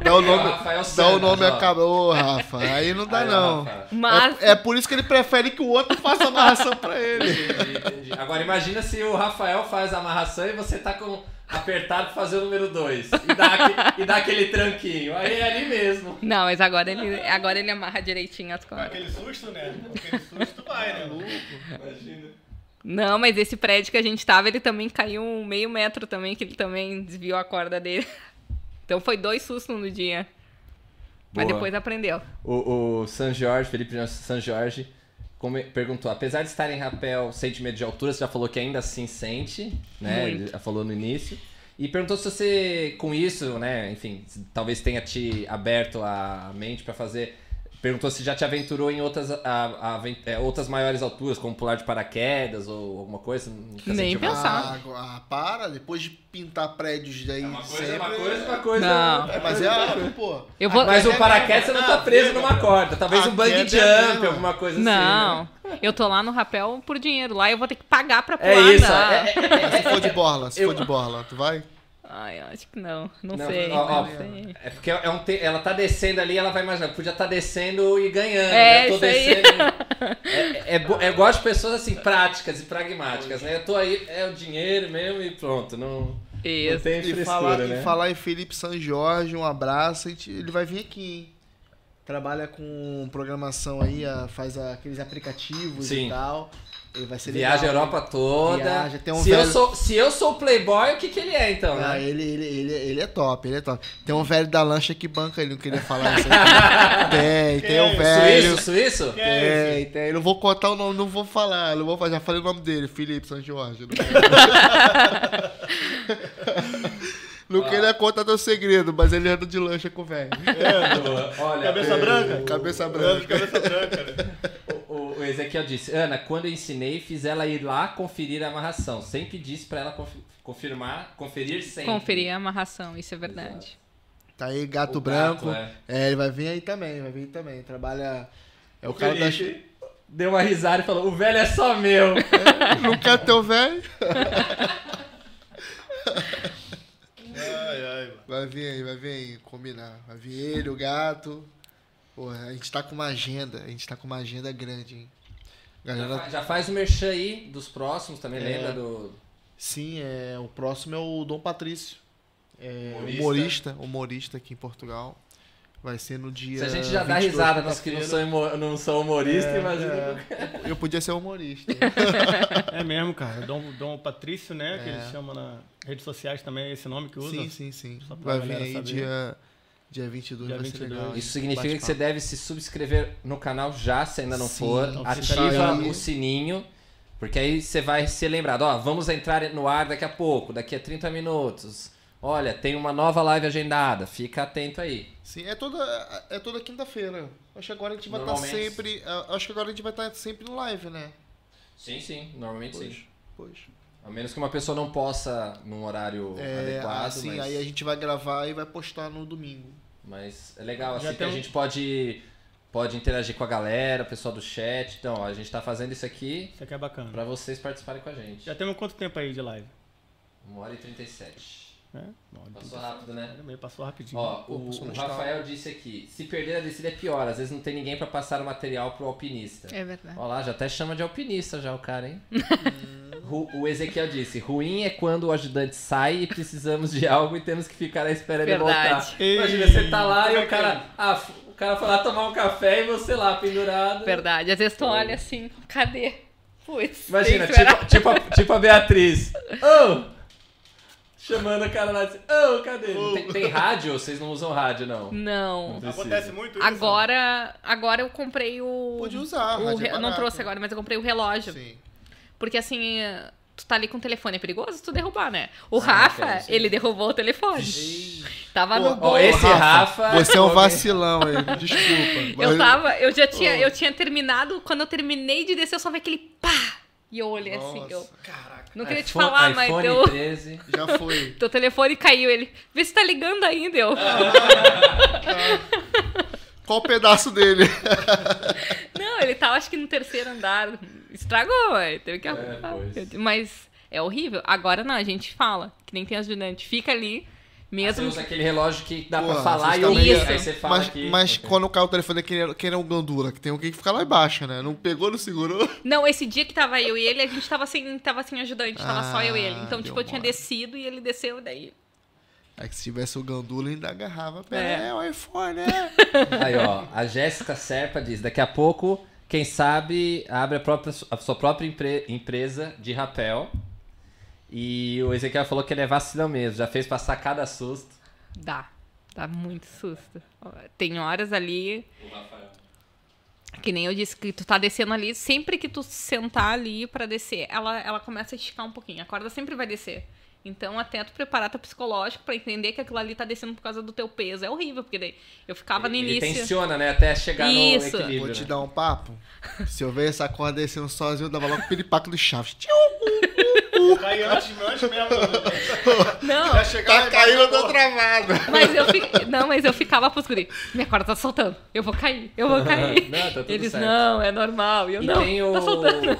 S1: Dá o
S3: É o
S1: nome,
S3: Rafael
S1: dá o
S3: Santos,
S1: nome
S3: ó.
S1: acaba. Ô, Rafa, aí não dá
S3: Aí, ó,
S1: não.
S3: Rafael.
S4: Mas
S1: É, é por isso que ele prefere que o outro faça a amarração pra ele.
S3: Entendi, entendi. Agora imagina se o Rafael faz a amarração e você tá com apertado pra fazer o número 2. E, dá aque- e dá aquele tranquinho. Aí é ali mesmo.
S4: Não, mas agora ele, agora ele amarra direitinho as cordas.
S2: Aquele susto, né? Aquele susto vai, né? Imagina.
S4: Não, mas esse prédio que a gente tava, ele também caiu um meio metro também, que ele também desviou a corda dele. Então foi dois sustos no dia. Mas
S3: Boa.
S4: depois aprendeu.
S3: O, o San Jorge, Felipe Jones San Jorge, come- perguntou: apesar de estar em rapel 100 metros de altura, você já falou que ainda assim sente, né?
S4: Muito.
S3: Ele Já falou no início. E perguntou se você, com isso, né, enfim, se- talvez tenha te aberto a mente pra fazer. Perguntou se já te aventurou em outras, a- a- aven- é, outras maiores alturas, como pular de paraquedas ou alguma coisa. Nunca
S4: Nem
S3: sentiu-
S4: pensar.
S1: Ah, agora- ah, para, depois de pintar prédios daí sempre...
S3: É uma coisa.
S4: Não.
S3: outra
S1: É, mas é,
S3: coisa, outra
S1: algo, pô.
S4: Eu vou.
S3: Mas o
S1: é
S3: paraquedas você
S1: mesmo.
S3: não tá preso numa corda. Talvez
S1: A
S3: um bang
S1: queda é
S3: jump,
S1: mesmo.
S3: alguma coisa assim.
S4: Não, eu tô lá no rapel por dinheiro. Lá eu vou ter que pagar pra pular. tá?
S3: né? É isso.
S4: não.
S3: é- é-
S1: Mas se for de borla, se
S3: Eu-
S1: for de borla, tu vai?
S4: Ai, eu acho que não. Não,
S3: Não,
S4: sei.
S3: ó, ó,
S4: não sei.
S3: é porque é um te- ela tá descendo ali, ela vai imaginar, podia tá descendo e ganhando.
S4: É,
S3: né? Tô
S4: isso aí.
S3: descendo. É, é, bo- é igual as pessoas assim, práticas e pragmáticas, né? Eu tô aí, é o dinheiro mesmo e pronto. Não, não
S4: Isso.
S3: tem
S1: E
S3: frescura,
S1: falar,
S3: né?
S1: e falar em Felipe San Jorge, um abraço. e te- Ele vai vir aqui, hein? Trabalha com programação aí, a- faz a- aqueles aplicativos
S3: Sim.
S1: e tal. Ele vai ser
S3: Viaja a
S1: legal.
S3: Europa toda.
S1: Viaja, tem um
S3: se, eu
S1: velho-
S3: sou, se eu sou o playboy, o que que ele é então,
S1: Ah,
S3: né?
S1: ele, ele, ele, ele é top, ele é top. Tem um velho da lancha que banca ele, não queria falar isso aqui. Tem, tem um
S2: Suíço,
S1: velho.
S3: Suíço, suíço?
S2: é
S1: Tem, tem. Eu não vou contar o nome, não vou falar. Não vou falar, já falei o nome dele, Felipe San Jorge. Não, não queria contar teu segredo, mas ele anda de lancha com o velho.
S3: Olha,
S2: Cabeça branca?
S1: É, Cabeça
S2: Branco,
S1: branca.
S2: cabeça branca.
S3: O, o- o Ezequiel disse, Ana, quando eu ensinei, fiz ela ir lá conferir a amarração. Sempre disse pra ela confi- confirmar, conferir sempre.
S4: Conferir a amarração, isso é verdade.
S1: Tá aí, gato
S3: O
S1: branco.
S3: é.
S1: é. ele vai vir aí também, vai vir também. Trabalha. É o cara das.
S2: Felipe.
S3: Deu uma risada e falou, o velho é só meu.
S1: Não quer teu velho?
S2: Ai, ai, mano.
S1: Vai vir aí, vai vir aí, combinar. Vai vir ele, o gato. Porra, a gente tá com uma agenda, a gente tá com uma agenda grande, hein?
S3: Já,
S1: Galera,
S3: fa- já faz o merchan aí dos próximos também,
S1: É.
S3: lembra do...
S1: sim, é, o próximo é o Dom Patrício. é,
S3: Humorista.
S1: humorista, humorista aqui em Portugal. Vai ser no dia.
S3: Se a gente já dá
S1: 22
S3: risada com os que não são, imo- não são humoristas, imagina.
S1: É, eu podia ser humorista.
S2: É mesmo, cara. Dom, Dom Patrício, né? Que
S1: É.
S2: ele chama nas redes sociais também, é esse nome que usa.
S1: sim, sim, sim.
S2: Só pra
S1: Vai vir
S2: galera
S1: aí
S2: saber.
S1: dia, dia 22,
S2: Dia
S1: vai ser
S2: 22.
S1: legal.
S3: Isso significa que você
S1: Bate-papo.
S3: deve se subscrever no canal já, se ainda não
S1: Sim,
S3: for.
S1: então
S2: fica
S3: Ativa
S1: aí.
S3: o sininho, porque aí você vai ser lembrado. Ó, vamos entrar no ar daqui a pouco, daqui a 30 minutos. Olha, tem uma nova live agendada, fica atento aí.
S1: Sim, é toda, é toda quinta-feira. Acho que agora a gente vai estar
S3: Normalmente.
S1: sempre. a- Acho que agora a gente vai estar sempre no live, né?
S3: Sim, sim, normalmente sim.
S1: Pois.
S3: A menos que uma pessoa não possa num horário
S1: É,
S3: adequado,
S1: assim,
S3: mas,
S1: aí a gente vai gravar e vai postar no domingo.
S3: mas é legal, assim,
S2: Já
S3: que a
S2: tem um-
S3: gente pode, pode interagir com a galera, o pessoal do chat. Então, ó, a gente tá fazendo isso aqui
S2: Isso aqui é bacana.
S3: pra vocês participarem com a gente.
S2: Já temos quanto tempo aí de live?
S3: 1 hora e 37.
S2: Né? Não,
S3: Passou rápido, né?
S2: Meio passou rapidinho.
S3: Ó,
S1: Pô,
S3: o,
S1: passou
S3: o
S1: no
S3: Rafael disse aqui, se perder a descida é pior, às vezes não tem ninguém pra passar o material pro alpinista.
S4: É verdade.
S3: Ó lá, já até chama de alpinista já o cara, hein? Ru- o Ezequiel disse, ruim é quando o ajudante sai e precisamos de algo e temos que ficar à espera de
S4: Verdade.
S3: voltar. Imagina, você tá lá e o cara, ah, f- o cara foi lá tomar um café e você lá pendurado.
S4: Verdade. Às vezes tu olha assim, cadê? Putz.
S3: Imagina,
S4: tem que esperar.
S3: tipo, tipo, a, tipo a Beatriz. Ô! chamando o cara lá e dizendo, ô, cadê? ele? Tem, tem rádio? Vocês não usam rádio, não?
S4: Não.
S2: Acontece muito isso. né?
S4: Agora, agora eu comprei o.
S1: Pode usar,
S4: o
S1: rádio
S4: re-
S1: é
S4: Não
S1: barato.
S4: trouxe agora, mas eu comprei o relógio.
S1: Sim.
S4: Porque assim, tu tá ali com o telefone, é perigoso tu derrubar, né? O
S3: Ah, cara,
S4: Rafa,
S3: sim.
S4: ele derrubou o telefone. Tava
S1: Pô,
S4: no
S3: Ó,
S4: bolso.
S3: esse Rafa.
S1: Você é um
S3: Alguém-
S1: vacilão aí, desculpa.
S4: Eu
S1: Mas-
S4: tava, eu já tinha, eu tinha terminado, quando eu terminei de descer, eu só vi aquele pá! E eu olhei assim, eu
S1: Nossa, Caraca.
S4: não queria te
S3: iPhone-
S4: falar, mas
S3: iPhone
S4: teu,
S3: 13.
S1: Já foi.
S4: teu telefone caiu, ele, vê se tá ligando ainda, eu,
S1: Qual o pedaço dele?
S4: não, ele tava acho que no terceiro andar, estragou, ué, teve
S1: É,
S4: que arrumar,
S3: pois.
S4: mas é horrível, agora não, a gente fala, que nem tem ajudante, fica ali,
S3: Você
S4: mesmo,
S3: usa
S1: é.
S3: aquele relógio que dá pra
S1: Porra,
S3: falar
S1: vocês
S3: e ouvir.
S4: também-
S3: Aí você fala
S1: mas
S3: que.
S1: mas quando cai o telefone, quem era, quem era o Gandula? Que tem alguém que fica lá embaixo, né? Não pegou, não segurou.
S4: Não, esse dia que tava eu e ele, a gente tava sem, tava sem ajudante, tava só eu e ele.
S1: Ah,
S4: Então, tipo,
S1: deu
S4: eu tinha
S1: mole.
S4: descido e ele desceu, daí.
S1: É que se tivesse o Gandula, ainda agarrava. Pera,
S4: É.
S1: é. o iPhone, né?
S3: Aí, ó, a Jéssica Serpa diz: daqui a pouco, quem sabe, abre a, própria, a sua própria empre- empresa de rapel. E o Ezequiel falou que ele é vacilão mesmo, já fez passar cada susto.
S4: Dá. Dá muito susto. Tem horas ali. Que nem eu disse, que tu tá descendo ali, sempre que tu sentar ali pra descer, ela, ela começa a esticar um pouquinho. A corda sempre vai descer. Então, até tu preparar teu psicológico pra entender que aquilo ali tá descendo por causa do teu peso. É horrível, porque daí eu ficava no
S3: ele, ele
S4: início.
S3: tensiona, né? Até chegar no
S4: Isso.
S3: equilíbrio.
S1: Vou te
S3: né?
S1: dar um papo. Se eu ver essa corda descendo sozinho, eu dava logo piripaco do Chaves.
S2: Cai Tá antes, antes mesmo.
S4: Não,
S1: Tá caindo, eu tô travado.
S4: Mas eu fi- Não, mas eu ficava pros guri. Minha corda tá soltando. Eu vou cair, eu vou cair.
S3: Não, tá tudo
S4: Eles,
S3: certo.
S4: não, é normal. E eu,
S3: E
S4: não,
S3: tem o,
S4: tá soltando.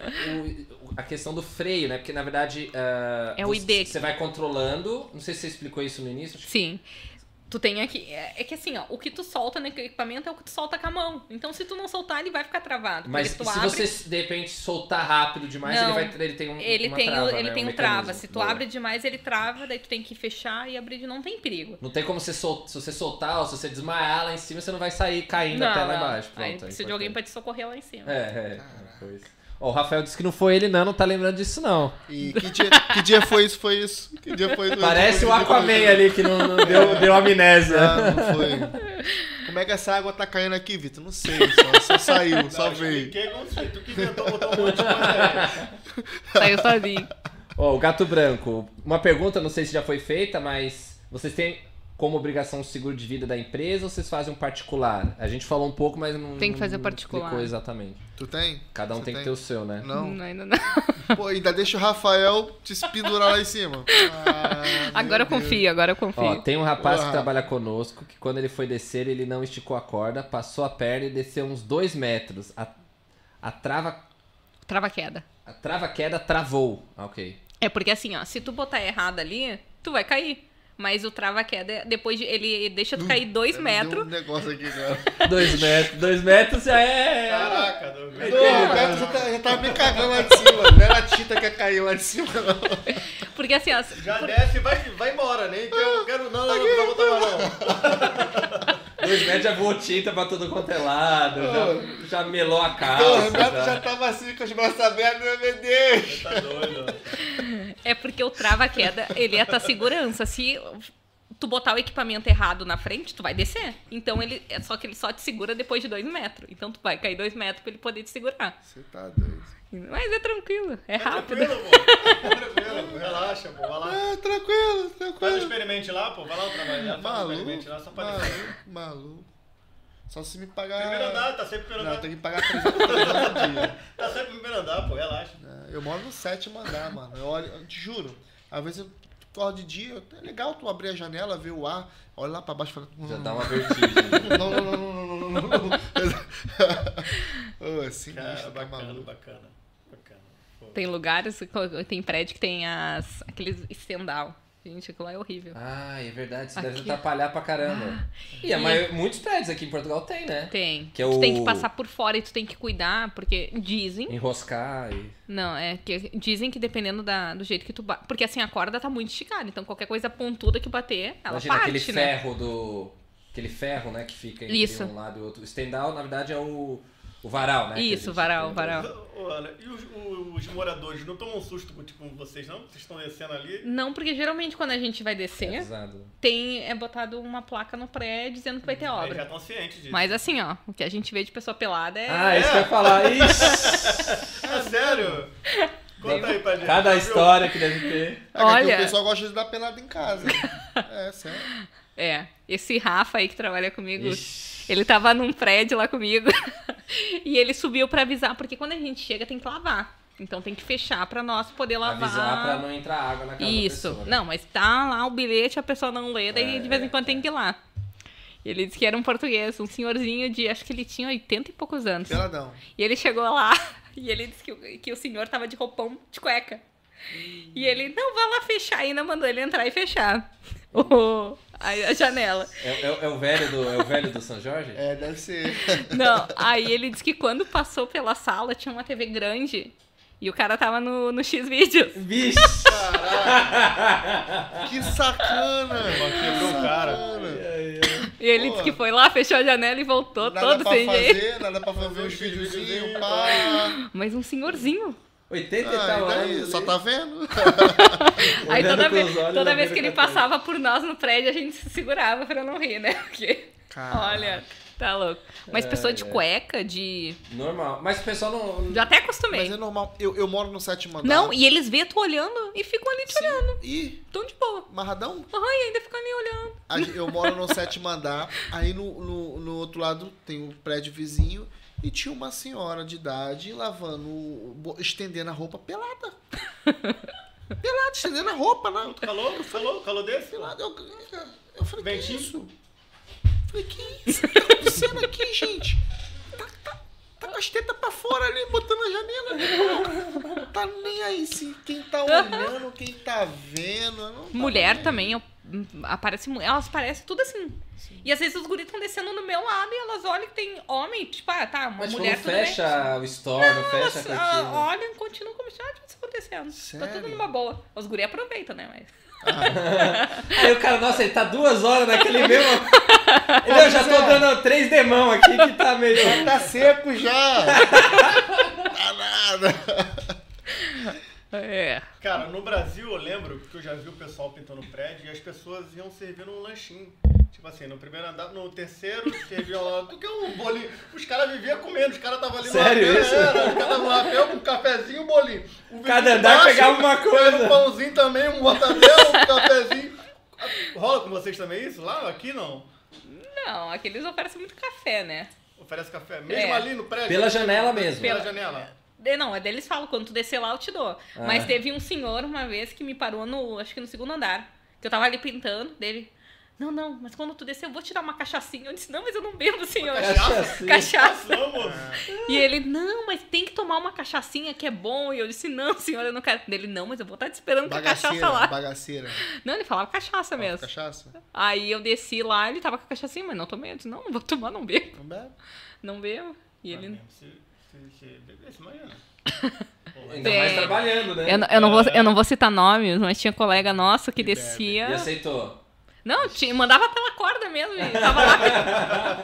S3: o- o- A questão do freio, né? Porque na verdade. ah,
S4: É o ID.
S3: Você vai controlando. Não sei se você explicou isso no início. acho que-
S4: Sim. Tu tem aqui... É, é que assim, ó, o que tu solta no equipamento é o que tu solta com a mão. Então, se tu não soltar, ele vai ficar travado.
S3: Mas
S4: porque
S3: se
S4: tu abre...
S3: você de repente soltar rápido demais,
S4: Não.
S3: ele, vai, ele tem um.
S4: Ele
S3: uma
S4: tem,
S3: trava,
S4: o, ele
S3: né?
S4: tem um,
S3: mecanismo.
S4: trava. Se tu
S3: Boa.
S4: abre demais, ele trava. Daí tu tem que fechar e abrir de... Não tem perigo.
S3: Não tem como você sol... se você soltar ou se você desmaiar lá em cima, você não vai sair caindo
S4: não,
S3: até lá
S4: não.
S3: embaixo. Pronto,
S4: Aí
S3: é
S4: precisa de alguém pra
S3: importante.
S4: te socorrer lá em cima.
S3: É, é. Pois. Ó, o Rafael disse que não foi ele, não, não tá lembrando disso, não.
S1: E que dia, que dia foi isso? Foi isso? Que dia foi isso?
S3: Parece o
S1: Que dia foi
S3: Aquaman né?
S1: isso?
S3: ali que não, não deu, deu amnésia.
S1: Ah, não foi. Como é que essa água tá caindo aqui, Vitor? Não sei, só, só saiu, só veio.
S2: Que como se um tu que inventou, botou um monte de coisa.
S4: Saiu sozinho.
S3: Ó, o Gato Branco, uma pergunta, não sei se já foi feita, mas vocês têm como obrigação o seguro de vida da empresa ou vocês fazem um particular? A gente falou um pouco, mas não.
S4: Tem que fazer
S3: não
S4: particular.
S3: explicou exatamente.
S1: Tu tem?
S3: Cada um
S1: Você
S3: tem, que ter o seu, né?
S1: Não?
S4: ainda não.
S1: Pô, ainda deixa o Rafael te se pendurar lá em cima. Ah,
S4: Agora eu
S1: meu Deus.
S4: confio, agora eu confio.
S3: Ó, tem um rapaz
S1: Uau.
S3: que trabalha conosco que quando ele foi descer, ele não esticou a corda, passou a perna e desceu uns dois metros. A, a trava.
S4: Trava queda.
S3: A trava queda travou. Ah, ok.
S4: É porque assim, ó, se tu botar errado ali, tu vai cair. Mas o trava-queda, depois de- ele deixa tu cair dois
S1: Deu
S4: metros.
S1: Um negócio aqui, cara.
S3: Dois metros. Dois metros já é.
S2: Caraca, do...
S1: tá, Não, o Beto já, tá, já tava me cagando lá de cima. Não era a Tita que ia cair lá de cima, não.
S4: Porque assim, as-
S2: Já
S4: por-
S2: desce e vai, vai embora, né? Que eu não quero, não, não, não vou voltar mais não.
S3: Dois metros já voou tinta pra todo quanto é lado, já, já melou a
S1: Pô, o
S3: calça.
S1: Renato
S3: já-
S1: já tava assim com os braços abertos, meu Deus.
S2: Tá doido.
S4: é porque o trava-queda, ele é a tua segurança. Se tu botar o equipamento errado na frente, tu vai descer. Então ele. É só que ele só te segura depois de dois metros. Então tu vai cair dois metros pra ele poder te segurar.
S1: Você tá doido.
S4: Mas é tranquilo, é rápido.
S2: Tranquilo, pô. Tranquilo, relaxa, pô. Vai lá.
S1: É, tranquilo,
S2: Faz o
S1: tranquilo.
S2: experimente lá, pô. Vai lá trabalhar. Faz o experimente
S1: Maluco,
S2: lá só pra limpar.
S1: maluco, maluco. Só se me pagar...
S2: Primeiro andar, tá sempre primeiro
S1: Não,
S2: andar.
S1: tem que pagar 300 reais por dia.
S2: Tá sempre primeiro andar, pô. Relaxa.
S1: É, Eu moro no sétimo andar, mano. Eu olho, eu te juro. Às vezes eu acordo de dia, é legal tu abrir a janela, ver o ar, olha lá pra baixo e fala... "Hum,
S3: Já dá uma vertigem.
S1: Não, não, não, não, não, não, não, não. Ô, é
S2: Cara,
S1: sinistro, tá
S2: Ah, bacana,
S1: maluco.
S2: bacana. Bacana. Pô.
S4: Tem lugares, tem prédio que tem as, aqueles estendal. Gente, aquilo lá é horrível.
S3: Ah, é verdade, isso deve
S4: Aqui. Ah.
S3: atrapalhar pra caramba. E a maio- muitos prédios aqui em Portugal tem, né?
S4: Tem.
S3: Que é
S4: tu tem
S3: o-
S4: que passar por fora e tu tem que cuidar, porque dizem.
S3: Enroscar e.
S4: Não, é que dizem que dependendo da, do jeito que tu bate. Porque assim, a corda tá muito esticada, então qualquer coisa pontuda que bater, ela
S3: Imagina
S4: parte,
S3: aquele
S4: né?
S3: ferro do. Aquele ferro, né, que fica entre
S4: Isso.
S3: um lado e outro. O Stendhal, na verdade, é o, o varal, né? que a
S4: Isso,
S3: gente-
S4: varal, varal.
S2: Ô, Ana, e os, o- os moradores não tomam susto com tipo, vocês, não? Vocês estão descendo ali?
S4: Não, porque geralmente quando a gente vai
S3: É,
S4: descer,
S3: pesado.
S4: tem é botado uma placa no pré dizendo que vai
S3: Uhum.
S4: ter
S2: Eles já
S4: obra.
S2: estão cientes disso.
S4: Mas assim, ó, o que a gente vê de pessoa pelada é.
S3: Ah, isso que eu ia falar. Ixi!
S2: É sério? Conta aí pra gente.
S3: Cada
S2: viu?
S3: história que deve ter.
S1: É que aqui
S4: Olha.
S1: O pessoal gosta de dar pelada em casa. É, sério.
S4: É. Esse Rafa aí que trabalha comigo,
S3: Ixi.
S4: ele tava num prédio lá comigo. e ele subiu pra avisar, porque quando a gente chega tem que lavar. Então tem que fechar pra nós poder lavar.
S3: Avisar pra não entrar água na casa
S4: Isso.
S3: da pessoa.
S4: Não, mas tá lá o bilhete, a pessoa não lê, daí
S3: É,
S4: de vez em quando tem que ir lá. E ele disse que era um português, um senhorzinho de, acho que ele tinha 80 e poucos anos.
S1: Peladão.
S4: E ele chegou lá e ele disse que, o- que o senhor tava de roupão de cueca. E ele, não, vai lá fechar. Ainda mandou ele entrar e fechar o- a, a janela.
S3: É, é- é o velho do, é o velho do São Jorge?
S1: É, deve ser.
S4: Não, aí ele disse que quando passou pela sala tinha uma TV grande e o cara tava no, no X-Vídeos.
S3: Bicho!
S1: Que sacana!
S2: Quebrou o cara.
S4: E ele
S1: Pô.
S4: disse que foi lá, fechou a janela e voltou
S1: Nada
S4: todo
S1: pra
S4: sem jeito.
S1: fazer, nada pra fazer uns videozinhos, pá.
S4: Mas um senhorzinho.
S3: 80 e
S1: Ah,
S3: tal
S1: e daí?
S3: anos,
S1: Só
S3: né?
S1: tá vendo?
S4: Aí
S3: Olhando
S4: toda
S3: com os
S4: vez,
S3: olhos
S4: toda
S3: da
S4: vez que ele
S3: beira da
S4: passava por nós no prédio, a gente se segurava pra não rir, né? Porque, olha, tá louco. Mas pessoa de
S3: Ah. Ai, ai.
S4: cueca, de...
S3: Normal. Mas o pessoal não.
S4: Já até
S1: Mas
S4: acostumei.
S1: é normal. Eu, eu moro no sétimo andar.
S4: Não, e eles vê tu olhando e ficam ali te olhando.
S1: Ih,
S4: Tão de boa.
S1: marradão?
S4: Aham, e ainda ficam ali olhando.
S1: A gen- Eu moro no sétimo andar, aí no, no, no outro lado tem um prédio vizinho e tinha uma senhora de idade lavando, o- bo- estendendo a roupa pelada. Pelada, estendendo a roupa, né?
S2: Calor? Calor? Calor Tá desse?
S1: Pelada. Eu, eu falei, que
S2: Ventinho?
S1: isso? Falei, que isso? O que tá acontecendo aqui, gente? Tá, tá, tá com as tetas pra fora ali, botando a janela. Não tá nem aí se quem tá olhando, quem tá vendo. não tá
S4: Mulher
S1: nem aí.
S4: também, eu- hum, aparece, mu- elas parecem tudo assim. E às vezes os guris estão descendo no meu lado e elas olham que tem homem, tipo, ah, tá, uma
S3: Mas tipo,
S4: mulher
S3: não
S4: tudo bem.
S3: fecha o store, não, fecha a
S4: Elas
S3: cortina.
S4: ah, olham e continuam como se nada tivesse acontecendo. Tá
S1: Sério?
S4: tudo numa boa. Os guris aproveitam, né? Mas...
S3: Aí o cara, nossa, ele tá duas horas naquele mesmo. Ele, eu já tô
S1: é.
S3: dando três demão aqui que tá meio.
S1: Já tá seco já. tá nada.
S4: É.
S2: Cara, no Brasil eu lembro que eu já vi o pessoal pintando prédio e as pessoas iam servindo um lanchinho. Tipo assim, no primeiro andar, no terceiro, serviam lá. Do que um bolinho? Os caras viviam comendo, os caras estavam ali
S3: Sério
S2: no rapel,
S3: isso?
S2: Era, os caras no rapel com um cafezinho e um bolinho. O vizinho
S3: Cada andar
S2: embaixo,
S3: pegava uma coisa.
S2: Um pãozinho também, um mortadelo, um cafezinho. Rola com vocês também isso? Lá, aqui não.
S4: Não, aqueles oferecem muito café, né?
S2: Oferece café. Mesmo
S4: É.
S2: ali no prédio?
S3: Pela janela mesmo.
S2: Pela janela.
S4: De- Não, é deles falam, quando tu descer lá eu te dou.
S3: Ah.
S4: Mas teve um senhor uma vez que me parou no, acho que no segundo andar, que eu tava ali pintando, dele, não, não, mas quando tu descer eu vou te dar uma cachaçinha. Eu disse, não, mas eu não bebo, senhor.
S3: Cachaça.
S4: Cachaça.
S2: Vamos!
S4: E ele, não, mas tem que tomar uma cachaçinha que é bom. E eu disse, não, senhor, eu não quero. Dele, não, mas eu vou estar te esperando com a cachaça
S1: Bagaceira,
S4: lá.
S1: bagaceira.
S4: Não, ele falava cachaça mesmo.
S1: Cachaça?
S4: Aí eu desci lá, assim, ele tava com a cachaçinha, mas não tomei. Eu disse, não, não vou tomar, não bebo.
S1: Não bebe?
S4: Não bebo. E ele,
S2: Se, se se, se bebesse, imagina.
S3: Ainda mais
S4: É.
S3: trabalhando, né?
S4: Eu, não- eu não vou, eu não vou citar nomes, mas tinha colega nosso que
S2: bebe.
S4: descia.
S3: E aceitou.
S4: Não, te, mandava pela corda mesmo. e tava lá.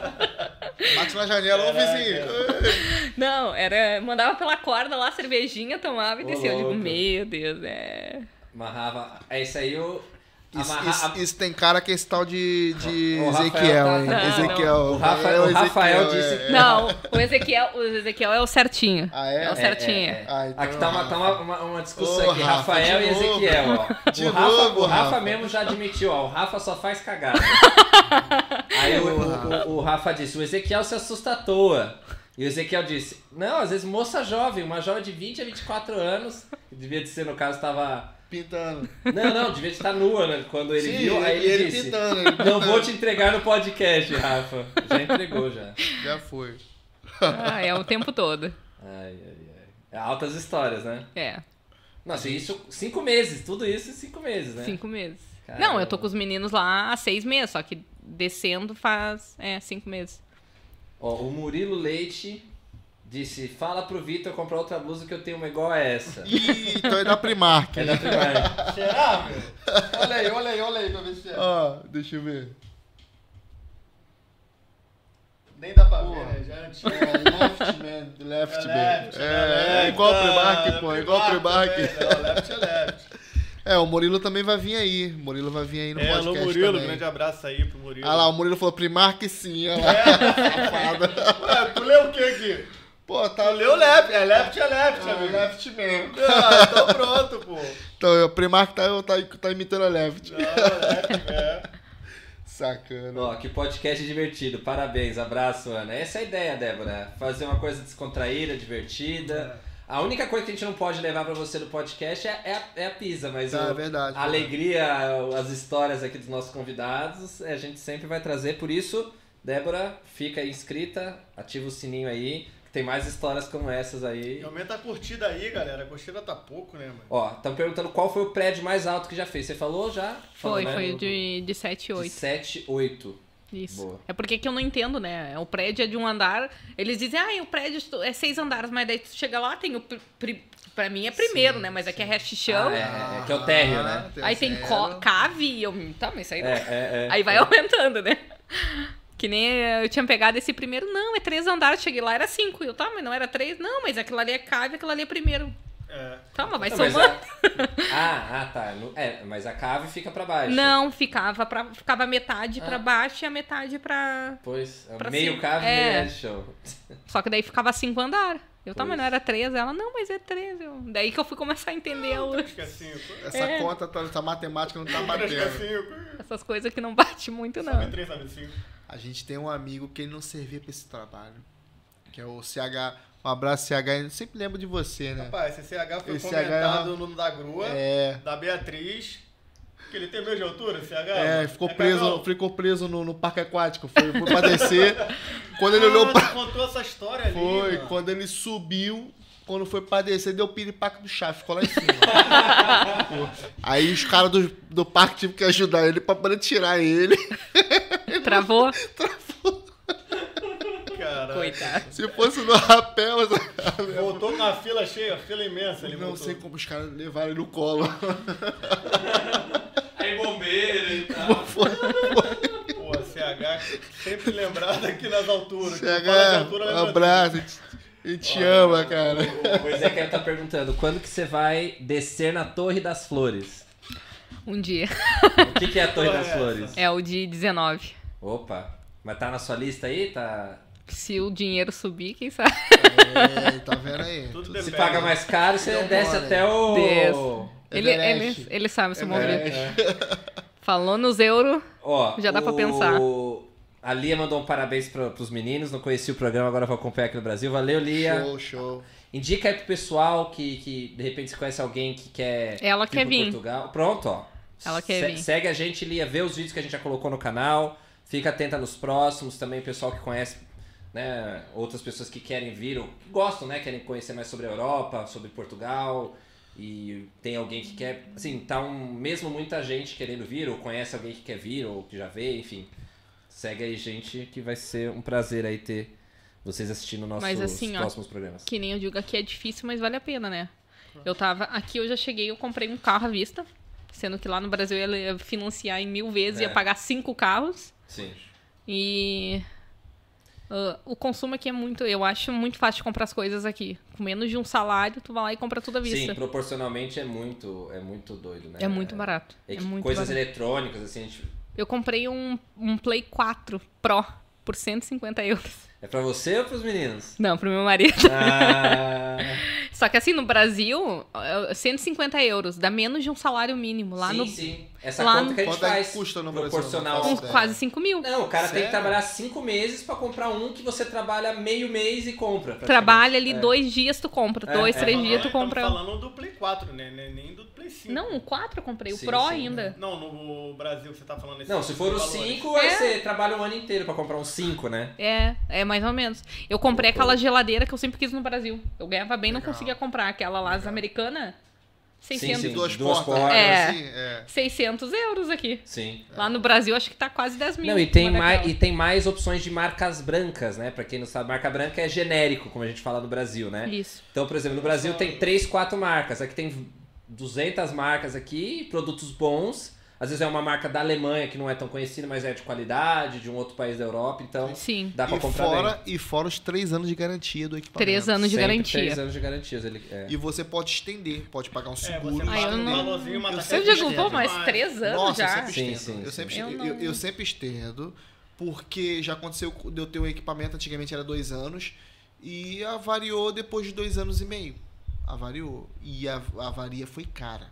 S1: Bate na janela, ô vizinho.
S4: Não, era. Mandava pela corda lá, cervejinha, tomava e
S3: Ô,
S4: descia. Eu digo,
S3: louco.
S4: meu Deus, é.
S3: Amarrava. É isso aí, eu.
S1: Isso,
S3: amarra-
S1: isso- isso tem cara que é esse tal de, de
S3: O Rafael
S1: Ezequiel,
S3: tá-
S1: hein?
S4: Não,
S1: Ezequiel.
S3: O Rafa-
S1: É
S3: o Rafael
S1: Ezequiel,
S3: disse
S1: é.
S3: que-
S4: Não, o Ezequiel, o Ezequiel é o certinho.
S1: Ah, é?
S4: o
S1: É,
S3: É,
S4: certinho.
S3: é, é.
S1: Ah, então
S3: aqui tá uma, tá uma, uma, uma discussão
S1: Ô,
S3: aqui,
S1: Rafa,
S3: Rafael
S1: de
S3: e
S1: novo.
S3: Ezequiel, ó.
S1: De
S3: o Rafa,
S1: novo,
S3: o Rafa,
S1: Rafa.
S3: mesmo já admitiu, ó. O Rafa só faz cagada. Aí o, o- o- o Rafa disse, o Ezequiel se assusta à toa. E o Ezequiel disse, não, às vezes moça jovem, uma jovem de 20 a 24 anos, devia de ser, no caso, tava...
S1: Pintando.
S3: Não, não, devia de estar nua, né? Quando ele
S1: Sim,
S3: viu, aí
S1: ele,
S3: ele,
S1: ele
S3: disse,
S1: pintando. Ele
S3: não
S1: pintando.
S3: vou te entregar no podcast, Rafa. Já entregou, já.
S1: Já foi.
S4: Ah, é o tempo todo.
S3: Ai, ai, ai. Altas histórias, né?
S4: É,
S3: Nossa, isso cinco meses, tudo isso em cinco meses, né?
S4: cinco meses.
S3: Caramba.
S4: Não, eu tô com os meninos lá há seis meses, só que descendo faz, é, cinco meses.
S3: Ó, o Murilo Leite disse: fala pro Vitor comprar outra blusa que eu tenho uma igual a essa.
S1: Ih, então é da Primark.
S3: É da primária.
S2: Será, meu? Olha aí, olha aí, olha aí pra ver se é.
S1: Ó, deixa eu ver.
S2: Nem dá pra
S1: Porra.
S2: ver, né? Já é antigo.
S1: Leftman, Left,
S2: É
S1: man.
S2: left,
S1: É,
S2: né?
S1: é igual
S2: Left,
S1: Primark,
S2: ah,
S1: pô. É igual Primark.
S2: também, Não, left é left.
S1: É, o Murilo também vai vir aí. O Murilo vai vir aí no
S2: É,
S1: podcast
S2: alô Murilo,
S3: né?
S1: também.
S2: grande abraço aí pro Murilo.
S1: Ah lá, o Murilo falou Primark sim, olha
S3: É.
S1: lá. Safada.
S2: Ué, tu leu o que aqui?
S1: Pô, tá...
S2: Tu leu left, é left é left,
S1: Ah,
S2: amigo.
S1: left mesmo.
S2: Ah, então pronto, pô.
S1: Então, o Primark tá, tá, tá imitando a Left.
S2: Não, left, é.
S1: Sacana.
S3: Ó, que podcast divertido, parabéns, abraço, Ana. Essa é a ideia, Débora. Fazer uma coisa descontraída,
S2: É.
S3: divertida. A única coisa que a gente não pode levar pra você do podcast é, é a, é a pizza, mas
S1: Tá, é
S3: o-
S1: verdade.
S3: a alegria, as histórias aqui dos nossos convidados, é, a gente sempre vai trazer. Por isso, Débora, fica aí inscrita, ativa o sininho aí, que tem mais histórias como essas aí.
S2: E aumenta a curtida aí, galera. A curtida tá pouco, né, mano?
S3: Ó, estão perguntando qual foi o prédio mais alto que já fez. Você falou já? Falou,
S4: Foi,
S3: né?
S4: foi de, de sete
S3: De
S4: e oito.
S3: 7, 8.
S4: Isso.
S3: Boa.
S4: É porque que eu não entendo, né? O prédio é de um andar. Eles dizem, ah, o prédio é seis andares, mas daí tu chega lá, tem o. pri- pri- Pra mim é primeiro, né? Mas aqui é resto de chão.
S3: Ah, é, é, que é o térreo, né?
S1: Ah,
S4: Aí tem
S1: zero.
S4: co- cave e eu. Tá, mas isso aí
S3: É,
S4: não.
S3: é, é.
S4: Aí vai aumentando, né? Que nem eu tinha pegado esse primeiro. Não, é três andares. Cheguei lá, era cinco. Eu, tá, mas não era três? Não, mas aquilo ali é cave, aquilo ali é primeiro.
S2: É.
S4: Tá, mas vai
S3: Não, mas é,
S4: somando.
S3: a... Ah, ah, tá. No- É, mas a cave fica pra baixo.
S4: Não, ficava, pra, ficava metade
S3: Ah.
S4: pra baixo e a metade pra...
S3: Pois, é
S4: Pra
S3: meio
S4: cima.
S3: cave,
S4: É.
S3: meio show.
S4: Só que daí ficava cinco andares. Eu, tá,
S3: Pois.
S4: mas não era três? Ela, não, mas é três. Eu... Daí que eu fui começar a entender o-
S2: Acho que é cinco.
S1: Essa conta, tá- essa matemática não tá
S2: Acho que é
S1: batendo.
S2: cinco.
S4: essas coisas que não bate muito, não.
S2: Sabe três, sabe cinco.
S1: A gente tem um amigo que ele não servia pra esse trabalho. Que é o CH. Um abraço, CH. Eu sempre lembro de você,
S3: Tá
S1: né?
S2: Rapaz, esse CH foi
S1: Esse
S2: comentado no da grua,
S1: É.
S2: da Beatriz. Que ele tem meio de altura, CH?
S1: É,
S2: mano?
S1: ficou
S2: cagão.
S1: preso, ficou preso no, no parque aquático. Foi, foi pra descer. Quando ele olhou
S2: Ah,
S1: pra.
S2: tu contou essa história ali.
S1: Foi,
S2: mano.
S1: quando ele subiu, quando foi pra descer, deu piripaque do chá, ficou lá em cima. Aí os caras do, do parque tiveram que ajudar ele pra poder tirar ele.
S4: Travou?
S2: Caraca.
S4: Coitado.
S1: Se fosse no rapel,
S2: Voltou com a fila cheia, fila imensa. Ele
S1: eu não
S2: voltou.
S1: sei como os caras levaram ele no colo.
S3: Aí bombeiro e tal.
S2: Pô, CH, sempre lembrado aqui nas alturas. Quem fala de
S1: Chega,
S2: altura, lembra
S1: um abraço, a gente, a gente te ama, cara.
S3: O Ezequiel tá perguntando, quando que você vai descer na Torre das Flores?
S4: Um dia.
S3: O que, que é a Torre
S2: Qual é
S3: das
S2: essa?
S3: Flores?
S4: É o de 19.
S3: Opa, mas tá na sua lista aí? Tá...
S4: Se o dinheiro subir, quem sabe?
S1: É, tá vendo aí?
S2: Tudo
S1: Tudo-
S2: depende.
S3: Se paga mais caro, você
S1: Então,
S3: desce
S1: bora.
S3: até o...
S4: Desço.
S3: É
S4: Ele,
S1: Everest.
S4: ele, ele sabe se mover.
S1: Everest.
S4: Falou nos euros.
S3: Ó,
S4: Já dá pra
S3: o-
S4: pensar.
S3: A Lia mandou um parabéns pro, pros meninos, não conheci o programa, agora vou acompanhar aqui no Brasil. Valeu, Lia.
S1: Show, show.
S3: Indica aí pro pessoal que, que de repente se conhece alguém que quer
S4: Ela
S3: vir
S4: quer
S3: pro
S4: vir.
S3: Portugal. Pronto, ó.
S4: Ela quer vir.
S3: Segue a gente, Lia, vê os vídeos que a gente já colocou no canal. Fica atenta nos próximos também, o pessoal que conhece, né, outras pessoas que querem vir ou que gostam, né, querem conhecer mais sobre a Europa, sobre Portugal. E tem alguém que quer, assim, tá um, mesmo muita gente querendo vir ou conhece alguém que quer vir ou que já veio, enfim. Segue aí, gente, que vai ser um prazer aí ter vocês assistindo nossos
S4: Mas assim, ó,
S3: próximos programas.
S4: Que nem eu digo aqui é difícil, mas vale a pena, né? Eu tava. Aqui eu já cheguei, eu comprei um carro à vista. Sendo que lá no Brasil eu ia financiar em mil vezes,
S3: É.
S4: ia pagar cinco carros.
S3: Sim.
S4: E. ah, o consumo aqui é muito. Eu acho muito fácil de comprar as coisas aqui. Com menos de um salário, tu vai lá e compra tudo à vista.
S3: Sim, proporcionalmente é muito, é muito doido, né?
S4: é muito barato.
S3: É
S4: É,
S3: que
S4: muito
S3: coisas
S4: barato.
S3: eletrônicas, assim, a gente-
S4: Eu comprei um, um Play 4 Pro por 150 euros.
S3: é pra você ou pros meninos?
S4: Não, pro meu marido.
S3: Ah,
S4: Só que assim, no Brasil, eh, 150 euros, dá menos de um salário mínimo. Lá
S3: sim,
S4: no.
S3: sim. Essa
S4: lá
S3: conta
S4: no-
S3: que a gente
S1: Quanto é
S3: faz.
S1: que custa no Brasil?
S3: proporcional.
S1: Não
S4: com
S1: faço ideia.
S4: quase 5 mil.
S3: Não, o cara tem
S1: Sério?
S3: que trabalhar cinco meses pra comprar um que você trabalha meio mês e compra. praticamente.
S4: Trabalha ali dois dias, tu compra.
S3: É,
S4: dois,
S3: é.
S4: três
S2: Falando-
S4: dias, tu
S2: tamo
S4: compra.
S2: falando do Play 4, né? Nem- Nem do Play 5.
S4: Não, o 4 eu comprei, o
S3: Sim,
S4: Pro
S3: sim.
S4: ainda.
S2: Não, no Brasil que você tá falando esse
S3: Não, se for os
S2: valores.
S3: cinco, aí você trabalha um ano inteiro pra comprar uns cinco, né?
S4: É, é mais ou menos. Eu comprei aquela geladeira que eu sempre quis no Brasil. Eu ganhava bem, não
S1: Legal.
S4: conseguia comprar. Aquela lá, as americana, 600,
S3: sim.
S1: Duas,
S3: Duas
S1: portas.
S3: portas.
S1: né?
S4: É.
S1: Assim, é.
S4: 600 euros aqui.
S3: Sim.
S4: Lá no Brasil, acho que tá quase 10 mil.
S3: É. Não, e tem,
S4: uma
S3: mais,
S4: daquela.
S3: e tem mais opções de marcas brancas, né? Pra quem não sabe, marca branca é genérico, como a gente fala no Brasil, né?
S4: Isso.
S3: Então, por exemplo, no Brasil tem 3, 4 marcas. Aqui tem 200 marcas aqui, produtos bons. Às vezes é uma marca da Alemanha que não é tão conhecida, mas é de qualidade, de um outro país da Europa. Então,
S4: Sim.
S3: dá pra
S1: e,
S3: comprar bem.
S1: fora, e fora os três anos de garantia do equipamento.
S4: Três anos de
S3: Sempre
S4: garantia.
S3: três anos de garantias. Ele, é.
S1: E você pode estender, pode pagar um
S2: É,
S1: seguro.
S2: você
S4: Ah, eu
S2: paga um
S4: não-
S2: valorzinho, mas
S1: Eu
S2: tá
S4: Eu
S1: sempre
S2: certo.
S4: digo, pô, mas três anos
S1: Nossa,
S4: já. É um
S1: eu sempre
S3: Sim,
S1: estendo.
S3: sim,
S1: eu,
S3: sim.
S1: sempre,
S4: Eu
S1: estendo.
S4: não-
S1: eu- eu sempre estendo, porque já aconteceu de eu ter um equipamento, antigamente era dois anos, e avariou depois de dois anos e meio. Avariou. E a, a avaria foi cara.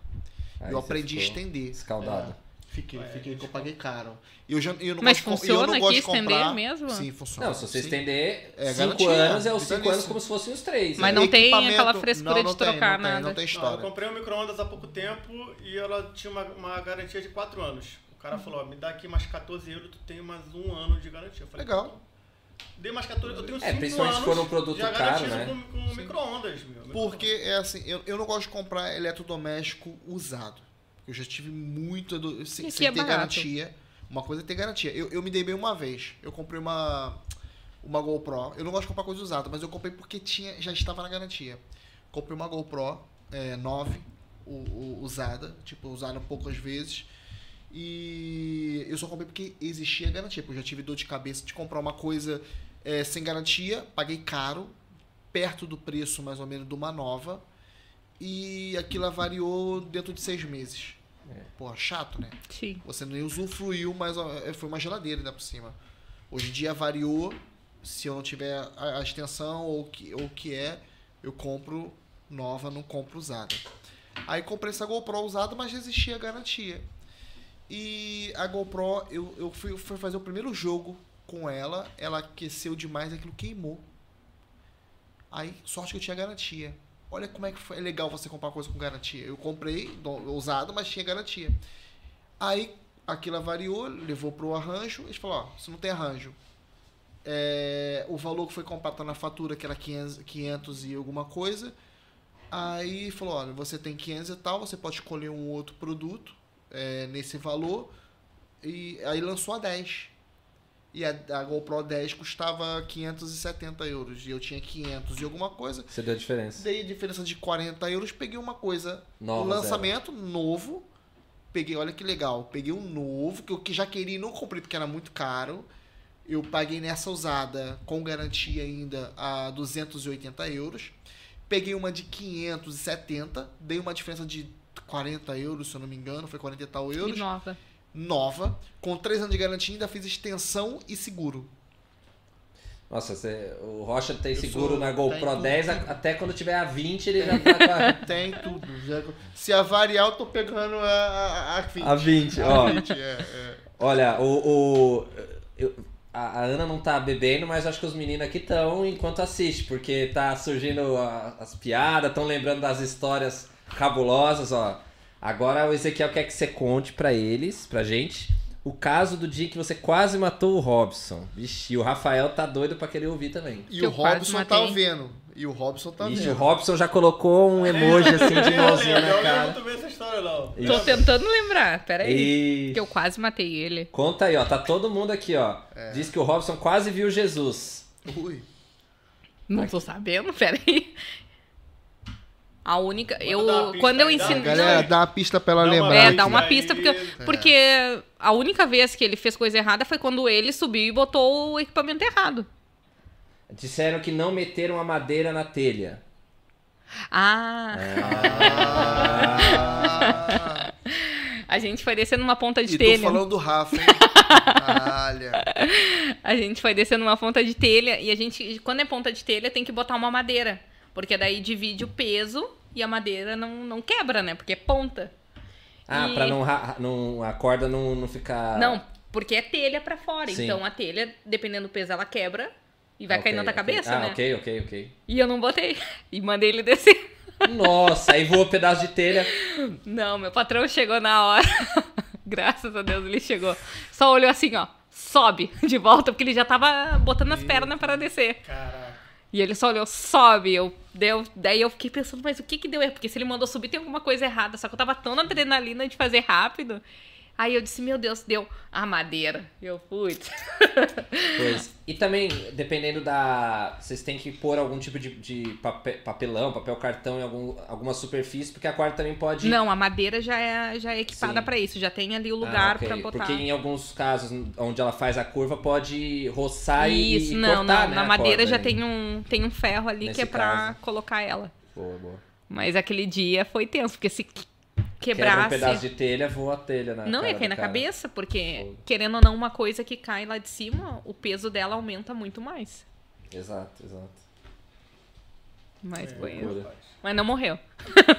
S3: Aí
S1: eu
S3: você
S1: aprendi a
S3: ficou
S1: estender.
S3: Escaldado.
S1: É. Fiquei, fiquei que eu paguei caro. E Eu já, eu não
S4: Mas
S1: gosto de, com- e eu
S4: funciona
S1: não
S4: aqui
S1: gosto de
S4: estender
S1: comprar.
S4: mesmo?
S1: Sim, funciona.
S3: Não, se você
S1: Sim.
S3: estender
S1: É
S3: 5
S1: garantia,
S3: anos, é os
S1: fica
S3: 5 anos
S1: nisso.
S3: como se fossem os É 3.
S4: Mas não tem
S1: Equipamento-
S4: aquela frescura
S1: não,
S4: de
S1: não tem,
S4: trocar
S1: não tem,
S4: nada.
S1: não tem
S2: Não, eu
S1: história.
S2: comprei um micro-ondas há pouco tempo e ela tinha uma, uma garantia de 4 anos. O cara
S1: Uhum.
S2: falou, ó, me dá aqui mais 14 euros, tu tem mais um ano de garantia. Eu falei,
S1: Legal.
S2: "Tá bom." Dei mais 14, eu tenho 5
S3: É, principalmente se
S2: anos
S3: for um produto
S2: já
S3: caro,
S2: garantido
S3: né?
S2: com, com micro-ondas, meu.
S1: Porque é assim, eu, eu não gosto de comprar eletrodoméstico usado. Eu já tive muito do- sem,
S4: Aqui
S1: sem
S4: é
S1: ter
S4: barato.
S1: garantia. Uma coisa é ter garantia. Eu, eu me dei bem uma vez. Eu comprei uma, uma GoPro. Eu não gosto de comprar coisa usada, mas eu comprei porque tinha, já estava na garantia. Comprei uma GoPro é, 9, u- u- usada, tipo, usaram poucas vezes. E eu só comprei porque existia garantia. Porque eu já tive dor de cabeça de comprar uma coisa é, sem garantia, paguei caro, perto do preço mais ou menos de uma nova. E aquilo avariou dentro de seis meses. Pô, chato, né?
S4: Sim.
S1: Você nem usufruiu, mas ó, é, foi uma geladeira ainda por cima. Hoje em dia variou. Se eu não tiver a, a extensão ou o que, ou o que é, eu compro nova, não compro usada. Aí comprei essa GoPro usada, mas existia a garantia. E a GoPro, eu, eu fui, fui fazer o primeiro jogo com ela, ela aqueceu demais, aquilo queimou. Aí, sorte que eu tinha garantia. Olha como é que foi é legal você comprar coisa com garantia. Eu comprei do- usado, mas tinha garantia. Aí aquilo avariou, levou pro arranjo. Eles falaram: ó, isso não tem arranjo. É, o valor que foi comprado tá na fatura, que era 500, 500 e alguma coisa. Aí falou: olha, você tem 500 e tal, você pode escolher um outro produto é, nesse valor. E aí lançou a 10. E a, a GoPro 10 custava 570 euros. E eu tinha 500 e alguma coisa.
S3: Você deu a diferença.
S1: Dei a diferença de 40 euros, peguei uma coisa
S3: Nova,
S1: um lançamento novo. Peguei, olha que legal, peguei um novo, que eu que já queria e não comprei porque era muito caro. Eu paguei nessa usada, com garantia ainda, a 280 euros. Peguei uma de 570, dei uma diferença de 40 euros, se eu não me engano, foi 40 e tal euros.
S4: E nova.
S1: Nova, com 3 anos de garantia, ainda fiz extensão e seguro.
S3: Nossa, você- o Rocha tem
S1: Eu
S3: seguro
S1: sou-
S3: na GoPro
S1: tem
S3: 10, a- até quando tiver a 20 ele já tá com
S1: Tem tudo. já- Se avariar, eu tô pegando a, a, a 20.
S3: a, a 20,
S1: A
S3: ó.
S1: 20, é, é.
S3: Olha, o... o- eu- a, a Ana não tá bebendo, mas acho que os meninos aqui estão enquanto assiste, porque tá surgindo a- as piadas, estão lembrando das histórias cabulosas, ó. Agora o Ezequiel quer que você conte pra eles, pra gente, o caso do dia que você quase matou o Robson. Vixe, e o Rafael tá doido pra querer ouvir também.
S1: E
S4: Que
S1: o
S4: eu quase
S1: Robson
S4: matei.
S1: tá vendo. E o Robson tá
S3: Ixi, o
S1: vendo.
S3: Robson já colocou um emoji assim de mãozinha
S2: É, Eu
S3: na
S2: não lembro É
S3: cara.
S2: muito bem essa história, não.
S3: Isso.
S4: Tô tentando lembrar, peraí.
S3: E
S4: Que eu quase matei ele.
S2: É.
S3: conta aí, ó. Tá todo mundo aqui, ó. Diz que o Robson quase viu Jesus.
S1: Ui.
S4: Não tô sabendo, peraí. A única. eu,
S2: dar uma pista
S4: quando eu
S2: aí, dá.
S4: ensino.
S1: Galera,
S4: não,
S1: dá a pista pra ela
S2: Dá uma-
S1: lembrar.
S4: é,
S1: aqui.
S4: dá uma
S2: Aí-
S4: pista, porque,
S2: É.
S4: porque a única vez que ele fez coisa errada foi quando ele subiu e botou o equipamento errado.
S3: Disseram que não meteram a madeira na telha.
S4: Ah,
S3: É.
S1: Ah,
S4: a gente foi descendo uma ponta de
S1: e tô
S4: telha.
S1: falando do Rafa, hein? Olha.
S4: A gente foi descendo uma ponta de telha e a gente, quando é ponta de telha, tem que botar uma madeira. Porque daí divide o peso e a madeira não, não quebra, né? Porque é ponta.
S3: Ah,
S4: E-
S3: pra não, ra- não. A corda não, não ficar.
S4: Não, porque é telha pra fora.
S3: Ah. Sim.
S4: Então a telha, dependendo do peso, ela quebra e vai
S3: Ah,
S4: cair na
S3: ok,
S4: tua
S3: ok.
S4: cabeça,
S3: ah,
S4: né?
S3: ok, ok, ok.
S4: E eu não botei. E mandei ele descer.
S3: Nossa, aí voou um pedaço de telha.
S4: Não, meu patrão chegou na hora. Graças a Deus ele chegou. Só olhou assim, ó. Sobe de volta, porque ele já tava botando as pernas pra descer.
S2: Caraca.
S4: E ele só olhou, sobe. Eu, deu, daí eu fiquei pensando, mas o que que deu erro? Porque se ele mandou subir, tem alguma coisa errada. Só que eu tava tão na adrenalina de fazer rápido. Aí eu disse, meu Deus, deu a madeira. E Eu, putz.
S3: Pois. E também, dependendo da. Vocês têm que pôr algum tipo de, de pape- papelão, papel cartão em algum, alguma superfície, porque a corda também pode.
S4: Não, a madeira já é, já é equipada
S3: Sim.
S4: pra isso. Já tem ali o
S3: Ah,
S4: lugar
S3: ok.
S4: pra botar.
S3: Porque em alguns casos, onde ela faz a curva, pode roçar e-
S4: Isso,
S3: e.
S4: não,
S3: cortar,
S4: não.
S3: né,
S4: na
S3: a
S4: madeira
S3: corda
S4: já
S3: aí.
S4: tem um, tem um ferro ali
S3: Nesse
S4: que é pra
S3: caso.
S4: colocar ela.
S3: Boa, boa.
S4: Mas aquele dia foi tenso, porque se que-
S3: Quebra um
S4: quebrasse.
S3: pedaço de telha, voa a telha na
S4: Não
S3: cara
S4: ia cair
S3: do
S4: na
S3: cara.
S4: cabeça, porque,
S3: Fogo.
S4: querendo ou não, uma coisa que cai lá de cima, o peso dela aumenta muito mais.
S3: Exato, exato. É,
S4: Mas foi isso.
S3: Loucura.
S4: Mas não morreu.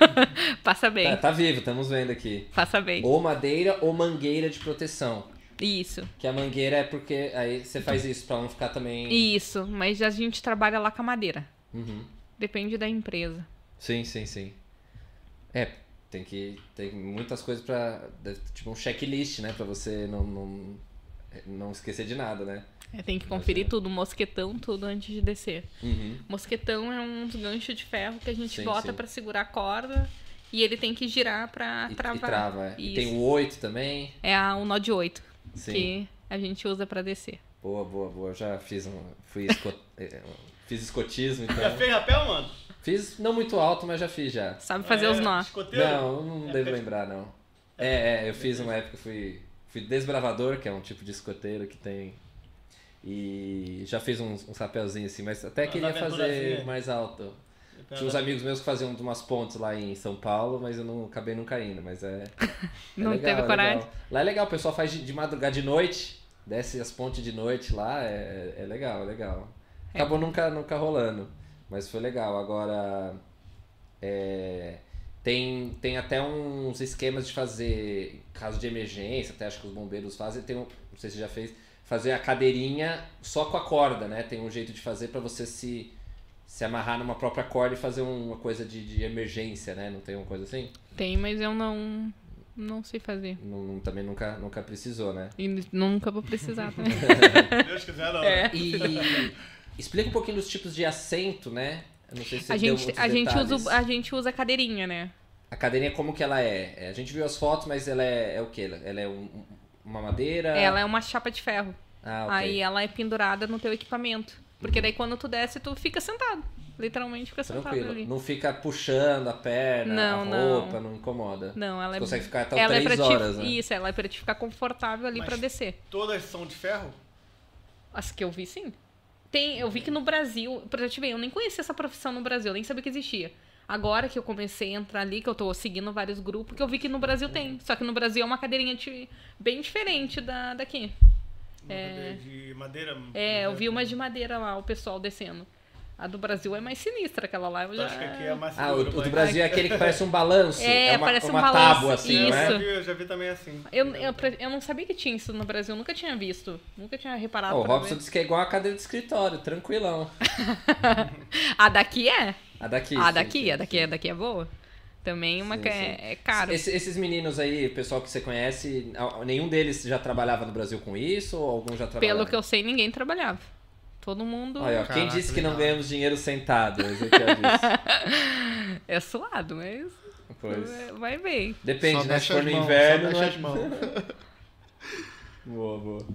S4: Passa bem.
S3: Tá, tá vivo, estamos vendo aqui.
S4: Passa bem.
S3: Ou madeira ou mangueira de proteção.
S4: Isso,
S3: Que a mangueira é porque aí você faz isso pra não ficar também.
S4: isso. Mas a gente trabalha lá com a madeira.
S3: Uhum.
S4: Depende da empresa.
S3: Sim, sim, sim. É, tem que. Tem muitas coisas pra. deve- Tipo um checklist, né? Pra você não, não, não esquecer de nada, né?
S4: É, tem que conferir tudo, mosquetão, tudo antes de descer.
S3: Uhum.
S4: Mosquetão é um gancho de ferro que a gente
S3: Sim,
S4: bota
S3: sim.
S4: pra segurar a corda e ele tem que girar pra
S3: E, e
S4: travar.
S3: trava. é. E tem
S4: Ah, Isso.
S3: o 8 também.
S4: É a, o nó de 8
S3: Sim.
S4: que a gente usa pra descer.
S3: Boa, boa, boa. Eu já fiz um. Fui esco... eh, fiz escotismo,
S2: Já
S3: então.
S2: fez rapel, mano?
S3: Fiz não muito alto, mas já fiz já.
S4: Sabe fazer
S2: É,
S4: os nó.
S2: Escoteiro?
S3: Não, eu não devo lembrar, não. É, é, eu fiz uma época, fui, fui desbravador, que é um tipo de escoteiro que tem. E já fiz uns, uns rapelzinhos assim, mas até
S2: Umas
S3: queria fazer
S2: aventurazinhas.
S3: mais alto.
S2: Depende
S3: Tinha uns
S2: da-
S3: amigos meus que faziam umas pontes lá em São Paulo, mas eu não acabei não caindo, mas é. é
S4: Não
S3: legal,
S4: teve
S3: é
S4: coragem?
S3: legal. Lá é legal, o pessoal faz de, de madrugada de noite, desce as pontes de noite lá, é, é legal, é legal.
S4: É.
S3: Acabou nunca, nunca rolando, mas foi legal. Agora, é, tem, tem até uns esquemas de fazer, em caso de emergência, até acho que os bombeiros fazem, tem um, não sei se já fez, fazer a cadeirinha só com a corda, né? Tem um jeito de fazer pra você se, se amarrar numa própria corda e fazer uma coisa de, de emergência, né? Não tem uma coisa assim?
S4: Tem, mas eu não, não sei fazer.
S3: Não- não- também nunca, nunca precisou, né?
S4: E nunca vou precisar também.
S2: Deus quiser, não. né?
S4: É.
S3: E explica um pouquinho dos tipos de assento, né? Eu não sei se
S4: A
S3: deu
S4: gente,
S3: muitos
S4: a, gente
S3: detalhes.
S4: usa, a gente usa cadeirinha, né?
S3: A cadeirinha, como que ela é? É, A gente viu as fotos, mas ela é, é o quê? Ela- Ela é um- um- uma madeira?
S4: Ela é uma chapa de ferro.
S3: Ah, ok. Uhum.
S4: Aí ela é pendurada no teu equipamento. Porque daí quando tu desce, tu fica sentado. Literalmente fica sentado
S3: Tranquilo.
S4: ali.
S3: Não fica puxando a perna, a
S4: Não, não.
S3: roupa, não, incomoda.
S4: Não, ela é.
S3: Consegue ficar até
S4: Ela é pra
S3: três
S4: te-
S3: horas, né?
S4: Isso, ela é pra te ficar confortável ali
S2: Mas-
S4: pra descer.
S2: Todas são de ferro?
S4: As que eu vi, sim. Tem, eu vi que no Brasil, pra te ver, eu nem conhecia essa profissão no Brasil, eu nem sabia que existia. Agora que eu comecei a entrar ali, que eu tô seguindo vários grupos, que eu vi que no Brasil tem. Só que no Brasil é uma cadeirinha de- bem diferente da daqui.
S2: É. De madeira?
S4: É, eu vi uma de madeira lá, o pessoal descendo. A do Brasil é mais sinistra, aquela lá. Eu
S2: Eu
S4: já...
S2: acho que aqui é mais
S3: Ah, o,
S2: seguro,
S3: o do
S2: mas-
S3: Brasil é aquele que parece um balanço.
S4: É,
S3: uma,
S4: parece um
S3: uma
S4: balanço,
S3: tábua, assim,
S2: É,
S4: isso.
S3: não
S2: Eu, já
S3: é?
S2: vi, eu já vi também assim.
S4: eu, eu, pra- eu não sabia que tinha isso no Brasil, eu nunca tinha visto. Nunca tinha
S3: Ah,
S4: reparado.
S3: o
S4: pra
S3: Robson disse que é igual a cadeira de escritório, tranquilão.
S4: ver. A daqui é?
S3: A daqui. sim,
S4: a daqui,
S3: sim,
S4: a daqui,
S3: sim.
S4: a daqui é boa. Também uma
S3: Sim,
S4: que é, é caro.
S3: Esse- esses meninos aí, o pessoal que você conhece, a- nenhum deles já trabalhava no Brasil com isso? Ou algum já trabalhava? Ah, é.
S4: Pelo que eu sei, ninguém trabalhava. Todo mundo
S3: Olha, ó, quem
S1: Caraca,
S3: disse que não
S1: legal.
S3: ganhamos dinheiro sentado? Esse aqui é o disso.
S4: é suado, mas é,
S3: Pois.
S4: vai bem.
S3: Depende,
S1: Só
S3: né?
S1: mexe
S3: Se for
S1: as
S3: no
S1: mãos,
S3: inverno.
S1: só
S3: não é-
S1: mexe as mãos.
S3: Boa, boa.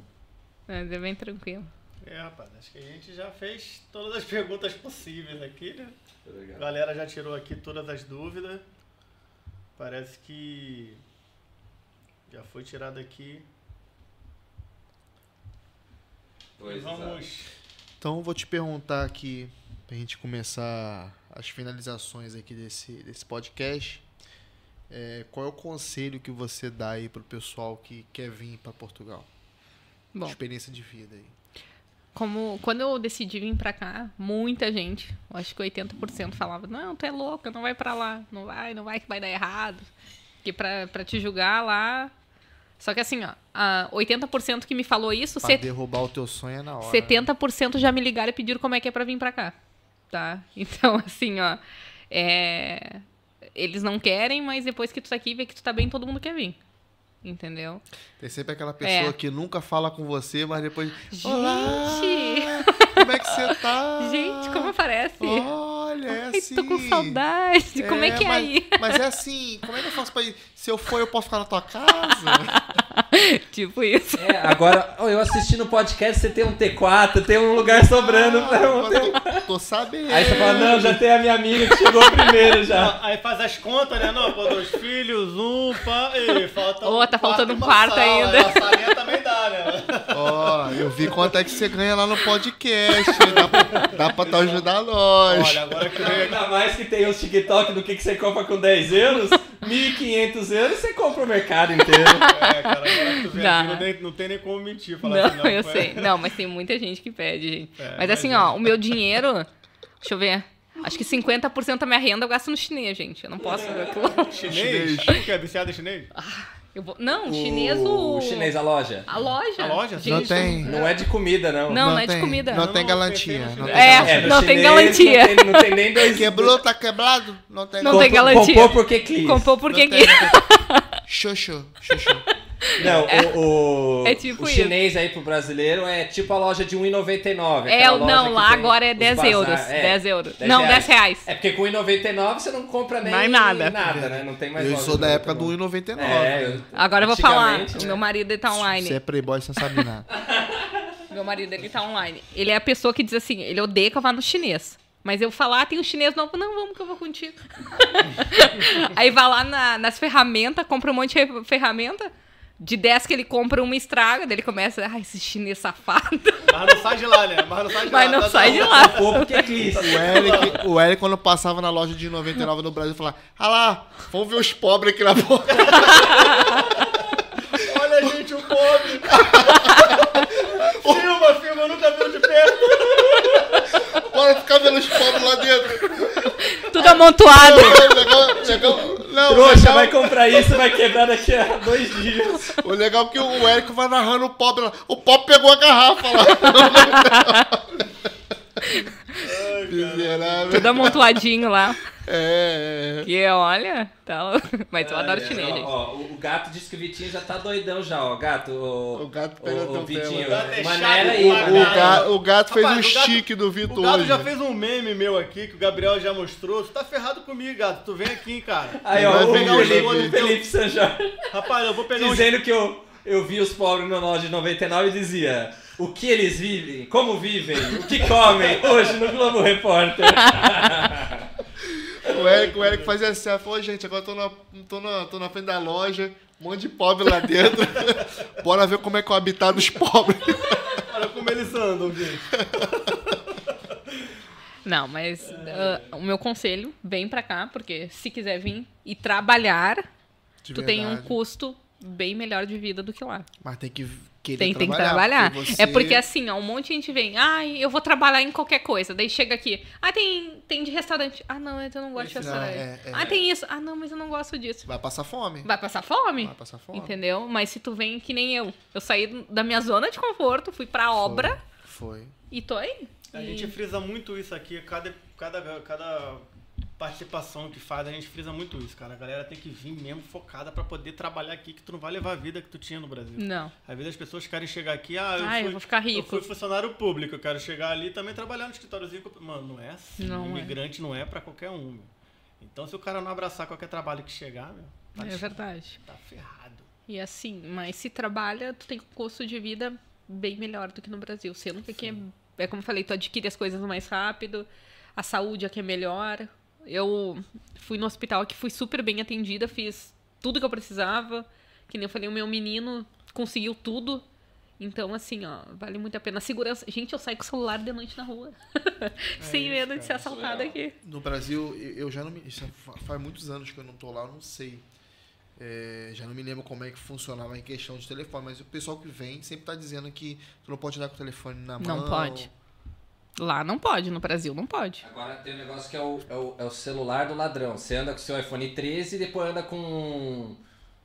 S4: Mas é né? bem tranquilo.
S2: É, rapaz, acho que a gente já fez todas as perguntas possíveis aqui, né? A
S3: Obrigado.
S2: galera já tirou aqui todas as dúvidas. Parece que já foi tirado aqui.
S3: Pois,
S2: e vamos.
S1: Então vou te perguntar aqui, pra gente começar as finalizações aqui desse, desse podcast. é, qual é o conselho que você dá aí pro pessoal que quer vir para Portugal?
S4: Bom,
S1: Experiência de vida aí.
S4: como quando eu decidi vir pra cá, muita gente, eu acho que 80% falava: "Não, tu é louca, não vai pra lá, não vai, não vai que vai dar errado". Que pra, pra te julgar lá. Só que assim, ó, a 80% que me falou isso,
S1: Pra
S4: set-
S1: derrubar o teu sonho é na hora. né?
S4: 70% já me ligaram e pediram como é que é pra vir pra cá, tá? Então, assim, ó, é, eles não querem, mas depois que tu tá aqui e vê que tu tá bem, todo mundo quer vir. Entendeu?
S1: Tem sempre aquela pessoa
S4: É.
S1: que nunca fala com você, mas depois.
S4: Gente!
S1: Olá, como é que você tá?
S4: Gente, como parece?
S1: Olha, é
S4: Ai,
S1: assim.
S4: tô com saudade. Como é que é
S1: mas,
S4: aí?
S1: Mas é assim, como é que eu faço pra ir? Se eu for, eu posso ficar na tua casa?
S4: Tipo isso.
S3: É, agora, ó, eu assisti no podcast, você tem um T4, tem um lugar sobrando pra um.
S1: eu tô, tô sabendo.
S3: Aí você fala, não, já tem a minha amiga que chegou primeiro já.
S2: Aí faz as contas, né? Não, pô, dois filhos, um, pá, e falta
S4: Ô,
S2: um
S4: tá
S2: quarto
S4: faltando
S2: e
S4: um
S2: uma
S4: quarto
S2: sala.
S4: ainda.
S2: Uma salinha também dá, né?
S1: Ó, eu vi quanto é que você ganha lá no podcast. Dá pra, dá pra tu ajudar nós.
S2: Olha, agora que veio
S3: Ainda mais que tem os TikTok do que, que você compra com 10 euros, 1.500 euros você compra o mercado inteiro.
S2: É, cara, agora tu vê
S4: Dá.
S2: aqui,
S4: né?
S2: não, tem, não tem nem como mentir. Falar
S4: Não,
S2: assim, não,
S4: eu
S2: foi-
S4: sei. Não, mas tem muita gente que pede, gente.
S2: É,
S4: mas assim, ó, o meu dinheiro. Deixa eu ver. Acho que 50% da minha renda eu gasto no chinês, gente. Eu não posso.
S2: Chinês?
S1: Chinês.
S2: O que é? Viciado em chinês?
S4: Eu vou... Não, chinês o.
S3: O chinês, a loja.
S4: A loja.
S2: A loja?
S1: Não tem.
S3: Não é de comida, não.
S4: Não, é de
S1: tem-
S4: comida.
S1: Não,
S4: Não,
S1: tem
S2: não,
S1: galantia.
S2: tem-
S1: Não tem
S4: É,
S1: galantia.
S3: no
S4: não tem garantia.
S3: Não tem, não tem nem dois.
S1: Quebrou, tá quebrado? Não tem
S4: Não
S1: galantia.
S4: tem garantia.
S3: Compor porque quis.
S4: Comprou porque
S1: Não tem galantia. Xoxô, xoxô.
S3: Não, o, o,
S4: É tipo
S3: o
S4: isso.
S3: chinês aí pro brasileiro é tipo a loja de 1,99.
S4: É,
S3: aquela loja
S4: não,
S3: que
S4: lá
S3: tem
S4: agora é
S3: os
S4: 10
S3: bazar-
S4: euros.
S3: é,
S4: 10 euros. não, 10 reais.
S3: É porque com 1,99 você não compra nem
S4: Mais nada.
S3: né? Não tem mais
S1: Eu
S3: loja
S1: sou
S3: de
S1: da época do
S3: 1,99.
S1: 1,99.
S3: É,
S1: né?
S3: eu-
S4: Agora eu vou falar.
S3: antigamente, né?
S4: Meu marido ele tá online.
S1: Você é playboy, você não sabe nada.
S4: Meu marido ele tá online. Ele é a pessoa que diz assim: ele odeia que eu vá no chinês. Mas eu falar, ah, tem um chinês novo, não, vamos que eu vou contigo. Aí vai lá na- nas ferramentas, compra um monte de ferramenta. De 10 que ele compra, uma estraga. Daí ele começa, ah, esse chinês safado.
S2: Mas não sai de lá, né? Mas não sai de
S4: Mas
S2: lá.
S4: não
S2: tá-
S4: sai de lá.
S3: Compor porque quis.
S1: O Eric, o Eric, quando passava na loja de 99 no Brasil, falava: Ah lá, vamos ver os pobres aqui na porta.
S2: Olha, gente, o pobre. filma, filma, eu nunca viu de perto.
S1: Bora ficar vendo os pobres lá dentro.
S4: Tudo amontoado.
S1: O legal, o legal- não, o
S3: Ah, Trouxa,
S1: legal-
S3: vai comprar isso, vai quebrar daqui a dois dias.
S1: o legal é que o Eric vai narrando o pobre lá. O pobre pegou a garrafa lá. Miserável.
S4: Tudo amontoadinho lá.
S1: É, é.
S4: E eu, olha, tá louco. Mas eu adoro
S3: Ai,
S4: chinês,
S3: ó,
S4: gente.
S3: ó, o o gato disse que o Vitinho já tá doidão já, ó. Gato, o,
S1: O gato pegou
S3: o,
S1: teu
S3: o Vitinho.
S1: pelo.
S2: Tá deixado
S3: Maneira
S2: de
S3: aí,
S2: pagar.
S1: O,
S3: Maneira.
S1: ga- o gato fez
S2: Rapaz,
S1: um
S2: o gato-
S1: chique do
S2: O
S1: Vitor
S2: Gato
S1: hoje.
S2: já fez um meme meu aqui, que o Gabriel já mostrou. Tu tá ferrado comigo, Gato. Tu vem aqui, cara.
S3: Aí, ó,
S1: Vai
S3: o
S1: ver, vai ver.
S3: Felipe, o Felipe Sanjar
S2: Rapaz, eu vou pegar um...
S3: dizendo que eu, eu vi os pobres na loja de 99 e dizia o que eles vivem, como vivem, o que comem hoje no Globo Repórter.
S1: O Eric, o Eric fazia assim, ela falou, gente, agora eu tô na, tô, na, tô na frente da loja, um monte de pobre lá dentro. Bora ver como é que é o habitat dos pobres.
S2: Olha como eles andam, gente.
S4: Não, mas ah, o meu conselho, vem pra cá, porque se quiser vir e trabalhar,
S1: De
S4: tu tem um
S1: verdade.
S4: custo bem melhor de vida do que lá.
S1: Mas tem que querer
S4: Tem, tem que
S1: trabalhar.
S4: trabalhar. É porque
S1: você-
S4: assim, ó, um monte de gente vem, ai, eu vou trabalhar em qualquer coisa. Daí chega aqui, ah, tem, tem de restaurante. Ah, não, eu não gosto de
S1: Esse não,
S4: restaurante.
S1: é, é.
S4: ah, tem isso. Ah, não, mas eu não gosto disso.
S1: Vai passar fome.
S4: Vai passar fome?
S1: Vai passar fome.
S4: Entendeu? Mas se tu vem que nem eu. Eu saí do- da minha zona de conforto, fui pra obra
S1: Foi. é
S4: e tô aí.
S2: A
S4: E-
S2: gente frisa muito isso aqui, cada, cada, cada participação que faz, a gente frisa muito isso, cara. A galera tem que vir mesmo focada pra poder trabalhar aqui, que tu não vai levar a vida que tu tinha no Brasil.
S4: Não.
S2: Às vezes as pessoas querem chegar aqui, ah, eu,
S4: Ah, eu
S2: fui,
S4: vou ficar rico.
S2: eu fui funcionário público, eu quero chegar ali e também trabalhar no escritóriozinho. que eu- Mano, não é assim.
S4: Não
S2: um
S4: é.
S2: imigrante não é pra qualquer um. meu. Então se o cara não abraçar qualquer trabalho que chegar, meu, tá,
S4: É verdade.
S2: tá ferrado.
S4: E assim, mas se trabalha, tu tem um custo de vida bem melhor do que no Brasil. Sendo que aqui é, é como eu falei, tu adquire as coisas mais rápido, a saúde aqui é melhor. Eu fui no hospital aqui, fui super bem atendida, fiz tudo que eu precisava. Que nem eu falei, o meu menino conseguiu tudo. Então, assim, ó, vale muito a pena. A segurança. Gente, eu saio com o celular de noite na rua. Sem
S1: isso,
S4: medo
S1: cara,
S4: de
S3: isso
S4: ser
S3: é
S4: assaltada
S3: real.
S4: aqui.
S1: No Brasil, eu eu já não me. Isso fa- faz muitos anos que eu não tô lá, eu não sei. É, já não me lembro como é que funcionava em questão de telefone, mas o pessoal que vem sempre tá dizendo que tu não pode andar com o telefone na mão.
S4: Não pode. Lá não pode, no Brasil não pode.
S3: Agora tem um negócio que é o, é o, é o celular do ladrão. Você anda com o seu iPhone 13 e depois anda com um,